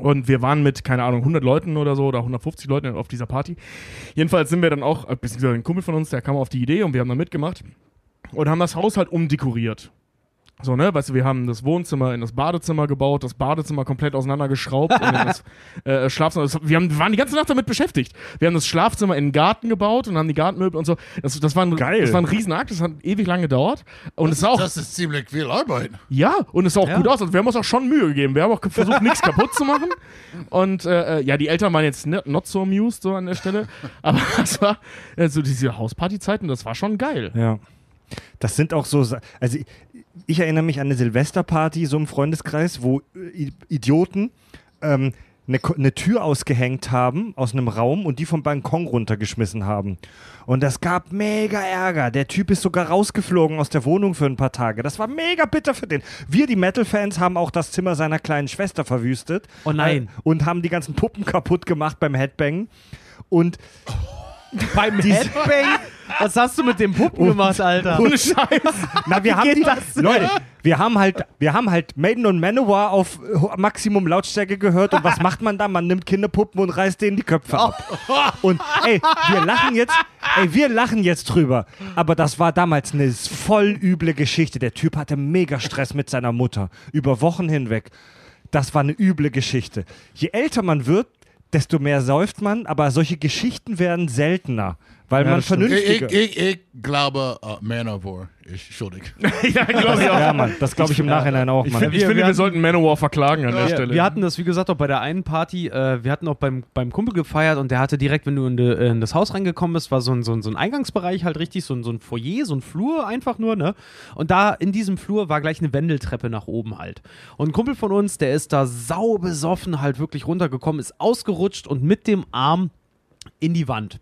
Speaker 3: Und wir waren mit, keine Ahnung, 100 Leuten oder so oder 150 Leuten auf dieser Party. Jedenfalls sind wir dann auch, äh, beziehungsweise ein Kumpel von uns, der kam auf die Idee und wir haben dann mitgemacht und haben das Haus halt umdekoriert. So, ne, weißt du, wir haben das Wohnzimmer in das Badezimmer gebaut, das Badezimmer komplett auseinandergeschraubt und in das äh, Schlafzimmer. Das, wir, haben, wir waren die ganze Nacht damit beschäftigt. Wir haben das Schlafzimmer in den Garten gebaut und haben die Gartenmöbel und so. Das, das, war, ein,
Speaker 1: Geil.
Speaker 3: das war ein Riesenakt, das hat ewig lange gedauert. Und es sah auch,
Speaker 2: Das ist ziemlich viel Arbeit.
Speaker 3: ja, und es sah auch
Speaker 4: Ja.
Speaker 3: gut aus. Also wir haben uns auch schon Mühe gegeben. Wir haben auch versucht, nichts kaputt zu machen. Und äh, äh, ja, die Eltern waren jetzt ni- not so amused so an der Stelle. Aber es war äh, so diese Hauspartyzeiten, das war schon geil.
Speaker 1: Ja. Das sind auch so, Sa- also ich, ich erinnere mich an eine Silvesterparty, so im Freundeskreis, wo äh, I- Idioten ähm, eine, Ko- eine Tür ausgehängt haben aus einem Raum und die vom Balkon runtergeschmissen haben. Und das gab mega Ärger. Der Typ ist sogar rausgeflogen aus der Wohnung für ein paar Tage. Das war mega bitter für den. Wir, die Metal-Fans, haben auch das Zimmer seiner kleinen Schwester verwüstet.
Speaker 4: Oh nein.
Speaker 1: Äh, Und haben die ganzen Puppen kaputt gemacht beim Headbang. Und
Speaker 4: Beim Headbang? Was hast du mit dem Puppen
Speaker 3: Oh.
Speaker 4: gemacht, Alter?
Speaker 1: Ohne Scheiß. Na, wir haben die, Leute, wir haben halt, wir haben halt Maiden und Manowar auf äh, ho- Maximum Lautstärke gehört und was macht man da? Man nimmt Kinderpuppen und reißt denen die Köpfe ab. Und ey, wir lachen jetzt, ey, wir lachen jetzt drüber. Aber das war damals eine s- voll üble Geschichte. Der Typ hatte mega Stress mit seiner Mutter über Wochen hinweg. Das war eine üble Geschichte. Je älter man wird, desto mehr säuft man, aber solche Geschichten werden seltener, weil man
Speaker 3: das stimmt.
Speaker 2: Ich, ich,
Speaker 1: vernünftiger.
Speaker 2: ich, ich glaube, uh, Man of War ist schuldig.
Speaker 3: ja, glaube ich
Speaker 1: Ja, Mann, das glaube ich im Nachhinein auch,
Speaker 3: Ich,
Speaker 1: Mann.
Speaker 3: find, ich
Speaker 4: Wir-
Speaker 3: finde,
Speaker 4: wir
Speaker 3: wir,
Speaker 4: hatten-
Speaker 3: sollten Manowar verklagen an der
Speaker 4: Ja,
Speaker 3: Stelle.
Speaker 4: Wir hatten das, wie gesagt, auch bei der einen Party. Äh, wir hatten auch beim, beim Kumpel gefeiert und der hatte direkt, wenn du in, de, äh, in das Haus reingekommen bist, war so ein, so ein, so ein Eingangsbereich halt richtig, so ein, so ein Foyer, so ein Flur einfach nur, ne? Und da in diesem Flur war gleich eine Wendeltreppe nach oben halt. Und ein Kumpel von uns, der ist da sau besoffen halt wirklich runtergekommen, ist ausgerutscht und mit dem Arm in die Wand.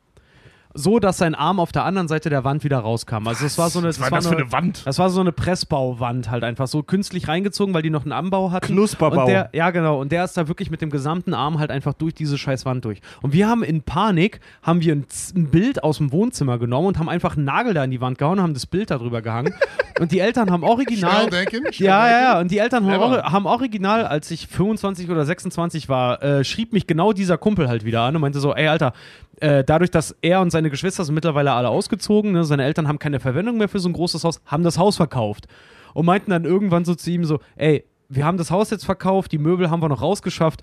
Speaker 4: So, dass sein Arm auf der anderen Seite der Wand wieder rauskam. Also, es war so eine.
Speaker 3: was war das für eine Wand?
Speaker 4: Das war so eine Pressbauwand halt einfach so künstlich reingezogen, weil die noch einen Anbau hatten.
Speaker 1: Knusperbau.
Speaker 4: Und der, ja, genau. Und der ist da wirklich mit dem gesamten Arm halt einfach durch diese scheiß Wand durch. Und wir haben in Panik, haben wir ein, Z- ein Bild aus dem Wohnzimmer genommen und haben einfach einen Nagel da in die Wand gehauen und haben das Bild da drüber gehangen. und die Eltern haben original...
Speaker 2: Schnell denken. schnell
Speaker 4: Ja, ja,
Speaker 2: denken.
Speaker 4: ja. Und die Eltern haben,
Speaker 2: Clever.
Speaker 4: ori- haben original, als ich 25 oder 26 war, äh, schrieb mich genau dieser Kumpel halt wieder an und meinte so, ey, Alter, äh, dadurch, dass er und seine Geschwister sind mittlerweile alle ausgezogen, ne, seine Eltern haben keine Verwendung mehr für so ein großes Haus, haben das Haus verkauft. Und meinten dann irgendwann so zu ihm so, ey, wir haben das Haus jetzt verkauft, die Möbel haben wir noch rausgeschafft.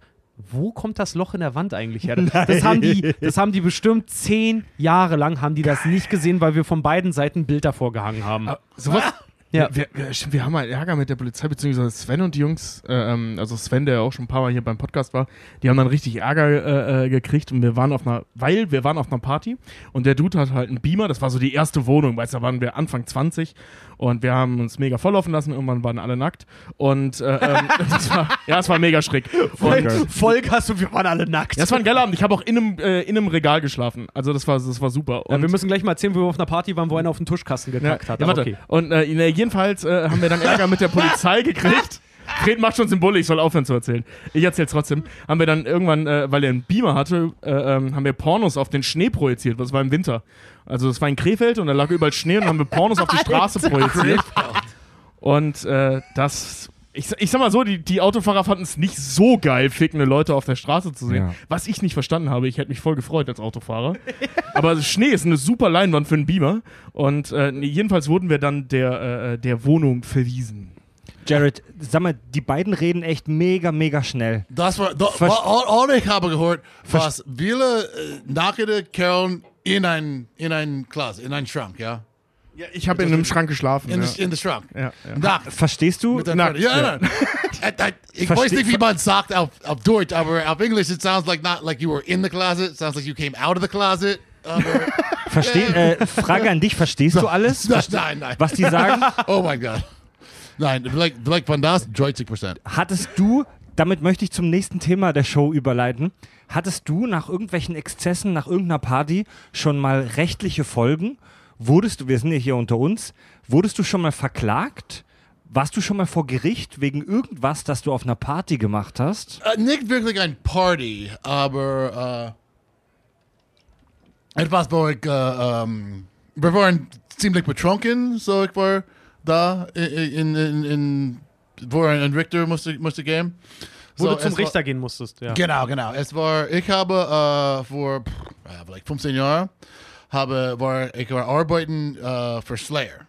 Speaker 4: Wo kommt das Loch in der Wand eigentlich her? Das haben, die, das haben die bestimmt zehn Jahre lang haben die das nicht gesehen, weil wir von beiden Seiten ein Bild davor gehangen haben.
Speaker 3: Ah, sowas.
Speaker 4: Ja.
Speaker 3: Wir, wir, stimmt, wir haben mal Ärger mit der Polizei, beziehungsweise Sven und die Jungs, äh, ähm, also Sven, der ja auch schon ein paar Mal hier beim Podcast war, die haben dann richtig Ärger äh, äh, gekriegt und wir waren auf einer, weil wir waren auf einer Party und der Dude hat halt einen Beamer, das war so die erste Wohnung, weißt du, da waren wir Anfang 20 und wir haben uns mega volllaufen lassen, irgendwann waren alle nackt und äh, ähm, das war, ja, es war mega schräg. Und,
Speaker 4: Vollgas und wir waren alle nackt.
Speaker 3: das war ein geiler Abend, ich habe auch in einem, äh, in einem Regal geschlafen, also das war, das war super.
Speaker 4: Ja,
Speaker 3: Und-
Speaker 4: wir müssen gleich mal erzählen, wo wir auf einer Party waren, wo einer auf den Tuschkasten gekackt hat.
Speaker 3: ja,
Speaker 4: Aber
Speaker 3: warte. Und äh, ne, jedenfalls äh, haben wir dann Ärger mit der Polizei gekriegt. Fred macht schon Symbole, ich soll aufhören zu erzählen. Ich erzähl's trotzdem. Haben wir dann irgendwann, äh, weil er einen Beamer hatte, äh, ähm, haben wir Pornos auf den Schnee projiziert. Das war im Winter. Also das war in Krefeld und da lag überall Schnee und haben wir Pornos auf die Straße projiziert. Und äh, das. Ich, sa- ich sag mal so, die, die Autofahrer fanden es nicht so geil, fickende Leute auf der Straße zu sehen.
Speaker 1: Ja.
Speaker 3: Was ich nicht verstanden habe. Ich hätte mich voll gefreut als Autofahrer. Aber Schnee ist eine super Leinwand für einen Beamer. Und äh, nee, jedenfalls wurden wir dann der, äh, der Wohnung verwiesen.
Speaker 1: Jared, sag mal, die beiden reden echt mega, mega schnell.
Speaker 2: Das war, da,
Speaker 1: Verst-
Speaker 2: war all, all ich habe gehört, was viele äh, nackte Kerlen in ein, in ein Glas, in ein Schrank, ja?
Speaker 3: ich habe in einem Schrank geschlafen.
Speaker 2: In,
Speaker 3: ja.
Speaker 2: the, in the Schrank.
Speaker 3: Ja, ja.
Speaker 2: Nackt.
Speaker 1: Verstehst du?
Speaker 2: Mit der Nackt. Ja, nein. Äh, äh, ich weiß
Speaker 1: Verste-
Speaker 2: nicht, wie man sagt auf, auf Deutsch, aber auf Englisch, it sounds like not like you were in the closet, sounds like you came out of the closet. Aber,
Speaker 1: Versteh, äh, Frage an dich, verstehst du alles?
Speaker 2: nein, nein, nein.
Speaker 1: Was die sagen?
Speaker 2: Oh mein Gott. Nein, Black, Black Van Dass, 30%.
Speaker 1: Hattest du, damit möchte ich zum nächsten Thema der Show überleiten, hattest du nach irgendwelchen Exzessen, nach irgendeiner Party schon mal rechtliche Folgen? Wurdest du, wir sind ja hier unter uns, wurdest du schon mal verklagt? Warst du schon mal vor Gericht wegen irgendwas, das du auf einer Party gemacht hast?
Speaker 2: Äh, nicht wirklich ein Party, aber eh, äh, etwas, wo ich. Äh, ähm, wir waren ziemlich betrunken, so ich war da in. in, in, in wo ein ein Richter musste, musste gehen.
Speaker 4: Wo
Speaker 2: So,
Speaker 4: du zum
Speaker 2: es war-
Speaker 4: Richter gehen musstest, ja.
Speaker 2: Genau, genau. Es war, ich habe äh, vor pff, ja, vielleicht 15 Jahren, habe, war, ich war arbeiten äh, für Slayer.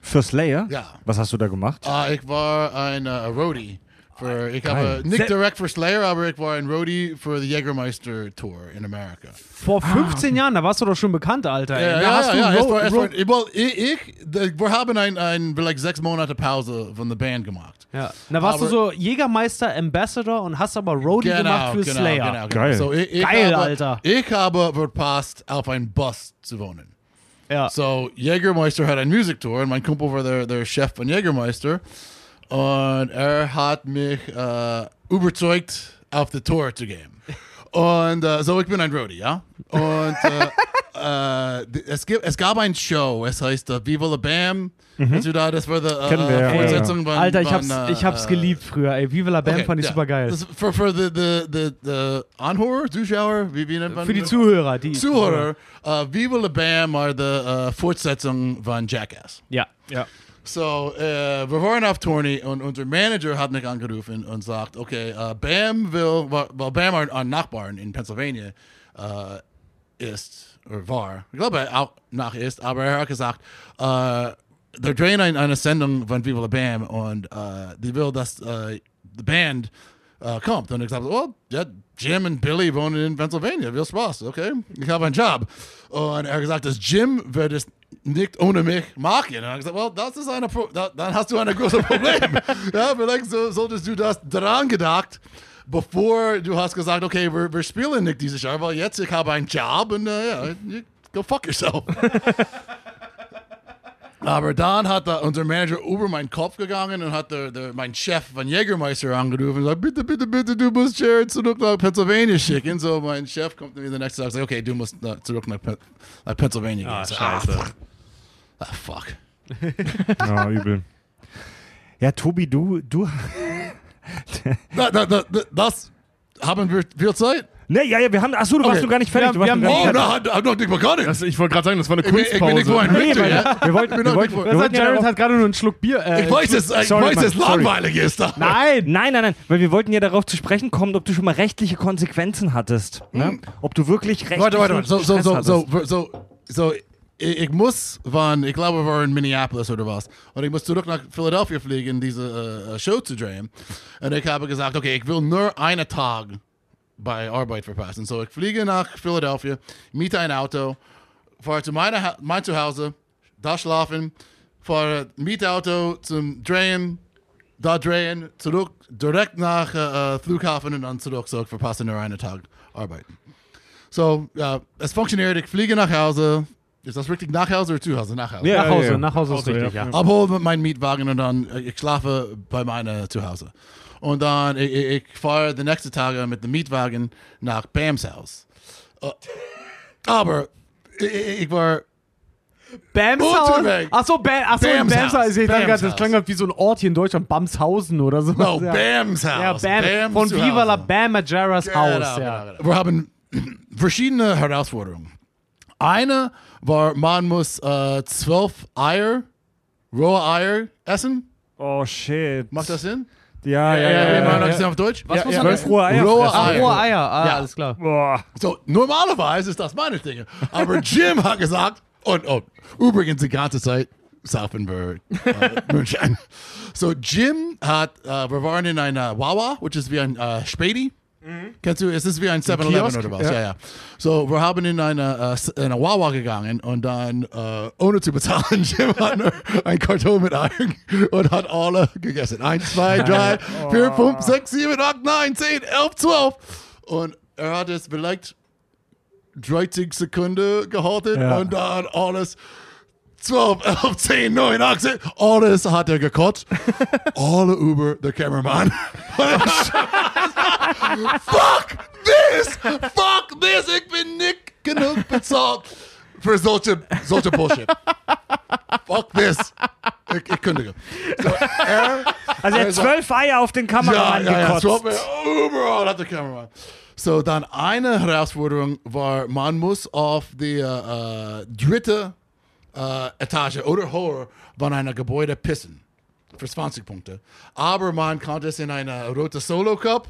Speaker 1: Für Slayer?
Speaker 2: Ja.
Speaker 1: Was hast du da gemacht?
Speaker 2: Äh, ich war ein äh, Roadie.
Speaker 4: Ah,
Speaker 2: Für, ich
Speaker 1: Geil.
Speaker 2: habe nicht
Speaker 1: Se-
Speaker 2: direkt für Slayer, aber ich war ein Roadie für die Jägermeister Tour in Amerika.
Speaker 4: Vor
Speaker 2: Ah,
Speaker 4: 15 Jahren, da warst du doch schon bekannt, Alter. ey. da hast du
Speaker 2: es
Speaker 4: Ro-
Speaker 2: war, es
Speaker 4: Ro-
Speaker 2: war, well, ich, ich, da- wir haben ein, ein, vielleicht sechs Monate Pause von der Band gemacht.
Speaker 4: ja. Da warst du
Speaker 2: Aber- Genau,
Speaker 4: so Jägermeister, Ambassador und hast aber Roadie gemacht für Slayer.
Speaker 1: Geil.
Speaker 2: So, ich, ich
Speaker 4: Geil,
Speaker 2: habe,
Speaker 4: Alter.
Speaker 2: Ich habe verpasst, auf einen Bus zu wohnen.
Speaker 4: Ja.
Speaker 2: So, Jägermeister hat eine Musiktour und mein Kumpel war der, der Chef von Jägermeister. Und er hat mich äh, überzeugt, auf die Tour zu gehen. Und äh, so, ich bin ein Roadie, ja? Und äh, äh, d- es, gibt, es gab ein Show, es heißt äh, Viva la Bam. Kennst du da? Das war die
Speaker 1: Mhm. Kennen wir, ja,
Speaker 2: äh,
Speaker 1: ja, ja.
Speaker 2: Fortsetzung von.
Speaker 4: Alter, ich
Speaker 2: von,
Speaker 4: hab's,
Speaker 2: äh,
Speaker 4: ich hab's
Speaker 2: äh,
Speaker 4: geliebt früher, ey. Viva la Bam
Speaker 2: Okay,
Speaker 4: fand ich
Speaker 2: ja.
Speaker 4: super geil.
Speaker 2: Das- Für, für die, die, die, die Anhörer, Zuschauer, wie, wie nennt man
Speaker 4: Für die Zuhörer, die.
Speaker 2: Zuhörer, äh, Viva La Bam war die äh, Fortsetzung von Jackass.
Speaker 4: Ja. ja.
Speaker 2: So, äh, wir waren auf Tournee und unser Manager hat mich angerufen und sagt, okay, äh, Bam will, weil weil Bam ein, ein Nachbarn in Pennsylvania äh, ist, oder war, ich glaube er auch nach ist, aber er hat gesagt, äh, wir drehen ein, eine Sendung von Viva La Bam und äh, die will, dass äh, die Band äh, kommt. Und ich sagte, oh, ja, Jim und Billy wohnen in Pennsylvania, viel Spaß, okay, ich habe einen Job. Und er hat gesagt, dass Jim wird es nicht ohne mich machen. Und er hat gesagt, well, das ist eine Pro da, dann hast du ein großes Problem. ja, vielleicht so, solltest du das daran gedacht, bevor du hast gesagt, okay, wir, wir spielen nicht dieses Jahr, weil jetzt ich habe einen Job und äh, ja, you- go fuck yourself. Aber dann hat da unser Manager über meinen Kopf gegangen und hat der, der, mein Chef von Jägermeister angerufen und gesagt, bitte, bitte, bitte, du musst Jared zurück nach Pennsylvania schicken. So, mein Chef kommt mir den nächsten Tag und sagt, okay, du musst nach, zurück nach, Pen- nach Pennsylvania gehen.
Speaker 4: Ah,
Speaker 2: So,
Speaker 4: scheiße.
Speaker 2: Ah, fuck.
Speaker 1: Ja, übel. Ja, Tobi, du, du.
Speaker 2: Da, da, da, da, das haben wir viel Zeit.
Speaker 1: Ne, ja, ja, wir haben. Achso, du warst
Speaker 3: Okay.
Speaker 1: noch gar nicht fertig.
Speaker 4: Wir
Speaker 1: du warst
Speaker 4: haben-
Speaker 1: noch gar
Speaker 4: wir
Speaker 1: nicht
Speaker 2: Oh,
Speaker 1: fertig.
Speaker 2: da hat, hat noch nicht begonnen.
Speaker 3: Das, ich wollte gerade sagen, das war eine
Speaker 2: ich, bin, ich bin nicht so
Speaker 3: Kunstpause.
Speaker 2: ein Richter,
Speaker 1: Nee,
Speaker 2: ja.
Speaker 1: Wir wollten, wir
Speaker 2: noch
Speaker 1: wollten,
Speaker 2: nicht
Speaker 1: wir
Speaker 4: Das
Speaker 1: wollten
Speaker 4: hat
Speaker 1: ja
Speaker 4: Jared
Speaker 1: darauf-
Speaker 4: hat gerade nur einen Schluck Bier. Äh,
Speaker 2: Ich weiß, es, ich
Speaker 1: Sorry,
Speaker 2: weiß,
Speaker 1: Mann,
Speaker 2: es
Speaker 1: sorry.
Speaker 2: langweilig ist. aber-
Speaker 4: Nein!
Speaker 1: Nein, nein, nein, weil wir wollten ja darauf zu sprechen kommen, ob du schon mal rechtliche Konsequenzen hattest. Ne? Ob du wirklich rechtliche
Speaker 2: Warte, warte, warte. So, so,
Speaker 1: Stress
Speaker 2: so, so,
Speaker 1: hattest.
Speaker 2: so, so, e-, ich, ich muss von, ich glaube, wir waren in Minneapolis oder was. Und ich muss zurück nach Philadelphia fliegen, diese äh, äh, Show zu drehen. Und ich habe gesagt, okay, ich will nur einen Tag bei Arbeit verpassen. So, ich fliege nach Philadelphia, miete ein Auto, fahre zu meiner, Ha- mein Zuhause, da schlafen, fahre Mietauto zum Drehen, da drehen, zurück, direkt nach äh, äh, Flughafen und dann zurück. So, ich verpasse nur einen Tag Arbeiten. So, ja, es funktioniert. Ich fliege nach Hause. Ist das richtig nach Hause oder zu Hause? Nach Hause.
Speaker 4: Nach
Speaker 3: Ja,
Speaker 4: Hause,
Speaker 3: ja.
Speaker 4: nach Hause ist
Speaker 3: Hause,
Speaker 4: richtig, ja.
Speaker 3: ja.
Speaker 2: Abhol mit meinem Mietwagen und dann äh, ich schlafe bei meiner zu Hause. Und dann ich, ich, ich fahre die nächsten Tage mit dem Mietwagen nach Bams Haus. Äh, aber ich, ich ich war
Speaker 4: Bamshaus?
Speaker 2: Unterweg.
Speaker 4: Achso, ba achso in
Speaker 2: Bamshaus.
Speaker 4: Bamshaus. Ich dachte gerade, das
Speaker 2: Bamshaus.
Speaker 4: klang gerade wie so ein Ort hier in Deutschland, Bamshausen oder so.
Speaker 2: no
Speaker 4: ja.
Speaker 2: Oh, Bams
Speaker 4: Ja,
Speaker 2: Haus.
Speaker 4: Bam,
Speaker 2: Bams
Speaker 4: von
Speaker 2: zu
Speaker 4: Viva
Speaker 2: Hause.
Speaker 4: la Bama Jaras Haus.
Speaker 2: Genau,
Speaker 4: Ja.
Speaker 2: genau, genau. Wir haben verschiedene Herausforderungen. Eine war, man muss äh, zwölf Eier, rohe Eier essen.
Speaker 1: Oh shit.
Speaker 2: Macht das Sinn?
Speaker 1: Ja, ja, ja.
Speaker 2: Wie
Speaker 1: ja,
Speaker 2: machen wir
Speaker 1: ja,
Speaker 2: das auf Deutsch?
Speaker 4: Was muss man
Speaker 1: Zwölf Uhr Eier.
Speaker 2: Rohe
Speaker 1: fressen.
Speaker 4: Ah,
Speaker 2: Eier.
Speaker 4: rohe Eier, ah,
Speaker 2: Ja.
Speaker 4: alles klar.
Speaker 1: Boah.
Speaker 2: So, normalerweise ist das meine Dinge. Aber Jim hat gesagt, und oh, übrigens die ganze Zeit saufen wir äh, München. So, Jim hat, äh, wir waren in einer Wawa, which ist wie ein äh, Späti. Kennst du, es ist wie ein 7-Eleven
Speaker 3: Kiosk,
Speaker 2: oder was?
Speaker 3: ja.
Speaker 2: Ja. ja, So, wir haben in eine, äh, in eine Wawa gegangen und dann, äh, ohne zu bezahlen, Jim hat nur ein Karton mit Eiern und hat alle gegessen. Eins, zwei, drei, vier, fünf, sechs, sieben, acht, neun, zehn, elf, zwölf. Und er hat es vielleicht 30 Sekunden gehalten
Speaker 1: Ja.
Speaker 2: und dann alles 12, 11, 10, 9, 8, 7. Alles hat er gekotzt. Alle über der Kameramann. fuck this! Fuck this! Ich bin nicht genug bezahlt für solche, solche Bullshit. fuck this! Ich, ich kündige. So, er
Speaker 1: Also er hat
Speaker 2: Also-
Speaker 1: zwölf Eier auf den Kameramann gekotzt.
Speaker 2: so hat man überall hat der Kameramann. So, dann eine Herausforderung war, man muss auf die äh, äh, dritte äh, Etage oder höher von einem Gebäude pissen. Für 20 Punkte. Aber man konnte es in einer roten Solo Cup.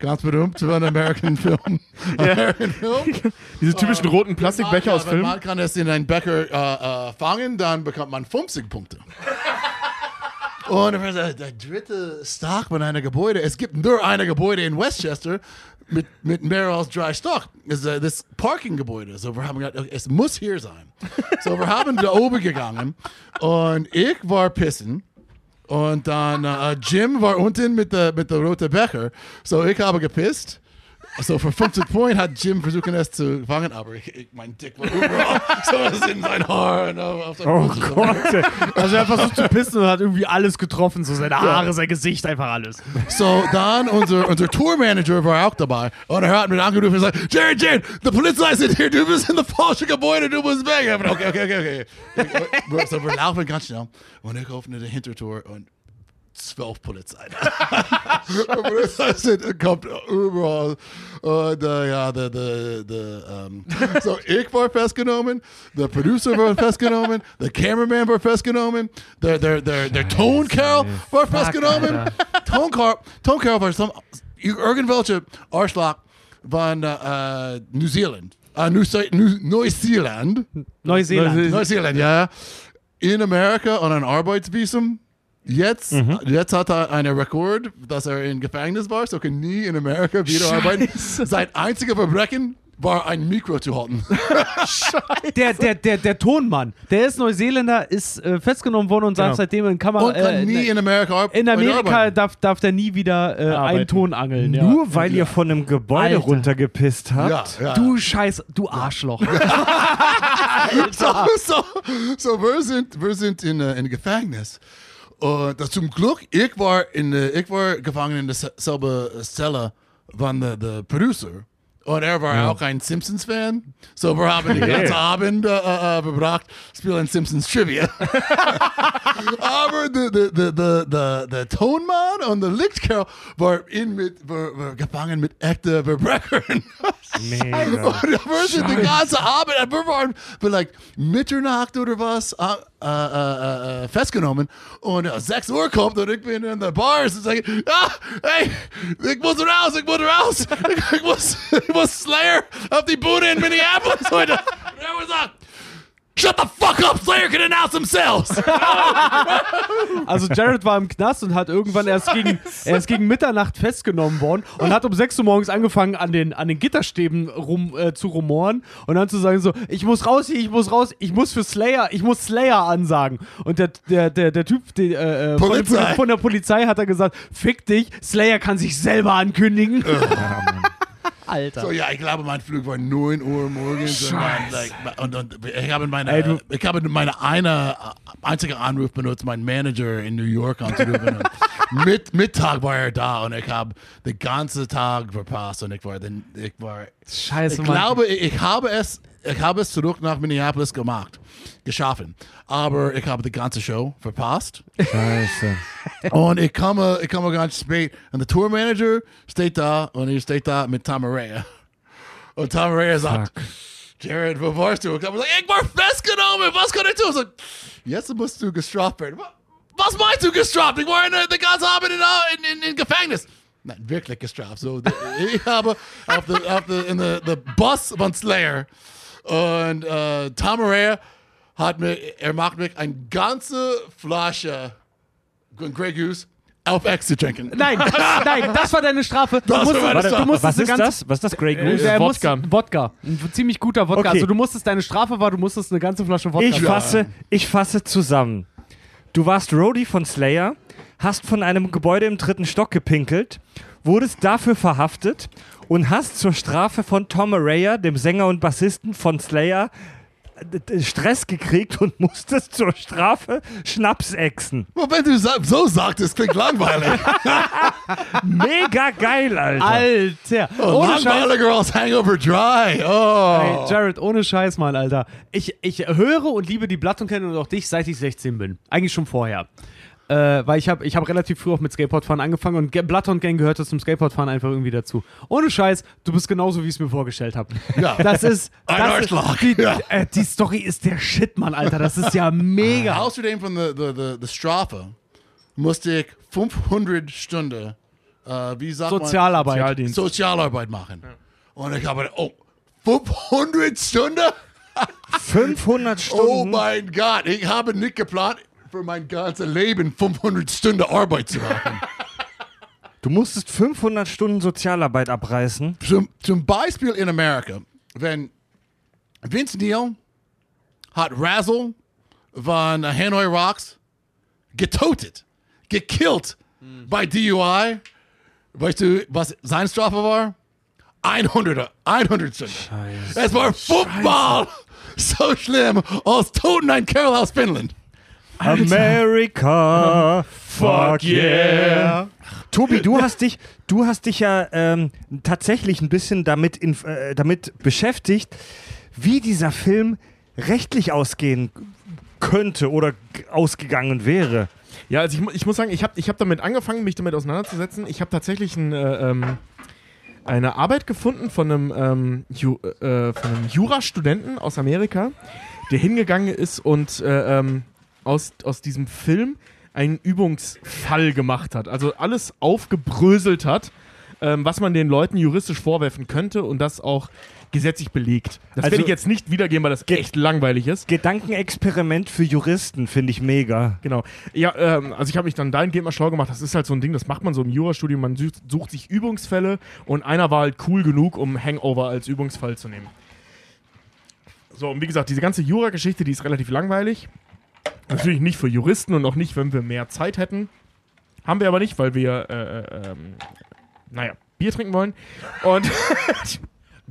Speaker 2: Ganz berühmt von American Film. American Film.
Speaker 3: Diese typischen roten Plastikbecher
Speaker 2: Man-
Speaker 3: aus
Speaker 2: wenn
Speaker 3: Filmen.
Speaker 2: Man kann es in einen Becher äh, äh, fangen, dann bekommt man 50 Punkte. Und dann sagt, der dritte Stock von einem Gebäude, es gibt nur ein Gebäude in Westchester mit, mit mehr als drei Stock. Es ist äh, das Parkinggebäude. So, wir haben gedacht, okay, es muss hier sein. So, wir haben da oben gegangen und ich war pissen. Und dann äh, Jim war unten mit der, mit der roten Becher. So, ich habe gepisst. So, für 50 Point hat Jim versucht, es zu fangen, aber ich, ich, mein Dick war überall. So, es ist in sein Haar. Und auf, auf sein
Speaker 1: Oh
Speaker 2: Fuß.
Speaker 1: Gott.
Speaker 4: Also er versucht zu pissen und hat irgendwie alles getroffen. So seine Haare, sein Gesicht, einfach alles.
Speaker 2: So, dann unser, unser Tourmanager war auch dabei. Und er hat mir angerufen und gesagt, Jared, Jared, die Polizei sind hier, du bist in der falschen Gebäude, du musst weg. Ich hab gedacht, Okay, okay, okay, okay. Wir- So, wir laufen ganz schnell. Und ich öffne die Hintertür und zwölf Polizei. da. Und Polizei sind, kommt überall. Und äh, ja, der, der, der, ähm, so ich war festgenommen, der Producer war festgenommen, der Cameraman war festgenommen, der, der, der, der Tonkerl war festgenommen. Tonkerl, Tonkerl war some, irgendwelche Arschloch von äh, New Zealand. Äh, New, New, Neuseeland.
Speaker 4: Neuseeland.
Speaker 2: Neuseeland, ja. In Amerika an ein Arbeitsvisum. Jetzt,
Speaker 4: Mhm.
Speaker 2: jetzt hat er einen Rekord, dass er im Gefängnis war, so kann nie in Amerika wieder arbeiten. Sein einziger Verbrechen war ein Mikro zu halten.
Speaker 4: Der, der, der, der Tonmann, der ist Neuseeländer, ist äh, festgenommen worden und
Speaker 3: Genau.
Speaker 4: sagt seitdem in Kamera.
Speaker 2: Und kann
Speaker 4: äh,
Speaker 2: nie in Amerika ar- arbeiten.
Speaker 4: in Amerika darf, darf der nie wieder äh, einen
Speaker 3: Arbeiten.
Speaker 4: Ton angeln. Ja.
Speaker 1: Nur weil ihr von einem Gebäude
Speaker 4: Alter.
Speaker 1: runtergepisst
Speaker 2: Ja,
Speaker 1: habt.
Speaker 2: ja.
Speaker 4: Du Scheiß, du Arschloch.
Speaker 2: so, so, so wir sind, wir sind in, äh, in Gefängnis. Und das zum Glück, ich war, in, der- ich war gefangen in derselben Zelle von der, der Producer. Und er war auch ein Simpsons-Fan. So, wir haben den ganzen Abend äh, äh, verbracht, spielen Simpsons Trivia. Aber der de, de, de, de, de Tonmann und der Lichtkerl war, in mit, war, war gefangen mit echten Verbrechern.
Speaker 1: Mega.
Speaker 2: Und da waren sie die ganze Abend, wir waren vielleicht Mitternacht oder was äh, äh, äh, äh, festgenommen und äh, 6 Uhr kommt und ich bin in der Bars und sage, ah, hey, ich muss raus, ich muss raus, ich, ich, muss, ich muss Slayer auf die Bude in Minneapolis heute. Und er war sagt, Shut the fuck up, Slayer can announce themselves.
Speaker 4: Also Jared war im Knast und hat irgendwann erst gegen, erst gegen Mitternacht festgenommen worden und hat um 6 Uhr morgens angefangen, an den, an den Gitterstäben rum, äh, zu rumoren und dann zu sagen so, ich muss raus hier, ich muss raus, ich muss für Slayer, ich muss Slayer ansagen. Und der, der, der, der Typ die, äh, äh, von, der,
Speaker 2: Polizei.
Speaker 4: von der Polizei hat er gesagt, fick dich, Slayer kann sich selber ankündigen. Alter.
Speaker 2: Oh, So, ja, ich glaube, mein Flug war 9 Uhr morgens. Und, dann, like, und, und ich habe meine,
Speaker 4: Ey, du-
Speaker 2: ich habe meine eine, äh, einzige Anruf benutzt, meinen Manager in New York anzurufen. und mit, Mittag war er da und ich habe den ganzen Tag verpasst und ich war, den, ich war
Speaker 4: Scheiße,
Speaker 2: ich
Speaker 4: Mann.
Speaker 2: glaube, ich, ich habe es, ich habe es zurück nach Minneapolis gemacht, geschaffen. Aber ich habe die ganze Show verpasst.
Speaker 1: Scheiße.
Speaker 2: Und ich komme, ich komme ganz spät. Und der Tourmanager steht da und ich steht da mit Tamaraya. Und Tamaraya sagt, uh, Jared, wo warst du? Und ich habe gesagt, ich war festgenommen, was kann ich tun? Ich sag, jetzt musst du gestraft werden. Wa- Was meinst du gestraft? Ich war in der ganzen Abend in, in, in, in Gefängnis. Nein, wirklich gestraft. So, de- ich habe auf der auf der- in der der Bus von Slayer und äh, Tamaraya hat mir, er macht mir eine ganze Flasche und Grey Goose auf Ex zu trinken.
Speaker 4: Nein, nein, das war deine Strafe. Du
Speaker 2: Das war
Speaker 4: musstest,
Speaker 2: meine Strafe.
Speaker 4: du musstest
Speaker 1: Was
Speaker 4: eine
Speaker 1: ist
Speaker 4: ganze Äh,
Speaker 1: das? Was ist das, Grey Goose?
Speaker 4: Der
Speaker 3: Wodka.
Speaker 4: Muss, Wodka. Ein ziemlich guter Wodka.
Speaker 1: Äh, Okay.
Speaker 4: Also du musstest, deine Strafe war, du musstest eine ganze Flasche Wodka.
Speaker 1: Ich fasse, ich fasse zusammen. Du warst Roadie von Slayer, hast von einem Gebäude im dritten Stock gepinkelt, wurdest dafür verhaftet und hast zur Strafe von Tom Araya, dem Sänger und Bassisten von Slayer, d- Stress gekriegt und musstest zur Strafe Schnaps exen.
Speaker 2: Well, wenn du sa- so sagtest, klingt langweilig.
Speaker 1: Mega geil, Alter.
Speaker 4: Alter.
Speaker 2: Oh,
Speaker 4: Ohne Scheiß.
Speaker 2: langweiliger als Hangover Dry. Oh.
Speaker 4: Ey, Jared, ohne Scheiß, Mann, Alter. Ich, ich höre und liebe die Blattung kennen und auch dich, seit ich 16 bin. Eigentlich schon vorher. Äh, weil ich habe ich hab relativ früh auch mit Skateboardfahren angefangen und Ge- Bloodhound Gang gehörte zum Skateboardfahren einfach irgendwie dazu. Ohne Scheiß, du bist genauso, wie ich es mir vorgestellt habe.
Speaker 2: Ja.
Speaker 4: Das ist.
Speaker 2: Ein
Speaker 4: das
Speaker 2: Arschloch.
Speaker 4: Ist, die,
Speaker 2: Ja.
Speaker 4: äh, die Story ist der Shit, Mann, Alter. Das ist ja mega.
Speaker 2: Außerdem von der, der, der, der Strafe musste ich 500 Stunden, äh, wie sagt
Speaker 4: Sozialarbeit.
Speaker 2: man,
Speaker 3: Sozialdienst.
Speaker 2: Sozialarbeit machen. Und ich habe, oh, 500 Stunden?
Speaker 1: 500 Stunden.
Speaker 2: Oh mein Gott, ich habe nicht geplant, für mein ganzes Leben 500 Stunden Arbeit zu machen.
Speaker 1: Du musstest 500 Stunden Sozialarbeit abreißen.
Speaker 2: zum, zum Beispiel in Amerika, wenn Vince Neil hat Razzle von Hanoi Rocks getotet, gekillt bei DUI. Weißt du, was seine Strafe war? 100, 100 Stunden. Es war Football! So schlimm aus Toten ein Kerl aus Finnland.
Speaker 1: America, fuck yeah. Tobi, du hast dich, du hast dich ja ähm, tatsächlich ein bisschen damit, in, äh, damit beschäftigt, wie dieser Film rechtlich ausgehen könnte oder g- ausgegangen wäre.
Speaker 3: Ja, also ich, mu- ich muss sagen, ich habe ich hab damit angefangen, mich damit auseinanderzusetzen. Ich habe tatsächlich ein, äh, ähm, eine Arbeit gefunden von einem, ähm, Ju äh, von einem Jurastudenten aus Amerika, der hingegangen ist und äh, ähm, aus, aus diesem Film einen Übungsfall gemacht hat. Also alles aufgebröselt hat, ähm, was man den Leuten juristisch vorwerfen könnte und das auch gesetzlich belegt. Das
Speaker 1: Also-
Speaker 3: werde ich jetzt nicht wiedergeben, weil das echt langweilig ist.
Speaker 1: Gedankenexperiment für Juristen finde ich mega.
Speaker 3: Genau. Ja, ähm, also ich habe mich dann dahingehend mal schlau gemacht. Das ist halt so ein Ding, das macht man so im Jurastudium. Man sucht, sucht sich Übungsfälle und einer war halt cool genug, um Hangover als Übungsfall zu nehmen. So, und wie gesagt, diese ganze Jura-Geschichte, die ist relativ langweilig. Natürlich nicht für Juristen und auch nicht, wenn wir mehr Zeit hätten. Haben wir aber nicht, weil wir, äh, ähm, naja, Bier trinken wollen. Und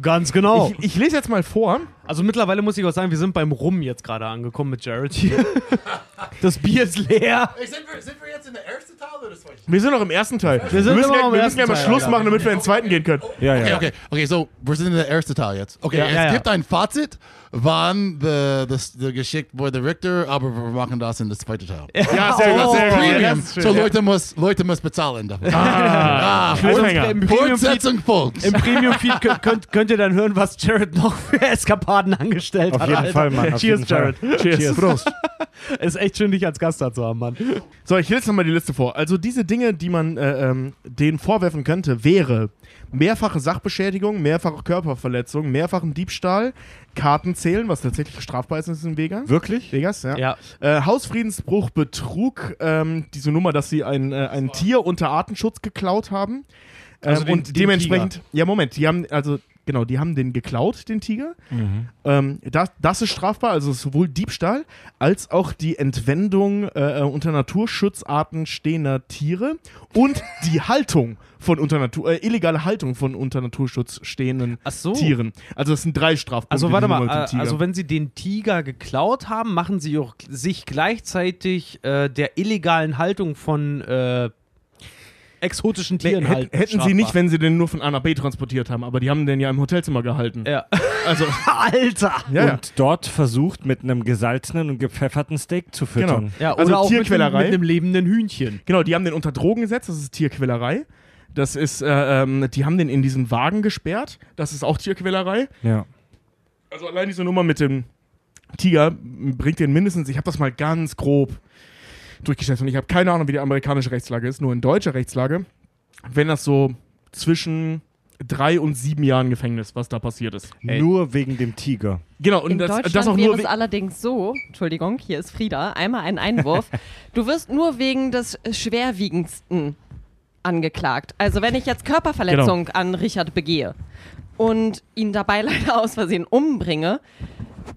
Speaker 4: Ganz genau.
Speaker 3: ich, ich lese jetzt mal vor.
Speaker 4: also mittlerweile muss ich auch sagen, wir sind beim Rum jetzt gerade angekommen mit Jared hier. das Bier ist leer.
Speaker 2: Sind wir, jetzt in der ersten Teil oder das
Speaker 3: Wir sind noch im ersten Teil.
Speaker 4: Wir sind
Speaker 3: müssen
Speaker 4: immer
Speaker 3: gleich-
Speaker 4: noch im
Speaker 3: wir
Speaker 4: ersten
Speaker 3: müssen gleich mal
Speaker 4: Teil,
Speaker 3: Schluss
Speaker 4: Alter.
Speaker 3: machen, damit wir ins zweiten gehen können.
Speaker 1: Ja,
Speaker 2: Okay,
Speaker 1: ja.
Speaker 2: okay, okay, so, wir sind in der ersten Teil jetzt. Okay, es
Speaker 4: ja, ja.
Speaker 2: gibt ein Fazit, wann der, das, der geschickt wurde Richter, aber wir machen das in der zweiten Teil.
Speaker 3: Ja, sehr
Speaker 4: Oh,
Speaker 3: gut, sehr gut.
Speaker 2: Premium,
Speaker 3: Das ist
Speaker 2: so
Speaker 3: schön, ja.
Speaker 2: Leute muss, Leute muss bezahlen dafür.
Speaker 3: Ah, Cliffhanger.
Speaker 4: Also Im Premium-Feed
Speaker 2: Fortsetzung folgt.
Speaker 4: Im Premium-Feed kö- könnt, könnt ihr dann hören, was Jared noch für Eskapaden angestellt
Speaker 1: Auf
Speaker 4: hat.
Speaker 1: jeden
Speaker 4: Alter.
Speaker 1: Fall, Mann. Auf
Speaker 4: Cheers,
Speaker 1: jeden
Speaker 4: Jared.
Speaker 1: Fall.
Speaker 3: Cheers.
Speaker 1: Prost.
Speaker 4: Ist echt schön, dich als Gast da zu haben, Mann.
Speaker 3: So, ich lese nochmal die Liste vor. Also diese Dinge, die man äh, ähm, denen vorwerfen könnte, wäre mehrfache Sachbeschädigung, mehrfache Körperverletzung, mehrfachen Diebstahl, Kartenzählen, was tatsächlich strafbar ist in Vegas.
Speaker 1: Wirklich?
Speaker 3: Vegas, ja.
Speaker 4: Ja.
Speaker 3: Äh, Hausfriedensbruch, Betrug, ähm, diese Nummer, dass sie ein, äh, ein Tier unter Artenschutz geklaut haben. Ähm,
Speaker 4: Also den-
Speaker 3: und
Speaker 4: den
Speaker 3: dementsprechend, ja Moment, die haben, also genau, die haben den geklaut, den Tiger.
Speaker 1: Mhm.
Speaker 3: Ähm, das, das ist strafbar, also sowohl Diebstahl als auch die Entwendung äh, unter Naturschutzarten stehender Tiere und die Haltung von unter Natur, äh, illegale Haltung von unter Naturschutz stehenden
Speaker 4: Ach so.
Speaker 3: Tieren. Also das sind drei Strafpunkte.
Speaker 4: Also warte
Speaker 3: die man
Speaker 4: mal,
Speaker 3: mit dem
Speaker 4: äh,
Speaker 3: Tiger-
Speaker 4: also wenn sie den Tiger geklaut haben, machen sie auch sich gleichzeitig äh, der illegalen Haltung von äh, exotischen Tieren
Speaker 3: Hätt-
Speaker 4: halt.
Speaker 3: hätten sie nicht,
Speaker 4: strafbar.
Speaker 3: wenn sie den nur von A nach B transportiert haben, aber die haben den ja im Hotelzimmer gehalten.
Speaker 4: Ja.
Speaker 3: Also,
Speaker 4: Alter!
Speaker 3: ja, ja.
Speaker 1: Und dort versucht, mit einem gesalzenen und gepfefferten Steak zu füttern.
Speaker 3: Genau.
Speaker 4: Ja, oder
Speaker 3: Also
Speaker 4: auch mit einem,
Speaker 3: Tierquälerei.
Speaker 4: mit einem lebenden Hühnchen.
Speaker 3: Genau, die haben den unter Drogen gesetzt, das ist Tierquälerei. Das ist, äh, ähm, die haben den in diesen Wagen gesperrt, das ist auch Tierquälerei.
Speaker 1: Ja.
Speaker 3: Also allein diese Nummer mit dem Tiger bringt den mindestens, ich habe das mal ganz grob durchgeschätzt und ich habe keine Ahnung, wie die amerikanische Rechtslage ist, nur in deutscher Rechtslage, wenn das so zwischen drei und sieben Jahren Gefängnis, was da passiert ist.
Speaker 1: Nur wegen dem Tiger.
Speaker 3: Genau, und
Speaker 5: In
Speaker 3: das,
Speaker 5: Deutschland
Speaker 3: das auch
Speaker 5: wäre
Speaker 3: nur.
Speaker 5: es
Speaker 3: we-
Speaker 5: allerdings so, Entschuldigung, hier ist Frieda, einmal ein Einwurf. du wirst nur wegen des Schwerwiegendsten angeklagt. Also wenn ich jetzt
Speaker 3: Genau.
Speaker 5: Körperverletzung an Richard begehe und ihn dabei leider aus Versehen umbringe,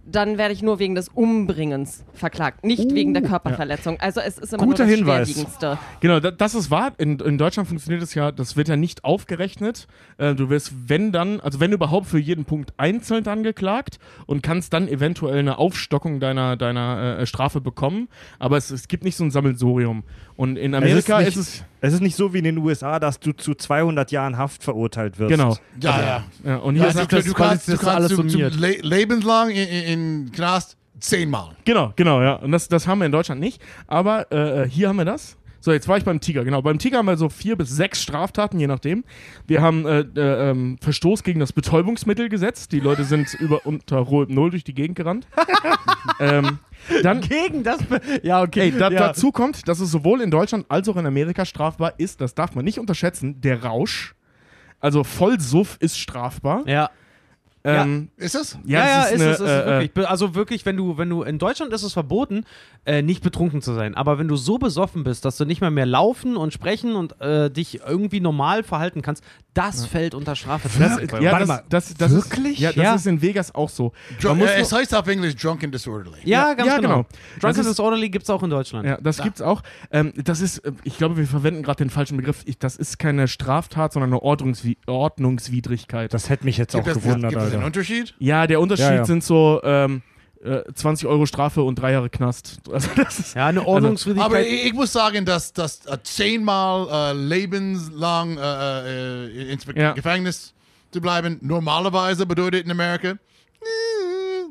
Speaker 5: dann werde ich nur wegen des Umbringens verklagt, nicht wegen der Körperverletzung. Also es ist immer
Speaker 3: Uh, Guter
Speaker 5: nur das
Speaker 3: Hinweis.
Speaker 5: Schwerwiegendste.
Speaker 3: Genau, da- das ist wahr. In, in Deutschland funktioniert es ja, das wird ja nicht aufgerechnet. Äh, Du wirst, wenn dann, also wenn überhaupt für jeden Punkt einzeln angeklagt und kannst dann eventuell eine Aufstockung deiner, deiner äh, Strafe bekommen. Aber es, es gibt nicht so ein Sammelsurium. Und in Amerika
Speaker 1: es
Speaker 3: ist
Speaker 1: ist, nicht,
Speaker 3: es.
Speaker 1: es ist nicht so wie in den USA, dass du zu 200 Jahren Haft verurteilt wirst.
Speaker 3: Genau.
Speaker 2: Ja, ja.
Speaker 3: Ah, Ja, und hier
Speaker 2: Ja,
Speaker 3: ist
Speaker 2: du,
Speaker 3: es
Speaker 2: du,
Speaker 3: das
Speaker 2: du
Speaker 3: quasi-
Speaker 2: kannst, du
Speaker 3: das ist
Speaker 2: kannst
Speaker 3: alles
Speaker 2: zu- zu
Speaker 3: summiert.
Speaker 2: le lebenslang in, in, in Knast zehnmal.
Speaker 3: Genau, genau, ja. Und das, das haben wir in Deutschland nicht. Aber äh, hier haben wir das. So, jetzt war ich beim Tiger, genau. Beim Tiger haben wir so vier bis sechs Straftaten, je nachdem. Wir haben äh, äh, ähm, Verstoß gegen das Betäubungsmittelgesetz. Die Leute sind über, unter rotem Null durch die Gegend gerannt. ähm, dann,
Speaker 4: Gegen das. Be ja, okay.
Speaker 3: Ey, da,
Speaker 4: ja.
Speaker 3: dazu kommt, dass es sowohl in Deutschland als auch in Amerika strafbar ist, das darf man nicht unterschätzen, der Rausch. Also Vollsuff ist strafbar.
Speaker 4: Ja.
Speaker 3: Ähm,
Speaker 2: Ist es?
Speaker 4: Ja, ja,
Speaker 3: das
Speaker 4: ist,
Speaker 3: eine,
Speaker 4: es,
Speaker 3: äh,
Speaker 4: ist es
Speaker 3: äh,
Speaker 4: wirklich. Be- Also wirklich, wenn du, wenn du, in Deutschland ist es verboten, äh, nicht betrunken zu sein. Aber wenn du so besoffen bist, dass du nicht mehr mehr laufen und sprechen und äh, dich irgendwie normal verhalten kannst, das fällt unter Strafe.
Speaker 3: Das, ja,
Speaker 1: Warte
Speaker 3: das,
Speaker 1: mal,
Speaker 3: das, das
Speaker 1: wirklich?
Speaker 3: Ist, ja, das
Speaker 4: Ja.
Speaker 3: ist in Vegas auch so.
Speaker 2: Dr
Speaker 3: Man muss
Speaker 2: äh,
Speaker 3: nur-
Speaker 2: es heißt auf Englisch drunk and disorderly.
Speaker 4: ja,
Speaker 3: ja,
Speaker 4: ganz
Speaker 3: ja,
Speaker 4: genau.
Speaker 3: genau. Das
Speaker 4: Drunk and
Speaker 3: ist-
Speaker 4: Disorderly gibt es auch in Deutschland.
Speaker 3: ja, das gibt's auch. Ähm, das ist, äh, ich glaube, wir verwenden gerade den falschen Begriff. Ich, das ist keine Straftat, sondern eine Ordnungswi Ordnungswidrigkeit.
Speaker 1: Das hätte mich jetzt
Speaker 2: Gibt
Speaker 1: auch
Speaker 2: es
Speaker 1: gewundert,
Speaker 2: gibt es einen
Speaker 1: Alter.
Speaker 2: Unterschied?
Speaker 3: ja, der Unterschied
Speaker 1: Ja, ja.
Speaker 3: sind so ähm, äh, 20 Euro Strafe und drei Jahre Knast. Also das ist,
Speaker 4: Ja, eine Ordnungswidrigkeit.
Speaker 2: Aber ich, ich muss sagen, dass das äh, zehnmal äh, lebenslang äh, äh, ins Be
Speaker 3: Ja.
Speaker 2: Gefängnis zu bleiben normalerweise bedeutet in Amerika äh,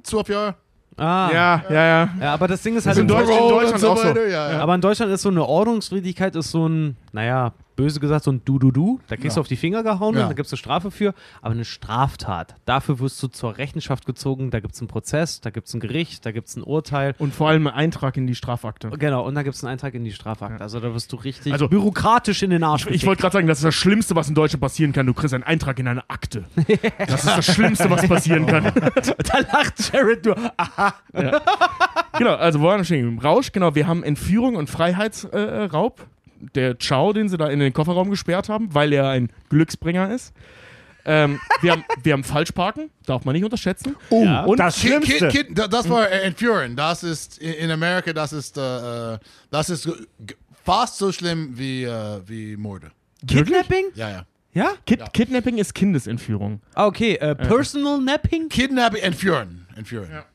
Speaker 2: zwölf Jahre.
Speaker 4: ah. ja.
Speaker 3: ja, ja, ja.
Speaker 4: aber das Ding ist halt
Speaker 3: in
Speaker 4: in Deutschland.
Speaker 3: Deutschland-
Speaker 2: Parole
Speaker 3: Deutschland auch so.
Speaker 2: Ja, ja.
Speaker 4: Aber in Deutschland ist so eine Ordnungswidrigkeit, ist so ein, naja, böse gesagt, so ein Du-Du-Du. Da kriegst du auf die Finger gehauen
Speaker 2: Ja.
Speaker 4: und da gibt es eine Strafe für. Aber eine Straftat, dafür wirst du zur Rechenschaft gezogen. Da gibt es einen Prozess, da gibt es ein Gericht, da gibt es ein Urteil.
Speaker 3: Und vor allem ein Eintrag in die Strafakte.
Speaker 4: Genau, und da gibt es einen Eintrag in die Strafakte. Also da wirst du richtig
Speaker 3: Also-
Speaker 4: bürokratisch in den Arsch
Speaker 3: Ich wollte gerade sagen, das ist das Schlimmste, was in Deutschland passieren kann. Du kriegst einen Eintrag in eine Akte. Das ist das Schlimmste, was passieren kann.
Speaker 4: da lacht Jared nur. Ah,
Speaker 3: genau, also wo waren wir stehen geblieben? Rausch, genau, wir haben Entführung und Freiheitsraub. Äh, Raub. der Chao, den sie da in den Kofferraum gesperrt haben, weil er ein Glücksbringer ist. Ähm, wir, haben, wir haben Falschparken, darf man nicht unterschätzen.
Speaker 1: Oh,
Speaker 4: Ja.
Speaker 1: und das
Speaker 2: Kind,
Speaker 1: Schlimmste.
Speaker 2: kind, kind, da- das war äh, entführen. Das ist in in Amerika, das ist, äh, äh, das ist g- g- fast so schlimm wie, äh, wie Morde.
Speaker 4: Kidnapping?
Speaker 2: Ja, ja.
Speaker 4: Ja?
Speaker 3: Kid Kidnapping ist Kindesentführung.
Speaker 4: Ah, okay. Äh, Personal Napping?
Speaker 2: Kidnapping, entführen. entführen.
Speaker 4: Ja.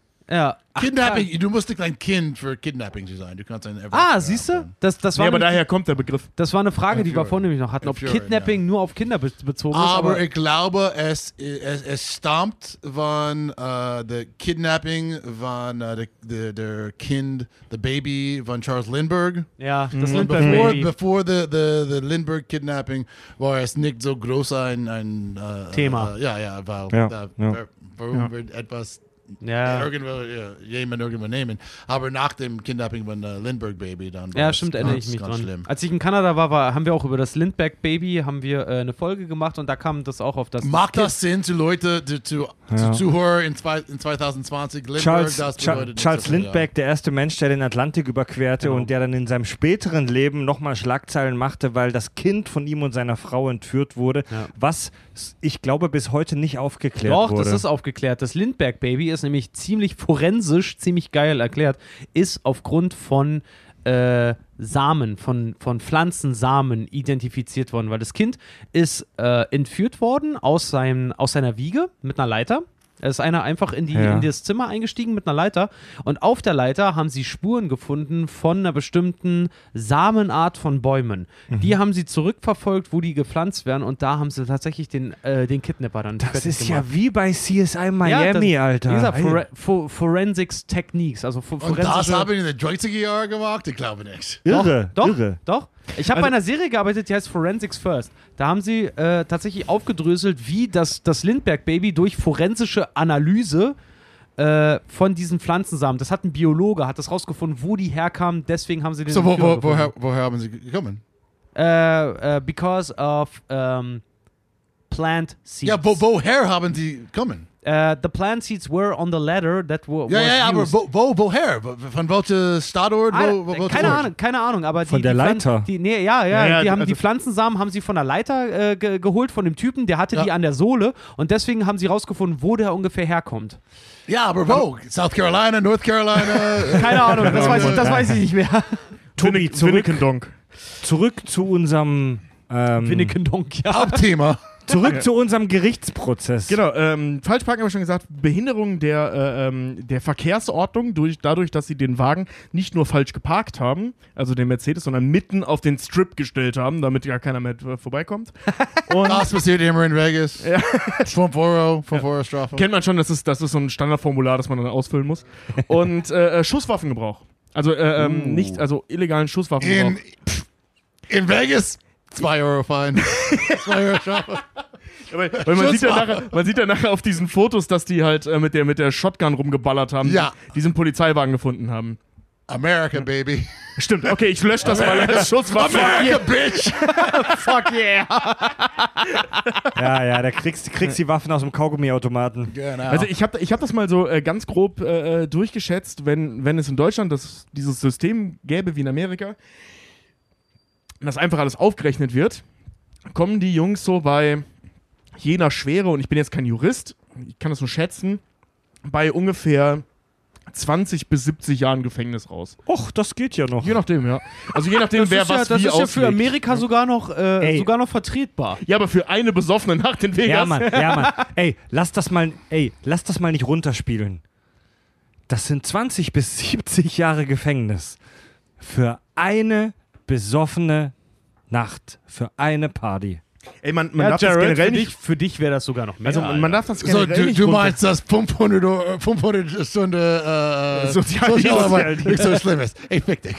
Speaker 4: Ach,
Speaker 2: Kidnapping, du musst nicht ein Kind für Kidnapping zu sein. Du kannst ein Everett-
Speaker 4: Ah,
Speaker 2: ja,
Speaker 4: siehst
Speaker 2: aber-
Speaker 4: du? Das, das,
Speaker 3: Nee,
Speaker 4: war
Speaker 3: aber
Speaker 4: nämlich-
Speaker 3: daher kommt der Begriff.
Speaker 4: das war eine Frage, die wir
Speaker 2: Entführung.
Speaker 4: vorhin nämlich noch hatten, ob
Speaker 2: Entführung,
Speaker 4: Kidnapping nur auf Kinder be bezogen ist.
Speaker 2: Aber, ich glaube, es, es, es stammt von äh, der Kidnapping von äh, der, der, der Kind, the Baby von Charles Lindbergh.
Speaker 4: ja, das
Speaker 2: Und
Speaker 4: nimmt das
Speaker 2: Mhm. bevor,
Speaker 4: Baby.
Speaker 2: bevor the, the, the Lindbergh Kidnapping war es nicht so groß ein, ein äh,
Speaker 4: Thema.
Speaker 2: Äh, ja, ja, weil
Speaker 1: Ja,
Speaker 2: da,
Speaker 1: ja.
Speaker 2: wer- warum wird etwas
Speaker 4: Ja.
Speaker 2: irgendwo, ja, jemand irgendwo nehmen. Aber nach dem Kidnapping von äh, Lindbergh Baby dann war
Speaker 4: Ja,
Speaker 2: es
Speaker 4: stimmt,
Speaker 2: ganz,
Speaker 4: erinnere ich mich
Speaker 2: ganz
Speaker 4: dran.
Speaker 2: Schlimm.
Speaker 4: Als ich in Kanada war, war, haben wir auch über das Lindbergh Baby haben wir äh, eine Folge gemacht und da kam das auch auf das.
Speaker 2: Macht das Sinn zu Leute, zu, zu, zu Zuhörer in, zwei, in 2020? Lindbergh,
Speaker 1: Charles,
Speaker 2: das
Speaker 1: Cha
Speaker 2: bedeutet
Speaker 1: Charles
Speaker 2: nicht so viel,
Speaker 1: Lindbergh, der erste Mensch, der den Atlantik überquerte
Speaker 4: Genau.
Speaker 1: und der dann in seinem späteren Leben nochmal Schlagzeilen machte, weil das Kind von ihm und seiner Frau entführt wurde,
Speaker 4: Ja.
Speaker 1: was s- ich glaube bis heute nicht aufgeklärt
Speaker 4: Doch,
Speaker 1: wurde.
Speaker 4: das ist aufgeklärt. Das Lindbergh Baby ist nämlich ziemlich forensisch, ziemlich geil erklärt, ist aufgrund von äh, Samen, von, von Pflanzensamen identifiziert worden, weil das Kind ist äh, entführt worden aus, seinem, aus seiner Wiege mit einer Leiter. Da ist einer einfach in, die,
Speaker 1: Ja.
Speaker 4: in das Zimmer eingestiegen mit einer Leiter und auf der Leiter haben sie Spuren gefunden von einer bestimmten Samenart von Bäumen.
Speaker 1: Mhm.
Speaker 4: Die haben sie zurückverfolgt, wo die gepflanzt werden und da haben sie tatsächlich den, äh, den Kidnapper dann
Speaker 1: das
Speaker 4: fertig
Speaker 1: ist
Speaker 4: gemacht.
Speaker 1: ja wie bei CSI Miami,
Speaker 4: Ja, das-
Speaker 1: Alter.
Speaker 4: Wie gesagt,
Speaker 1: Ey.
Speaker 4: Fore Fo Forensics Techniques, also fo
Speaker 2: Und das
Speaker 4: forensische-
Speaker 2: haben wir in den 30er Jahren gemacht? Ich glaube nicht.
Speaker 1: irre,
Speaker 4: doch,
Speaker 1: irre. Also
Speaker 4: Doch. Ich habe bei einer Serie gearbeitet, die heißt Forensics First. Da haben sie äh, tatsächlich aufgedröselt, wie das, das Lindbergh-Baby durch forensische Analyse äh, von diesen Pflanzensamen, das hat ein Biologe, hat das rausgefunden, wo die herkamen, deswegen haben sie den
Speaker 2: So, wo,
Speaker 4: Entführer
Speaker 2: wo, woher,
Speaker 4: gefunden.
Speaker 2: woher haben sie gekommen?
Speaker 4: Äh, äh, because of ähm, plant seeds.
Speaker 2: Ja, wo, woher haben sie gekommen?
Speaker 4: äh, the plant seeds were on the ladder that were
Speaker 2: Ja,
Speaker 4: was
Speaker 2: ja, ja, aber
Speaker 4: used.
Speaker 2: wo, wo, woher? Wo- Von welcher Stadtort?
Speaker 4: Ah,
Speaker 2: Wo, wo, wo,
Speaker 4: keine
Speaker 2: wo-
Speaker 4: Ahnung, keine Ahnung, aber die,
Speaker 1: Von der
Speaker 4: die Pflan-
Speaker 1: Leiter.
Speaker 4: Die, nee, ja, ja,
Speaker 3: Ja, ja,
Speaker 4: die haben
Speaker 3: also-
Speaker 4: die Pflanzensamen haben sie von der Leiter äh, ge geholt von dem Typen, der hatte
Speaker 2: Ja.
Speaker 4: die an der Sohle und deswegen haben sie rausgefunden, wo der ungefähr herkommt.
Speaker 2: Ja, aber wo? South Carolina, North Carolina? äh,
Speaker 4: Keine Ahnung, das weiß ich, das weiß ich nicht mehr.
Speaker 1: Tobi, zurück,
Speaker 3: Winnekendonk.
Speaker 1: zurück zu unserem ähm,
Speaker 4: Winnekendonk, ja.
Speaker 2: Hauptthema.
Speaker 1: zurück zu unserem Gerichtsprozess.
Speaker 3: Genau, ähm, Falschparken habe ich schon gesagt, Behinderung der, äh, ähm, der Verkehrsordnung durch, dadurch, dass sie den Wagen nicht nur falsch geparkt haben, also den Mercedes, sondern mitten auf den Strip gestellt haben, damit ja keiner mehr äh, vorbeikommt. Und
Speaker 2: Das passiert immer in Vegas. Ja. Von Foro, von Foro Strafe.
Speaker 3: kennt man schon, das ist, das ist so ein Standardformular, das man dann ausfüllen muss. Und äh, äh, Schusswaffengebrauch. Also äh, ähm, nicht, also illegalen Schusswaffengebrauch.
Speaker 2: In, in Vegas? 2 Euro Fine. 2 Euro Strafe.
Speaker 3: Weil, weil man, sieht ja nachher, man sieht ja nachher auf diesen Fotos, dass die halt äh, mit, der, mit der Shotgun rumgeballert haben,
Speaker 2: Ja.
Speaker 3: diesen Polizeiwagen gefunden haben.
Speaker 2: America, baby.
Speaker 3: Stimmt, okay, ich lösche das mal als Schusswaffe.
Speaker 2: America, bitch!
Speaker 4: Fuck yeah.
Speaker 1: Ja, ja, da kriegst du kriegst die Waffen aus dem Kaugummiautomaten.
Speaker 2: Genau.
Speaker 3: Also ich habe ich hab das mal so äh, ganz grob äh, äh, durchgeschätzt, wenn, wenn es in Deutschland das, dieses System gäbe wie in Amerika, dass einfach alles aufgerechnet wird, kommen die Jungs so bei je nach Schwere, und ich bin jetzt kein Jurist, ich kann das nur schätzen, bei ungefähr 20 bis 70 Jahren Gefängnis raus.
Speaker 1: Och, das geht ja noch.
Speaker 3: Je nachdem, ja. Also je nachdem,
Speaker 4: Das
Speaker 3: wer
Speaker 4: ist ja,
Speaker 3: was
Speaker 4: das
Speaker 3: wie
Speaker 4: ist ja
Speaker 3: auslegt.
Speaker 4: für Amerika sogar noch, äh,
Speaker 1: Ey.
Speaker 4: sogar noch vertretbar.
Speaker 3: Ja, aber für eine besoffene Nacht in Vegas.
Speaker 1: Ja, Mann, ja, Mann. Ey, lass das mal, ey, lass das mal nicht runterspielen. Das sind 20 bis 70 Jahre Gefängnis. Für eine besoffene Nacht. Für eine Party.
Speaker 3: Ey, man, man darf das
Speaker 4: für
Speaker 3: generell
Speaker 4: dich,
Speaker 3: nicht.
Speaker 4: für dich wäre das sogar noch mehr.
Speaker 3: Also
Speaker 4: Alter.
Speaker 3: man darf das
Speaker 2: so,
Speaker 3: generell
Speaker 2: du,
Speaker 3: nicht
Speaker 2: du
Speaker 3: runter-
Speaker 2: meinst, dass 500, Euro- 500 Stunde äh,
Speaker 3: Sozialdienst.
Speaker 2: Sozialarbeit nicht so schlimm ist. Ey, fick dich.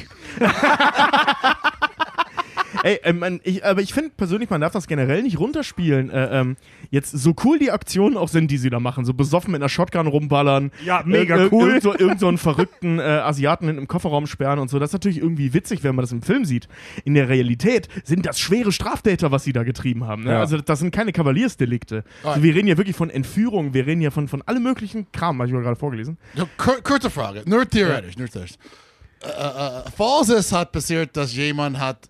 Speaker 3: Ey, ähm, man, ich, aber ich finde persönlich, man darf das generell nicht runterspielen. Äh, ähm, jetzt, so cool die Aktionen auch sind, die sie da machen, so besoffen mit einer Shotgun rumballern. äh,
Speaker 1: Ja, mega
Speaker 3: Irg- irg-
Speaker 1: cool.
Speaker 3: Irgend so, irgend so einen verrückten äh, Asiaten in einem Kofferraum sperren und so. Das ist natürlich irgendwie witzig, wenn man das im Film sieht. In der Realität sind das schwere Straftäter, was sie da getrieben haben. Ne?
Speaker 1: Ja.
Speaker 3: Also das sind keine Kavaliersdelikte. Also, wir reden ja wirklich von Entführung, wir reden ja von, von allem möglichen Kram, habe ich mal gerade vorgelesen.
Speaker 2: Ja, kur kurze Frage, nur theoretisch, nur theoretisch. Äh, äh, äh, falls es hat passiert, dass jemand hat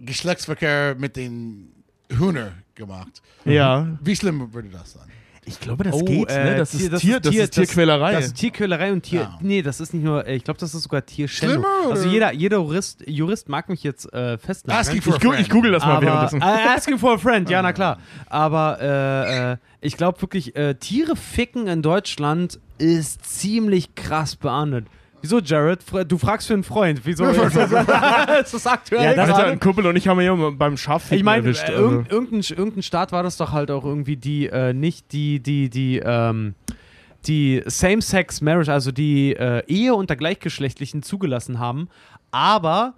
Speaker 2: Geschlechtsverkehr mit den Hühner gemacht,
Speaker 3: Ja.
Speaker 2: wie schlimm würde das sein?
Speaker 3: Ich glaube, das
Speaker 4: Oh,
Speaker 3: geht.
Speaker 4: äh,
Speaker 3: ne? das, ist Tier, das ist
Speaker 4: das-
Speaker 3: Tierquälerei.
Speaker 4: Das ist Tierquälerei und Tier.
Speaker 2: Ja.
Speaker 4: Nee, das ist nicht nur, äh, ich glaube, das ist sogar Tierschändung.
Speaker 2: Schlimmer, oder?
Speaker 4: Also jeder, jeder Jurist, Jurist mag mich jetzt äh,
Speaker 2: Asking
Speaker 4: festnageln.
Speaker 2: for a
Speaker 3: ich, gu
Speaker 2: friend.
Speaker 3: ich google das mal
Speaker 4: Aber,
Speaker 3: währenddessen. Ah.
Speaker 4: äh, asking for a friend, ja, na klar. Aber äh, äh, ich glaube wirklich, äh, Tiere ficken in Deutschland ist ziemlich krass beahndet. Wieso, Jared? Fr- Du fragst für einen Freund. Wieso ist das, ist das aktuell?
Speaker 1: Ja, das-
Speaker 3: Alter,
Speaker 4: gerade?
Speaker 3: ein Kumpel und ich haben ja immer beim Schaf
Speaker 4: ich meine,
Speaker 3: erwischt.
Speaker 4: äh,
Speaker 3: also.
Speaker 4: irgend, irgendein, irgendein Staat war das doch halt auch irgendwie die, äh, nicht die, die, die, ähm, die Same-Sex-Marriage, also die äh, Ehe unter Gleichgeschlechtlichen zugelassen haben, aber,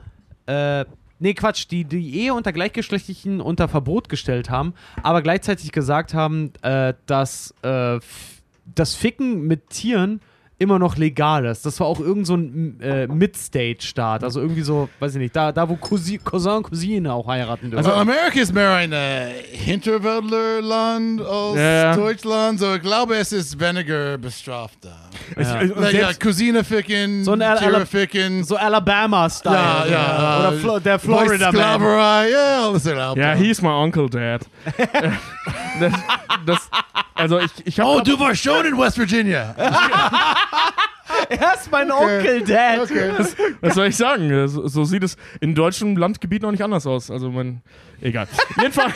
Speaker 4: äh, nee, Quatsch, die die Ehe unter Gleichgeschlechtlichen unter Verbot gestellt haben, aber gleichzeitig gesagt haben, äh, dass äh, f- das Ficken mit Tieren immer noch legal ist. Das war auch irgend so ein äh, Mid-State-Staat, also irgendwie so, weiß ich nicht, da, da wo Cousi Cousin, Cousine auch heiraten dürfen.
Speaker 2: Also Amerika ist mehr ein äh, Hinterwäldlerland als
Speaker 3: Ja.
Speaker 2: Deutschland, so ich glaube, es ist weniger bestraft da.
Speaker 3: Ich- ich- und
Speaker 2: Ja, ja,
Speaker 3: selbst-
Speaker 2: Cousine ficken,
Speaker 4: So ein Al-
Speaker 2: Tiere
Speaker 4: Ala-
Speaker 2: ficken,
Speaker 4: So Alabama-Style.
Speaker 2: ja, ja,
Speaker 4: Oder
Speaker 2: äh,
Speaker 4: Flo der Florida-Man.
Speaker 2: Sklaverei, ja, alles erlaubt.
Speaker 3: Ja, he's my uncle, Dad. Äh, das, das, also ich, ich hab
Speaker 2: Oh,
Speaker 3: grad-
Speaker 2: du warst schon in West Virginia.
Speaker 4: Er ist mein Onkel, Dad.
Speaker 2: Okay.
Speaker 3: was soll ich sagen? Äh, So, so sieht es in deutschem Landgebiet noch nicht anders aus. Also man, egal. Jedenfalls.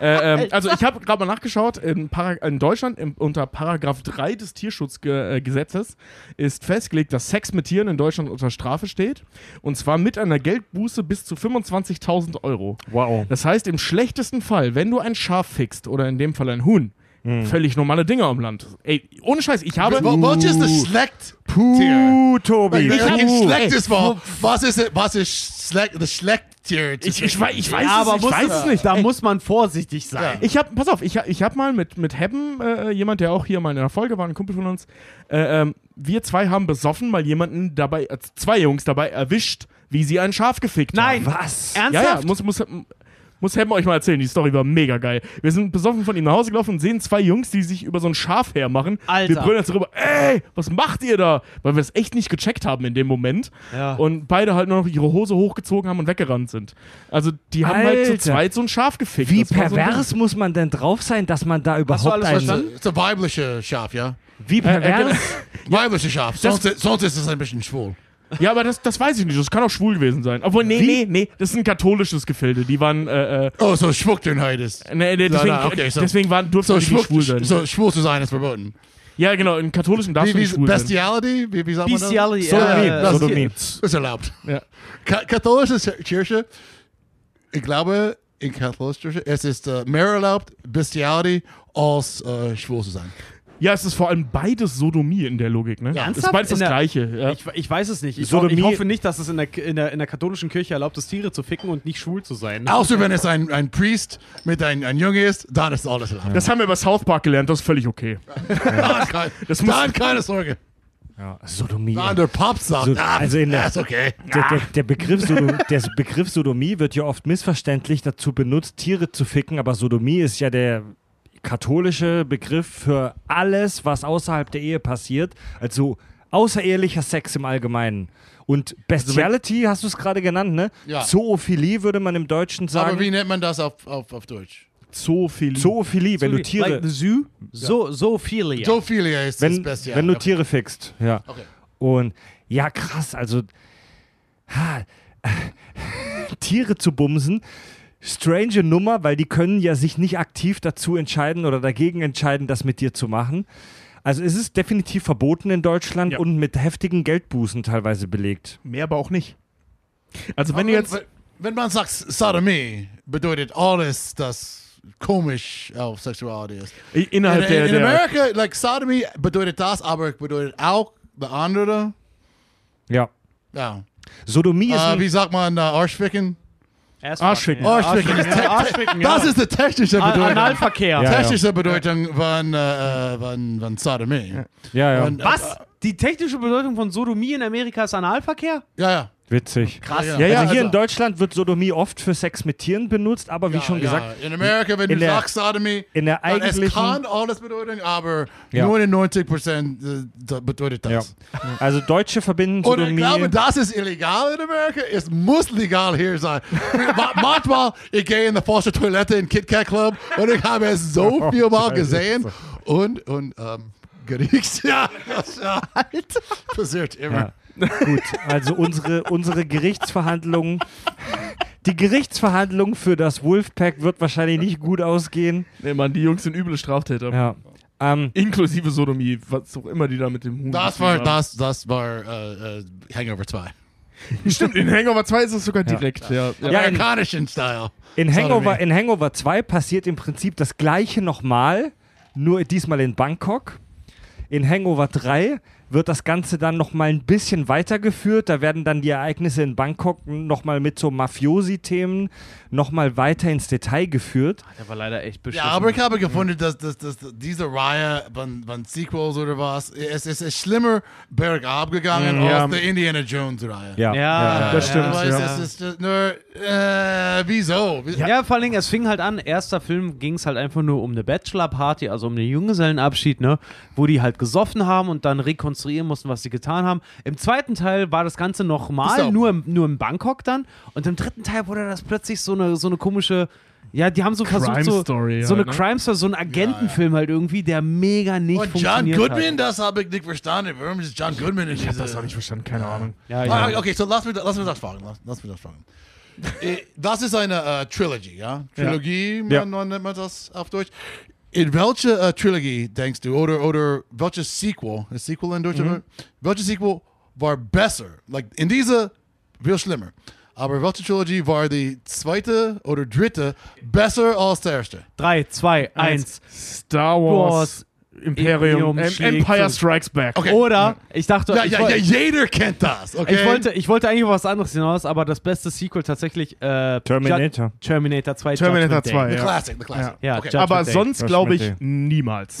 Speaker 3: Äh, ähm, also ich habe gerade mal nachgeschaut, in, Para in Deutschland im, unter Paragraph 3 des Tierschutzgesetzes ist festgelegt, dass Sex mit Tieren in Deutschland unter Strafe steht. Und zwar mit einer Geldbuße bis zu 25.000 Euro.
Speaker 1: Wow.
Speaker 3: Das heißt, im schlechtesten Fall, wenn du ein Schaf fickst oder in dem Fall ein Huhn,
Speaker 4: Hm.
Speaker 3: völlig normale Dinger am Land. Ey, ohne Scheiß, ich habe.
Speaker 2: Wel- Welches ist das schlecht Tier?
Speaker 1: Uh, Tobi.
Speaker 2: Ich hab ein
Speaker 1: puh.
Speaker 2: schlechtes Wort. Was ist was ist schlecht, das schlecht Tier? zu
Speaker 3: Ich, ich,
Speaker 2: ficken?
Speaker 3: wei- ich weiß,
Speaker 4: Ja, aber
Speaker 3: es, ich
Speaker 4: muss-
Speaker 3: weiß es nicht.
Speaker 4: Da
Speaker 3: Ey,
Speaker 4: muss man vorsichtig sein.
Speaker 3: ich hab, pass auf, ich, hab- ich hab mal mit, mit Hebben, äh, jemand, der auch hier mal in einer Folge war, ein Kumpel von uns, äh, ähm, wir zwei haben besoffen mal jemanden dabei, äh, zwei Jungs dabei erwischt, wie sie ein Schaf gefickt
Speaker 4: Nein.
Speaker 3: haben.
Speaker 1: Was?
Speaker 4: Ernsthaft?
Speaker 3: Ja, ja, muss, muss, Muss Hemmer euch mal erzählen, die Story war mega geil. Wir sind besoffen von ihm nach Hause gelaufen und sehen zwei Jungs, die sich über so ein Schaf hermachen.
Speaker 4: Alter.
Speaker 3: Wir brüllen jetzt rüber, ey, was macht ihr da? Weil wir es echt nicht gecheckt haben in dem Moment.
Speaker 4: Ja.
Speaker 3: Und beide halt nur noch ihre Hose hochgezogen haben und weggerannt sind. Also die haben halt zu
Speaker 1: Alter.
Speaker 3: zweit so ein Schaf gefickt.
Speaker 1: Wie
Speaker 3: Das war so ein
Speaker 1: pervers muss man denn drauf sein, dass man da überhaupt
Speaker 4: alles
Speaker 1: einen...
Speaker 4: verstanden?
Speaker 2: Es ist ein weibliches Schaf, ja?
Speaker 3: Äh,
Speaker 1: Wie pervers?
Speaker 2: Weibliches Schaf. Sonst, sonst ist es ein bisschen schwul.
Speaker 3: Ja, aber das, das weiß ich nicht. Das kann auch schwul gewesen sein. Obwohl, nee, nee, nee, das ist ein katholisches Gefilde. Die waren, äh, äh,
Speaker 2: Oh, so Schwuchtelnheit ist.
Speaker 4: Äh,
Speaker 3: nee, nee, deswegen,
Speaker 2: na, okay, so-
Speaker 3: deswegen waren, durften
Speaker 2: So
Speaker 3: die nicht
Speaker 2: schwul,
Speaker 3: schwul sein.
Speaker 2: so schwul zu sein ist verboten.
Speaker 3: Ja, genau, in katholischen darfst
Speaker 2: Wie,
Speaker 3: du nicht
Speaker 2: wie
Speaker 3: schwul sein.
Speaker 2: Bestiality? Wie, wie sagt man das?
Speaker 4: Bestiality,
Speaker 2: Sodomie.
Speaker 4: äh,
Speaker 2: das
Speaker 3: Sodomie.
Speaker 2: ist erlaubt.
Speaker 3: Ja.
Speaker 2: Ka katholische Kirche, ich glaube, in katholischer Kirche, es ist äh, mehr erlaubt, Bestiality, als äh, schwul zu sein.
Speaker 3: Ja, es ist vor allem beides Sodomie in der Logik, ne?
Speaker 2: Ja.
Speaker 3: Es ist beides
Speaker 4: Ernsthaft?
Speaker 3: das
Speaker 4: In der-
Speaker 3: Gleiche. Ja.
Speaker 4: Ich, ich weiß es nicht. Ich, ho
Speaker 1: Sodomie-
Speaker 4: ich hoffe nicht, dass es in der, in, der, in der katholischen Kirche erlaubt ist, Tiere zu ficken und nicht schwul zu sein.
Speaker 2: Außer wenn es ein, ein Priest mit einem ein Junge ist, dann ist alles erlaubt.
Speaker 3: das haben wir bei South Park gelernt, das ist völlig okay.
Speaker 2: Dann, kein,
Speaker 3: Das muss-
Speaker 2: dann keine Sorge.
Speaker 1: Ja, Sodomie.
Speaker 2: Dann der Papst sagt,
Speaker 1: So-
Speaker 2: ah,
Speaker 1: also in der-
Speaker 2: ja, ist okay.
Speaker 1: Der, der, der, Begriff Sodom, der Begriff Sodomie wird ja oft missverständlich dazu benutzt, Tiere zu ficken, aber Sodomie ist ja der katholische Begriff für alles, was außerhalb der Ehe passiert. Also außerehelicher Sex im Allgemeinen. Und Bestiality hast du es gerade genannt, ne?
Speaker 2: Also Ja.
Speaker 1: Zoophilie würde man im Deutschen
Speaker 2: Aber wie
Speaker 1: sagen.
Speaker 2: nennt man das auf, auf, auf Deutsch?
Speaker 3: Zoophilie.
Speaker 1: Zoophilie, wenn du Tiere,
Speaker 4: Like the zoo? So, so viele. Ja.
Speaker 2: Zoophilia ist
Speaker 1: wenn,
Speaker 2: das Bestiality.
Speaker 1: wenn du
Speaker 2: Okay.
Speaker 1: Tiere fickst. Ja.
Speaker 2: Okay.
Speaker 1: Und ja, krass, also ha, Tiere zu bumsen, strange Nummer, weil die können ja sich nicht aktiv dazu entscheiden oder dagegen entscheiden, das mit dir zu machen. Also es ist definitiv verboten in Deutschland
Speaker 3: Ja.
Speaker 1: und mit heftigen Geldbußen teilweise belegt.
Speaker 3: Mehr aber auch nicht. Also wenn
Speaker 2: Aber
Speaker 3: du jetzt.
Speaker 2: wenn man sagt Sodomie, bedeutet alles, das komisch auf Sexuality ist.
Speaker 3: Innerhalb
Speaker 2: in,
Speaker 3: der,
Speaker 2: in
Speaker 3: der
Speaker 2: Amerika, like Sodomy bedeutet das, aber bedeutet auch der andere.
Speaker 1: Ja.
Speaker 2: Ja.
Speaker 1: Sodomie ist
Speaker 2: Äh,
Speaker 1: ein,
Speaker 2: wie sagt man äh, Arschficken?
Speaker 3: Arschficken.
Speaker 2: Arschficken ist te-
Speaker 4: Arschficken, ja.
Speaker 2: Das ist die technische
Speaker 4: An-
Speaker 2: Bedeutung.
Speaker 4: Analverkehr.
Speaker 1: Ja.
Speaker 2: Technische Bedeutung von, äh, äh, von, von Sodomie.
Speaker 1: ja, ja,
Speaker 2: Und, äh,
Speaker 4: Was? Die technische Bedeutung von Sodomie in Amerika ist Analverkehr?
Speaker 2: Ja, ja.
Speaker 1: witzig.
Speaker 2: Krass.
Speaker 1: Ja, ja, also hier in Deutschland wird Sodomie oft für Sex mit Tieren benutzt, aber wie schon gesagt,
Speaker 2: in Amerika, wenn
Speaker 1: in
Speaker 2: du
Speaker 1: der-
Speaker 2: sagst Sodomie,
Speaker 1: in der
Speaker 2: dann es
Speaker 1: eigentlichen-
Speaker 2: kann alles bedeuten, aber
Speaker 1: Ja.
Speaker 2: 99% äh, bedeutet das.
Speaker 1: ja. also Deutsche verbinden
Speaker 2: Und
Speaker 1: Sodomie.
Speaker 2: ich glaube, das ist illegal in Amerika. Es muss legal hier sein. Ma- Manchmal, ich gehe in die falsche Toilette in Kit Kat Club und ich habe es so
Speaker 1: Oh,
Speaker 2: viel mal gesehen und, und ähm, geriecht. Ja, das ja, passiert immer.
Speaker 1: Gut, also unsere, unsere Gerichtsverhandlungen, die Gerichtsverhandlung für das Wolfpack wird wahrscheinlich nicht gut ausgehen.
Speaker 3: Nee, Mann, die Jungs sind üble Straftäter.
Speaker 1: Ja. Ähm,
Speaker 3: Inklusive Sodomie, was auch immer die da mit dem Huhn.
Speaker 2: Das
Speaker 3: getrieben
Speaker 2: war,
Speaker 3: haben.
Speaker 2: das, das war äh, äh, Hangover 2.
Speaker 3: Stimmt, in Hangover 2 ist es sogar direkt. Ja. Ja.
Speaker 1: Ja, in-
Speaker 2: Amerikanischen Style.
Speaker 1: in,
Speaker 2: Sorry,
Speaker 1: Hangover,
Speaker 2: mir.
Speaker 1: in Hangover 2 passiert im Prinzip das gleiche nochmal, nur diesmal in Bangkok. In Hangover 3 wird das Ganze dann nochmal ein bisschen weitergeführt. Da werden dann die Ereignisse in Bangkok nochmal mit so Mafiosi-Themen nochmal weiter ins Detail geführt.
Speaker 4: Der war leider echt beschissen.
Speaker 2: Ja, aber ich habe gefunden, dass, dass, dass diese Reihe von, von Sequels oder was, es, es ist schlimmer bergab gegangen
Speaker 3: Ja.
Speaker 2: als die Indiana Jones Reihe.
Speaker 1: Mm, Ja,
Speaker 4: Ja,
Speaker 3: das stimmt,
Speaker 2: Aber
Speaker 3: ja.
Speaker 2: es ist, es ist nur, äh, wieso?
Speaker 4: Ja. vor allen Dingen, es fing halt an, erster Film ging es halt einfach nur um eine Bachelor-Party, also um einen Junggesellenabschied, ne, wo die halt gesoffen haben und dann rekonstruieren mussten, was sie getan haben. Im zweiten Teil war das Ganze
Speaker 2: Ist
Speaker 4: nochmal,
Speaker 2: auch-
Speaker 4: nur, im- nur in Bangkok dann. Und im dritten Teil wurde das plötzlich so eine, so eine komische, ja, die haben so versucht, so,
Speaker 3: Crime-Story
Speaker 4: so eine
Speaker 3: halt, ne?
Speaker 4: Crime-Story, so einen Agentenfilm halt irgendwie, der mega nicht
Speaker 2: Und John
Speaker 4: funktioniert halt.
Speaker 2: Goodman,
Speaker 4: hat.
Speaker 2: das habe ich nicht verstanden. Warum ist John Goodman in Ich
Speaker 3: hab das noch nicht verstanden, keine Ahnung.
Speaker 4: Ja, ja.
Speaker 2: Ah, okay, so lass mich, lass mich das fragen. Lass, lass mich das fragen. Äh, das ist eine äh, Trilogy, ja? Trilogie,
Speaker 1: Ja.
Speaker 2: Man, man nennt man das auf Deutsch. In welche äh, Trilogie denkst du, oder, oder welches Sequel, ist Sequel in Deutsch, mhm. welches Sequel war besser? Like, in dieser viel schlimmer. Aber welche Trilogie war die zweite oder dritte besser als der erste?
Speaker 4: Drei, zwei, eins.
Speaker 3: Star Wars,
Speaker 4: Wars,
Speaker 3: Imperium,
Speaker 4: Imperium
Speaker 3: Em-
Speaker 4: schlägt
Speaker 3: Empire
Speaker 4: zu-
Speaker 3: Strikes Back.
Speaker 2: Okay.
Speaker 4: Oder, ich dachte,
Speaker 2: Ja,
Speaker 4: ich
Speaker 2: ja,
Speaker 4: woll-
Speaker 2: ja, jeder kennt das, okay?
Speaker 4: Ich wollte, ich wollte eigentlich auf was anderes hinaus, aber das beste Sequel tatsächlich äh,
Speaker 1: Terminator.
Speaker 4: Ju- Terminator 2.
Speaker 3: Terminator
Speaker 4: Judgment Day.
Speaker 3: 2.
Speaker 2: The
Speaker 3: Ja.
Speaker 2: Classic, the Classic.
Speaker 4: Ja,
Speaker 2: okay.
Speaker 4: Judgment
Speaker 3: Aber
Speaker 4: Day.
Speaker 3: sonst
Speaker 1: Das
Speaker 3: glaube
Speaker 1: mit
Speaker 3: ich
Speaker 1: dem.
Speaker 3: niemals.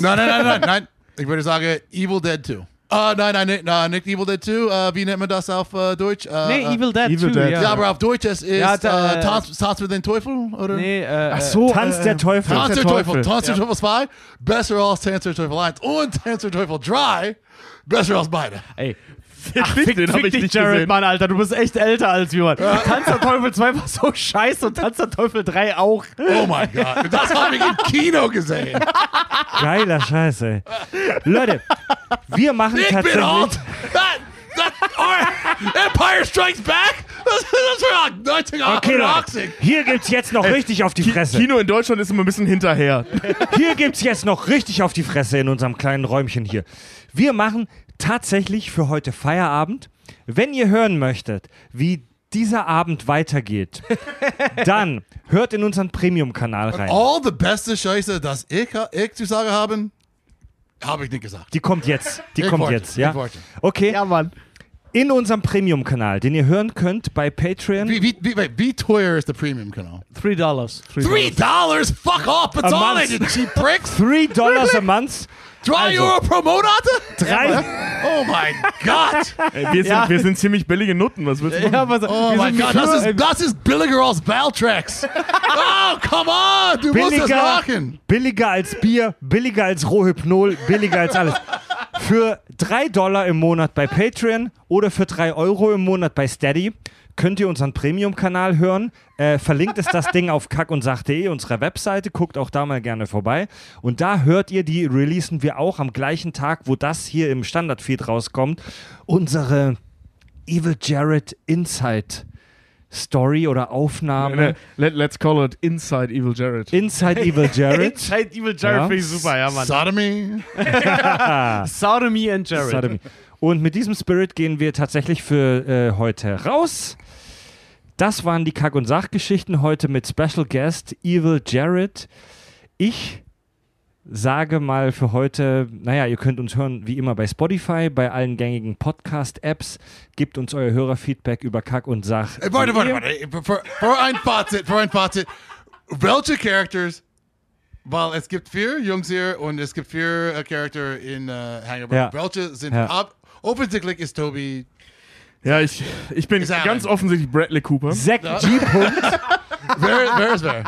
Speaker 2: Nein, nein, nein, nein, nein. Ich würde sagen, Evil Dead 2. Äh, nein, nein, nein, nein, nicht Evil Dead 2. Äh, wie nennt man das auf äh, Deutsch? Äh,
Speaker 4: Nee,
Speaker 2: äh,
Speaker 4: Evil Dead
Speaker 3: Evil
Speaker 4: 2,
Speaker 3: Dead.
Speaker 4: ja.
Speaker 2: Ja, aber auf Deutsch es ist
Speaker 4: Ja, da-
Speaker 2: äh, Tanz, Tanz mit dem Teufel, oder?
Speaker 4: Nee, äh,
Speaker 3: Ach so.
Speaker 1: Tanz der Teufel.
Speaker 2: Tanz der Teufel. Tanz der
Speaker 3: Ja.
Speaker 2: Teufel 2, besser als Tanz der Teufel 1. Und Tanz der Teufel 3, besser als beide.
Speaker 4: äh, Ey.
Speaker 3: Ach, fick, den hab ich nicht
Speaker 4: Jared,
Speaker 3: gesehen.
Speaker 4: Mann, Alter, du bist echt älter als wir. Mann. Tanz der Teufel 2 war so scheiße und Tanz der Teufel 3 auch.
Speaker 2: Oh mein Gott, das habe ich im Kino gesehen.
Speaker 1: Geiler Scheiß, ey. Leute, wir machen
Speaker 2: Ich bin alt.
Speaker 1: tatsächlich.
Speaker 2: That, that, or, Empire Strikes Back, das, das war 1988.
Speaker 1: Leute, hier gibt's jetzt noch richtig auf die Fresse.
Speaker 3: Kino in Deutschland ist immer ein bisschen hinterher.
Speaker 1: Hier gibt's jetzt noch richtig auf die Fresse in unserem kleinen Räumchen hier. Wir machen tatsächlich für heute Feierabend. Wenn ihr hören möchtet, wie dieser Abend weitergeht, dann hört in unseren Premium-Kanal rein.
Speaker 2: All the beste Scheiße, das ich, ha- ich zu sagen habe, habe ich nicht gesagt.
Speaker 1: Die kommt jetzt. Die
Speaker 2: Ich
Speaker 1: kommt
Speaker 2: wollte,
Speaker 1: jetzt, ja?
Speaker 2: ich wollte.
Speaker 1: Okay,
Speaker 3: Mann.
Speaker 1: in unserem Premium-Kanal, den ihr hören könnt bei Patreon.
Speaker 2: Wie, wie, wie, wait, wie teuer ist der Premium-Kanal?
Speaker 4: 3 Dollars.
Speaker 2: Three dollars? Fuck off, bezahl
Speaker 1: month.
Speaker 2: ich, you cheap pricks.
Speaker 1: Three Dollars a month.
Speaker 2: Drei
Speaker 1: Also.
Speaker 2: Euro pro Monat?
Speaker 1: Drei.
Speaker 2: Oh mein Gott.
Speaker 3: Ey, wir, sind, wir sind ziemlich billige Nutten. Was willst du machen?
Speaker 4: Ja, was,
Speaker 2: Oh mein Gott, das ist, das ist billiger als Valtrex. Oh, come on, du musst das
Speaker 1: Billiger,
Speaker 2: machen.
Speaker 1: billiger als Bier, billiger als Rohhypnol, billiger als alles. Für 3 Dollar im Monat bei Patreon oder für 3 Euro im Monat bei Steady könnt ihr unseren Premium-Kanal hören. Äh, verlinkt ist das Ding auf kackundsach.de, unserer Webseite. Guckt auch da mal gerne vorbei. Und da hört ihr, die releasen wir auch am gleichen Tag, wo das hier im Standardfeed rauskommt. Unsere Evil Jared Insight Story oder Aufnahme.
Speaker 3: Ne, Let, let's call it Inside Evil Jared.
Speaker 1: Inside Evil Jared.
Speaker 4: Inside Evil Jared
Speaker 1: Ja.
Speaker 4: finde ich super, ja, Mann.
Speaker 2: Sodomy.
Speaker 4: Sodomy and Jared.
Speaker 1: Sodomy. Und mit diesem Spirit gehen wir tatsächlich für äh, heute raus. Das waren die Kack- und Sachgeschichten heute mit Special Guest Evil Jared. Ich sage mal für heute, naja, ihr könnt uns hören wie immer bei Spotify, bei allen gängigen Podcast-Apps. Gebt uns euer Hörerfeedback über Kack und Sach.
Speaker 2: Ey, Warte, warte, warte. ey, Für, für ein Fazit, für ein Fazit. Welche Characters? Weil es gibt vier Jungs hier und es gibt vier äh, Charakter in äh, Hangover.
Speaker 1: Ja.
Speaker 2: Welche sind
Speaker 1: Ja.
Speaker 2: ab? Offensichtlich ist Toby.
Speaker 3: Ja, ich, ich bin
Speaker 2: Ist er
Speaker 3: ganz
Speaker 2: rein.
Speaker 3: offensichtlich Bradley Cooper.
Speaker 1: Zack G. Punkt.
Speaker 2: Wer, wer ist wer?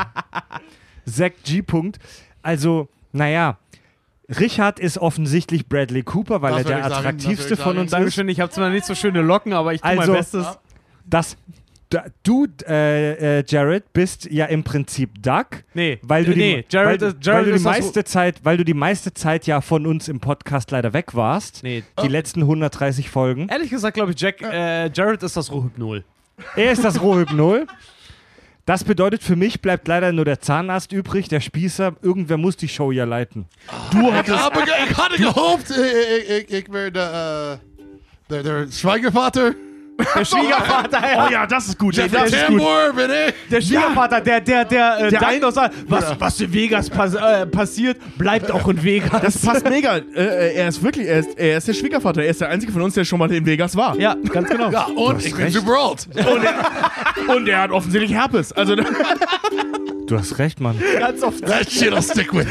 Speaker 1: Zack G. Punkt. Also, naja, Richard ist offensichtlich Bradley Cooper, weil
Speaker 2: Das
Speaker 1: er der
Speaker 2: würde ich sagen, das würde
Speaker 1: attraktivste
Speaker 2: ich
Speaker 1: von
Speaker 2: sagen.
Speaker 1: uns ist.
Speaker 4: Dankeschön, ich habe zwar nicht so schöne Locken, aber ich tue
Speaker 1: Also-
Speaker 4: mein Bestes.
Speaker 1: dass da, du, äh, äh, Jared, bist ja im Prinzip Duck,
Speaker 4: Nee,
Speaker 1: weil du
Speaker 4: Äh, nee,
Speaker 1: die,
Speaker 4: Jared,
Speaker 1: weil, weil
Speaker 4: ist- Jared
Speaker 1: du die
Speaker 4: ist das-
Speaker 1: meiste Zeit, weil du die meiste Zeit ja von uns im Podcast leider weg warst.
Speaker 4: Nee.
Speaker 1: Die letzten 130 Folgen.
Speaker 4: Ehrlich gesagt glaube ich, Jack, äh, Jared ist das Rohhypnol.
Speaker 1: Er ist das Rohhypnol. Das bedeutet, für mich bleibt leider nur der Zahnarzt übrig, der Spießer. Irgendwer muss die Show ja leiten.
Speaker 2: Du ich, habe, ge- ich hatte gehofft, ich, ich, äh, ich, ich werde äh, der, der Schweigervater.
Speaker 4: Der Schwiegervater, ja.
Speaker 3: Oh ja, das ist gut.
Speaker 2: Jeffrey
Speaker 3: das ist gut.
Speaker 2: Tambor bin ich.
Speaker 4: Der Schwiegervater, der, der, der, äh,
Speaker 3: Der
Speaker 4: dann
Speaker 3: ein-
Speaker 4: noch sagt, was, was in Vegas pass äh, passiert, bleibt auch in Vegas.
Speaker 3: Das passt mega. Äh, er ist wirklich, er ist, er ist der Schwiegervater. Er ist der einzige von uns, der schon mal in Vegas war.
Speaker 4: ja, ganz genau.
Speaker 2: Ja, und ich bin super alt.
Speaker 3: Und er hat offensichtlich Herpes. Also,
Speaker 1: Du hast recht, Mann.
Speaker 4: Ganz oft.
Speaker 2: That shit'll stick with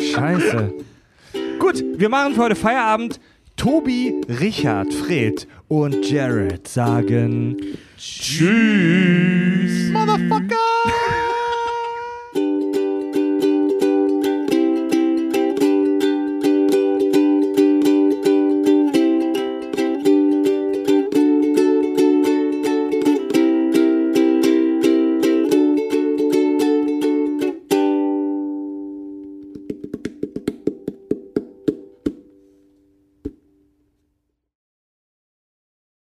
Speaker 2: you.
Speaker 1: Scheiße. Gut, wir machen für heute Feierabend. Tobi, Richard, Fred und Jared sagen.
Speaker 3: tschüss.
Speaker 2: Motherfucker.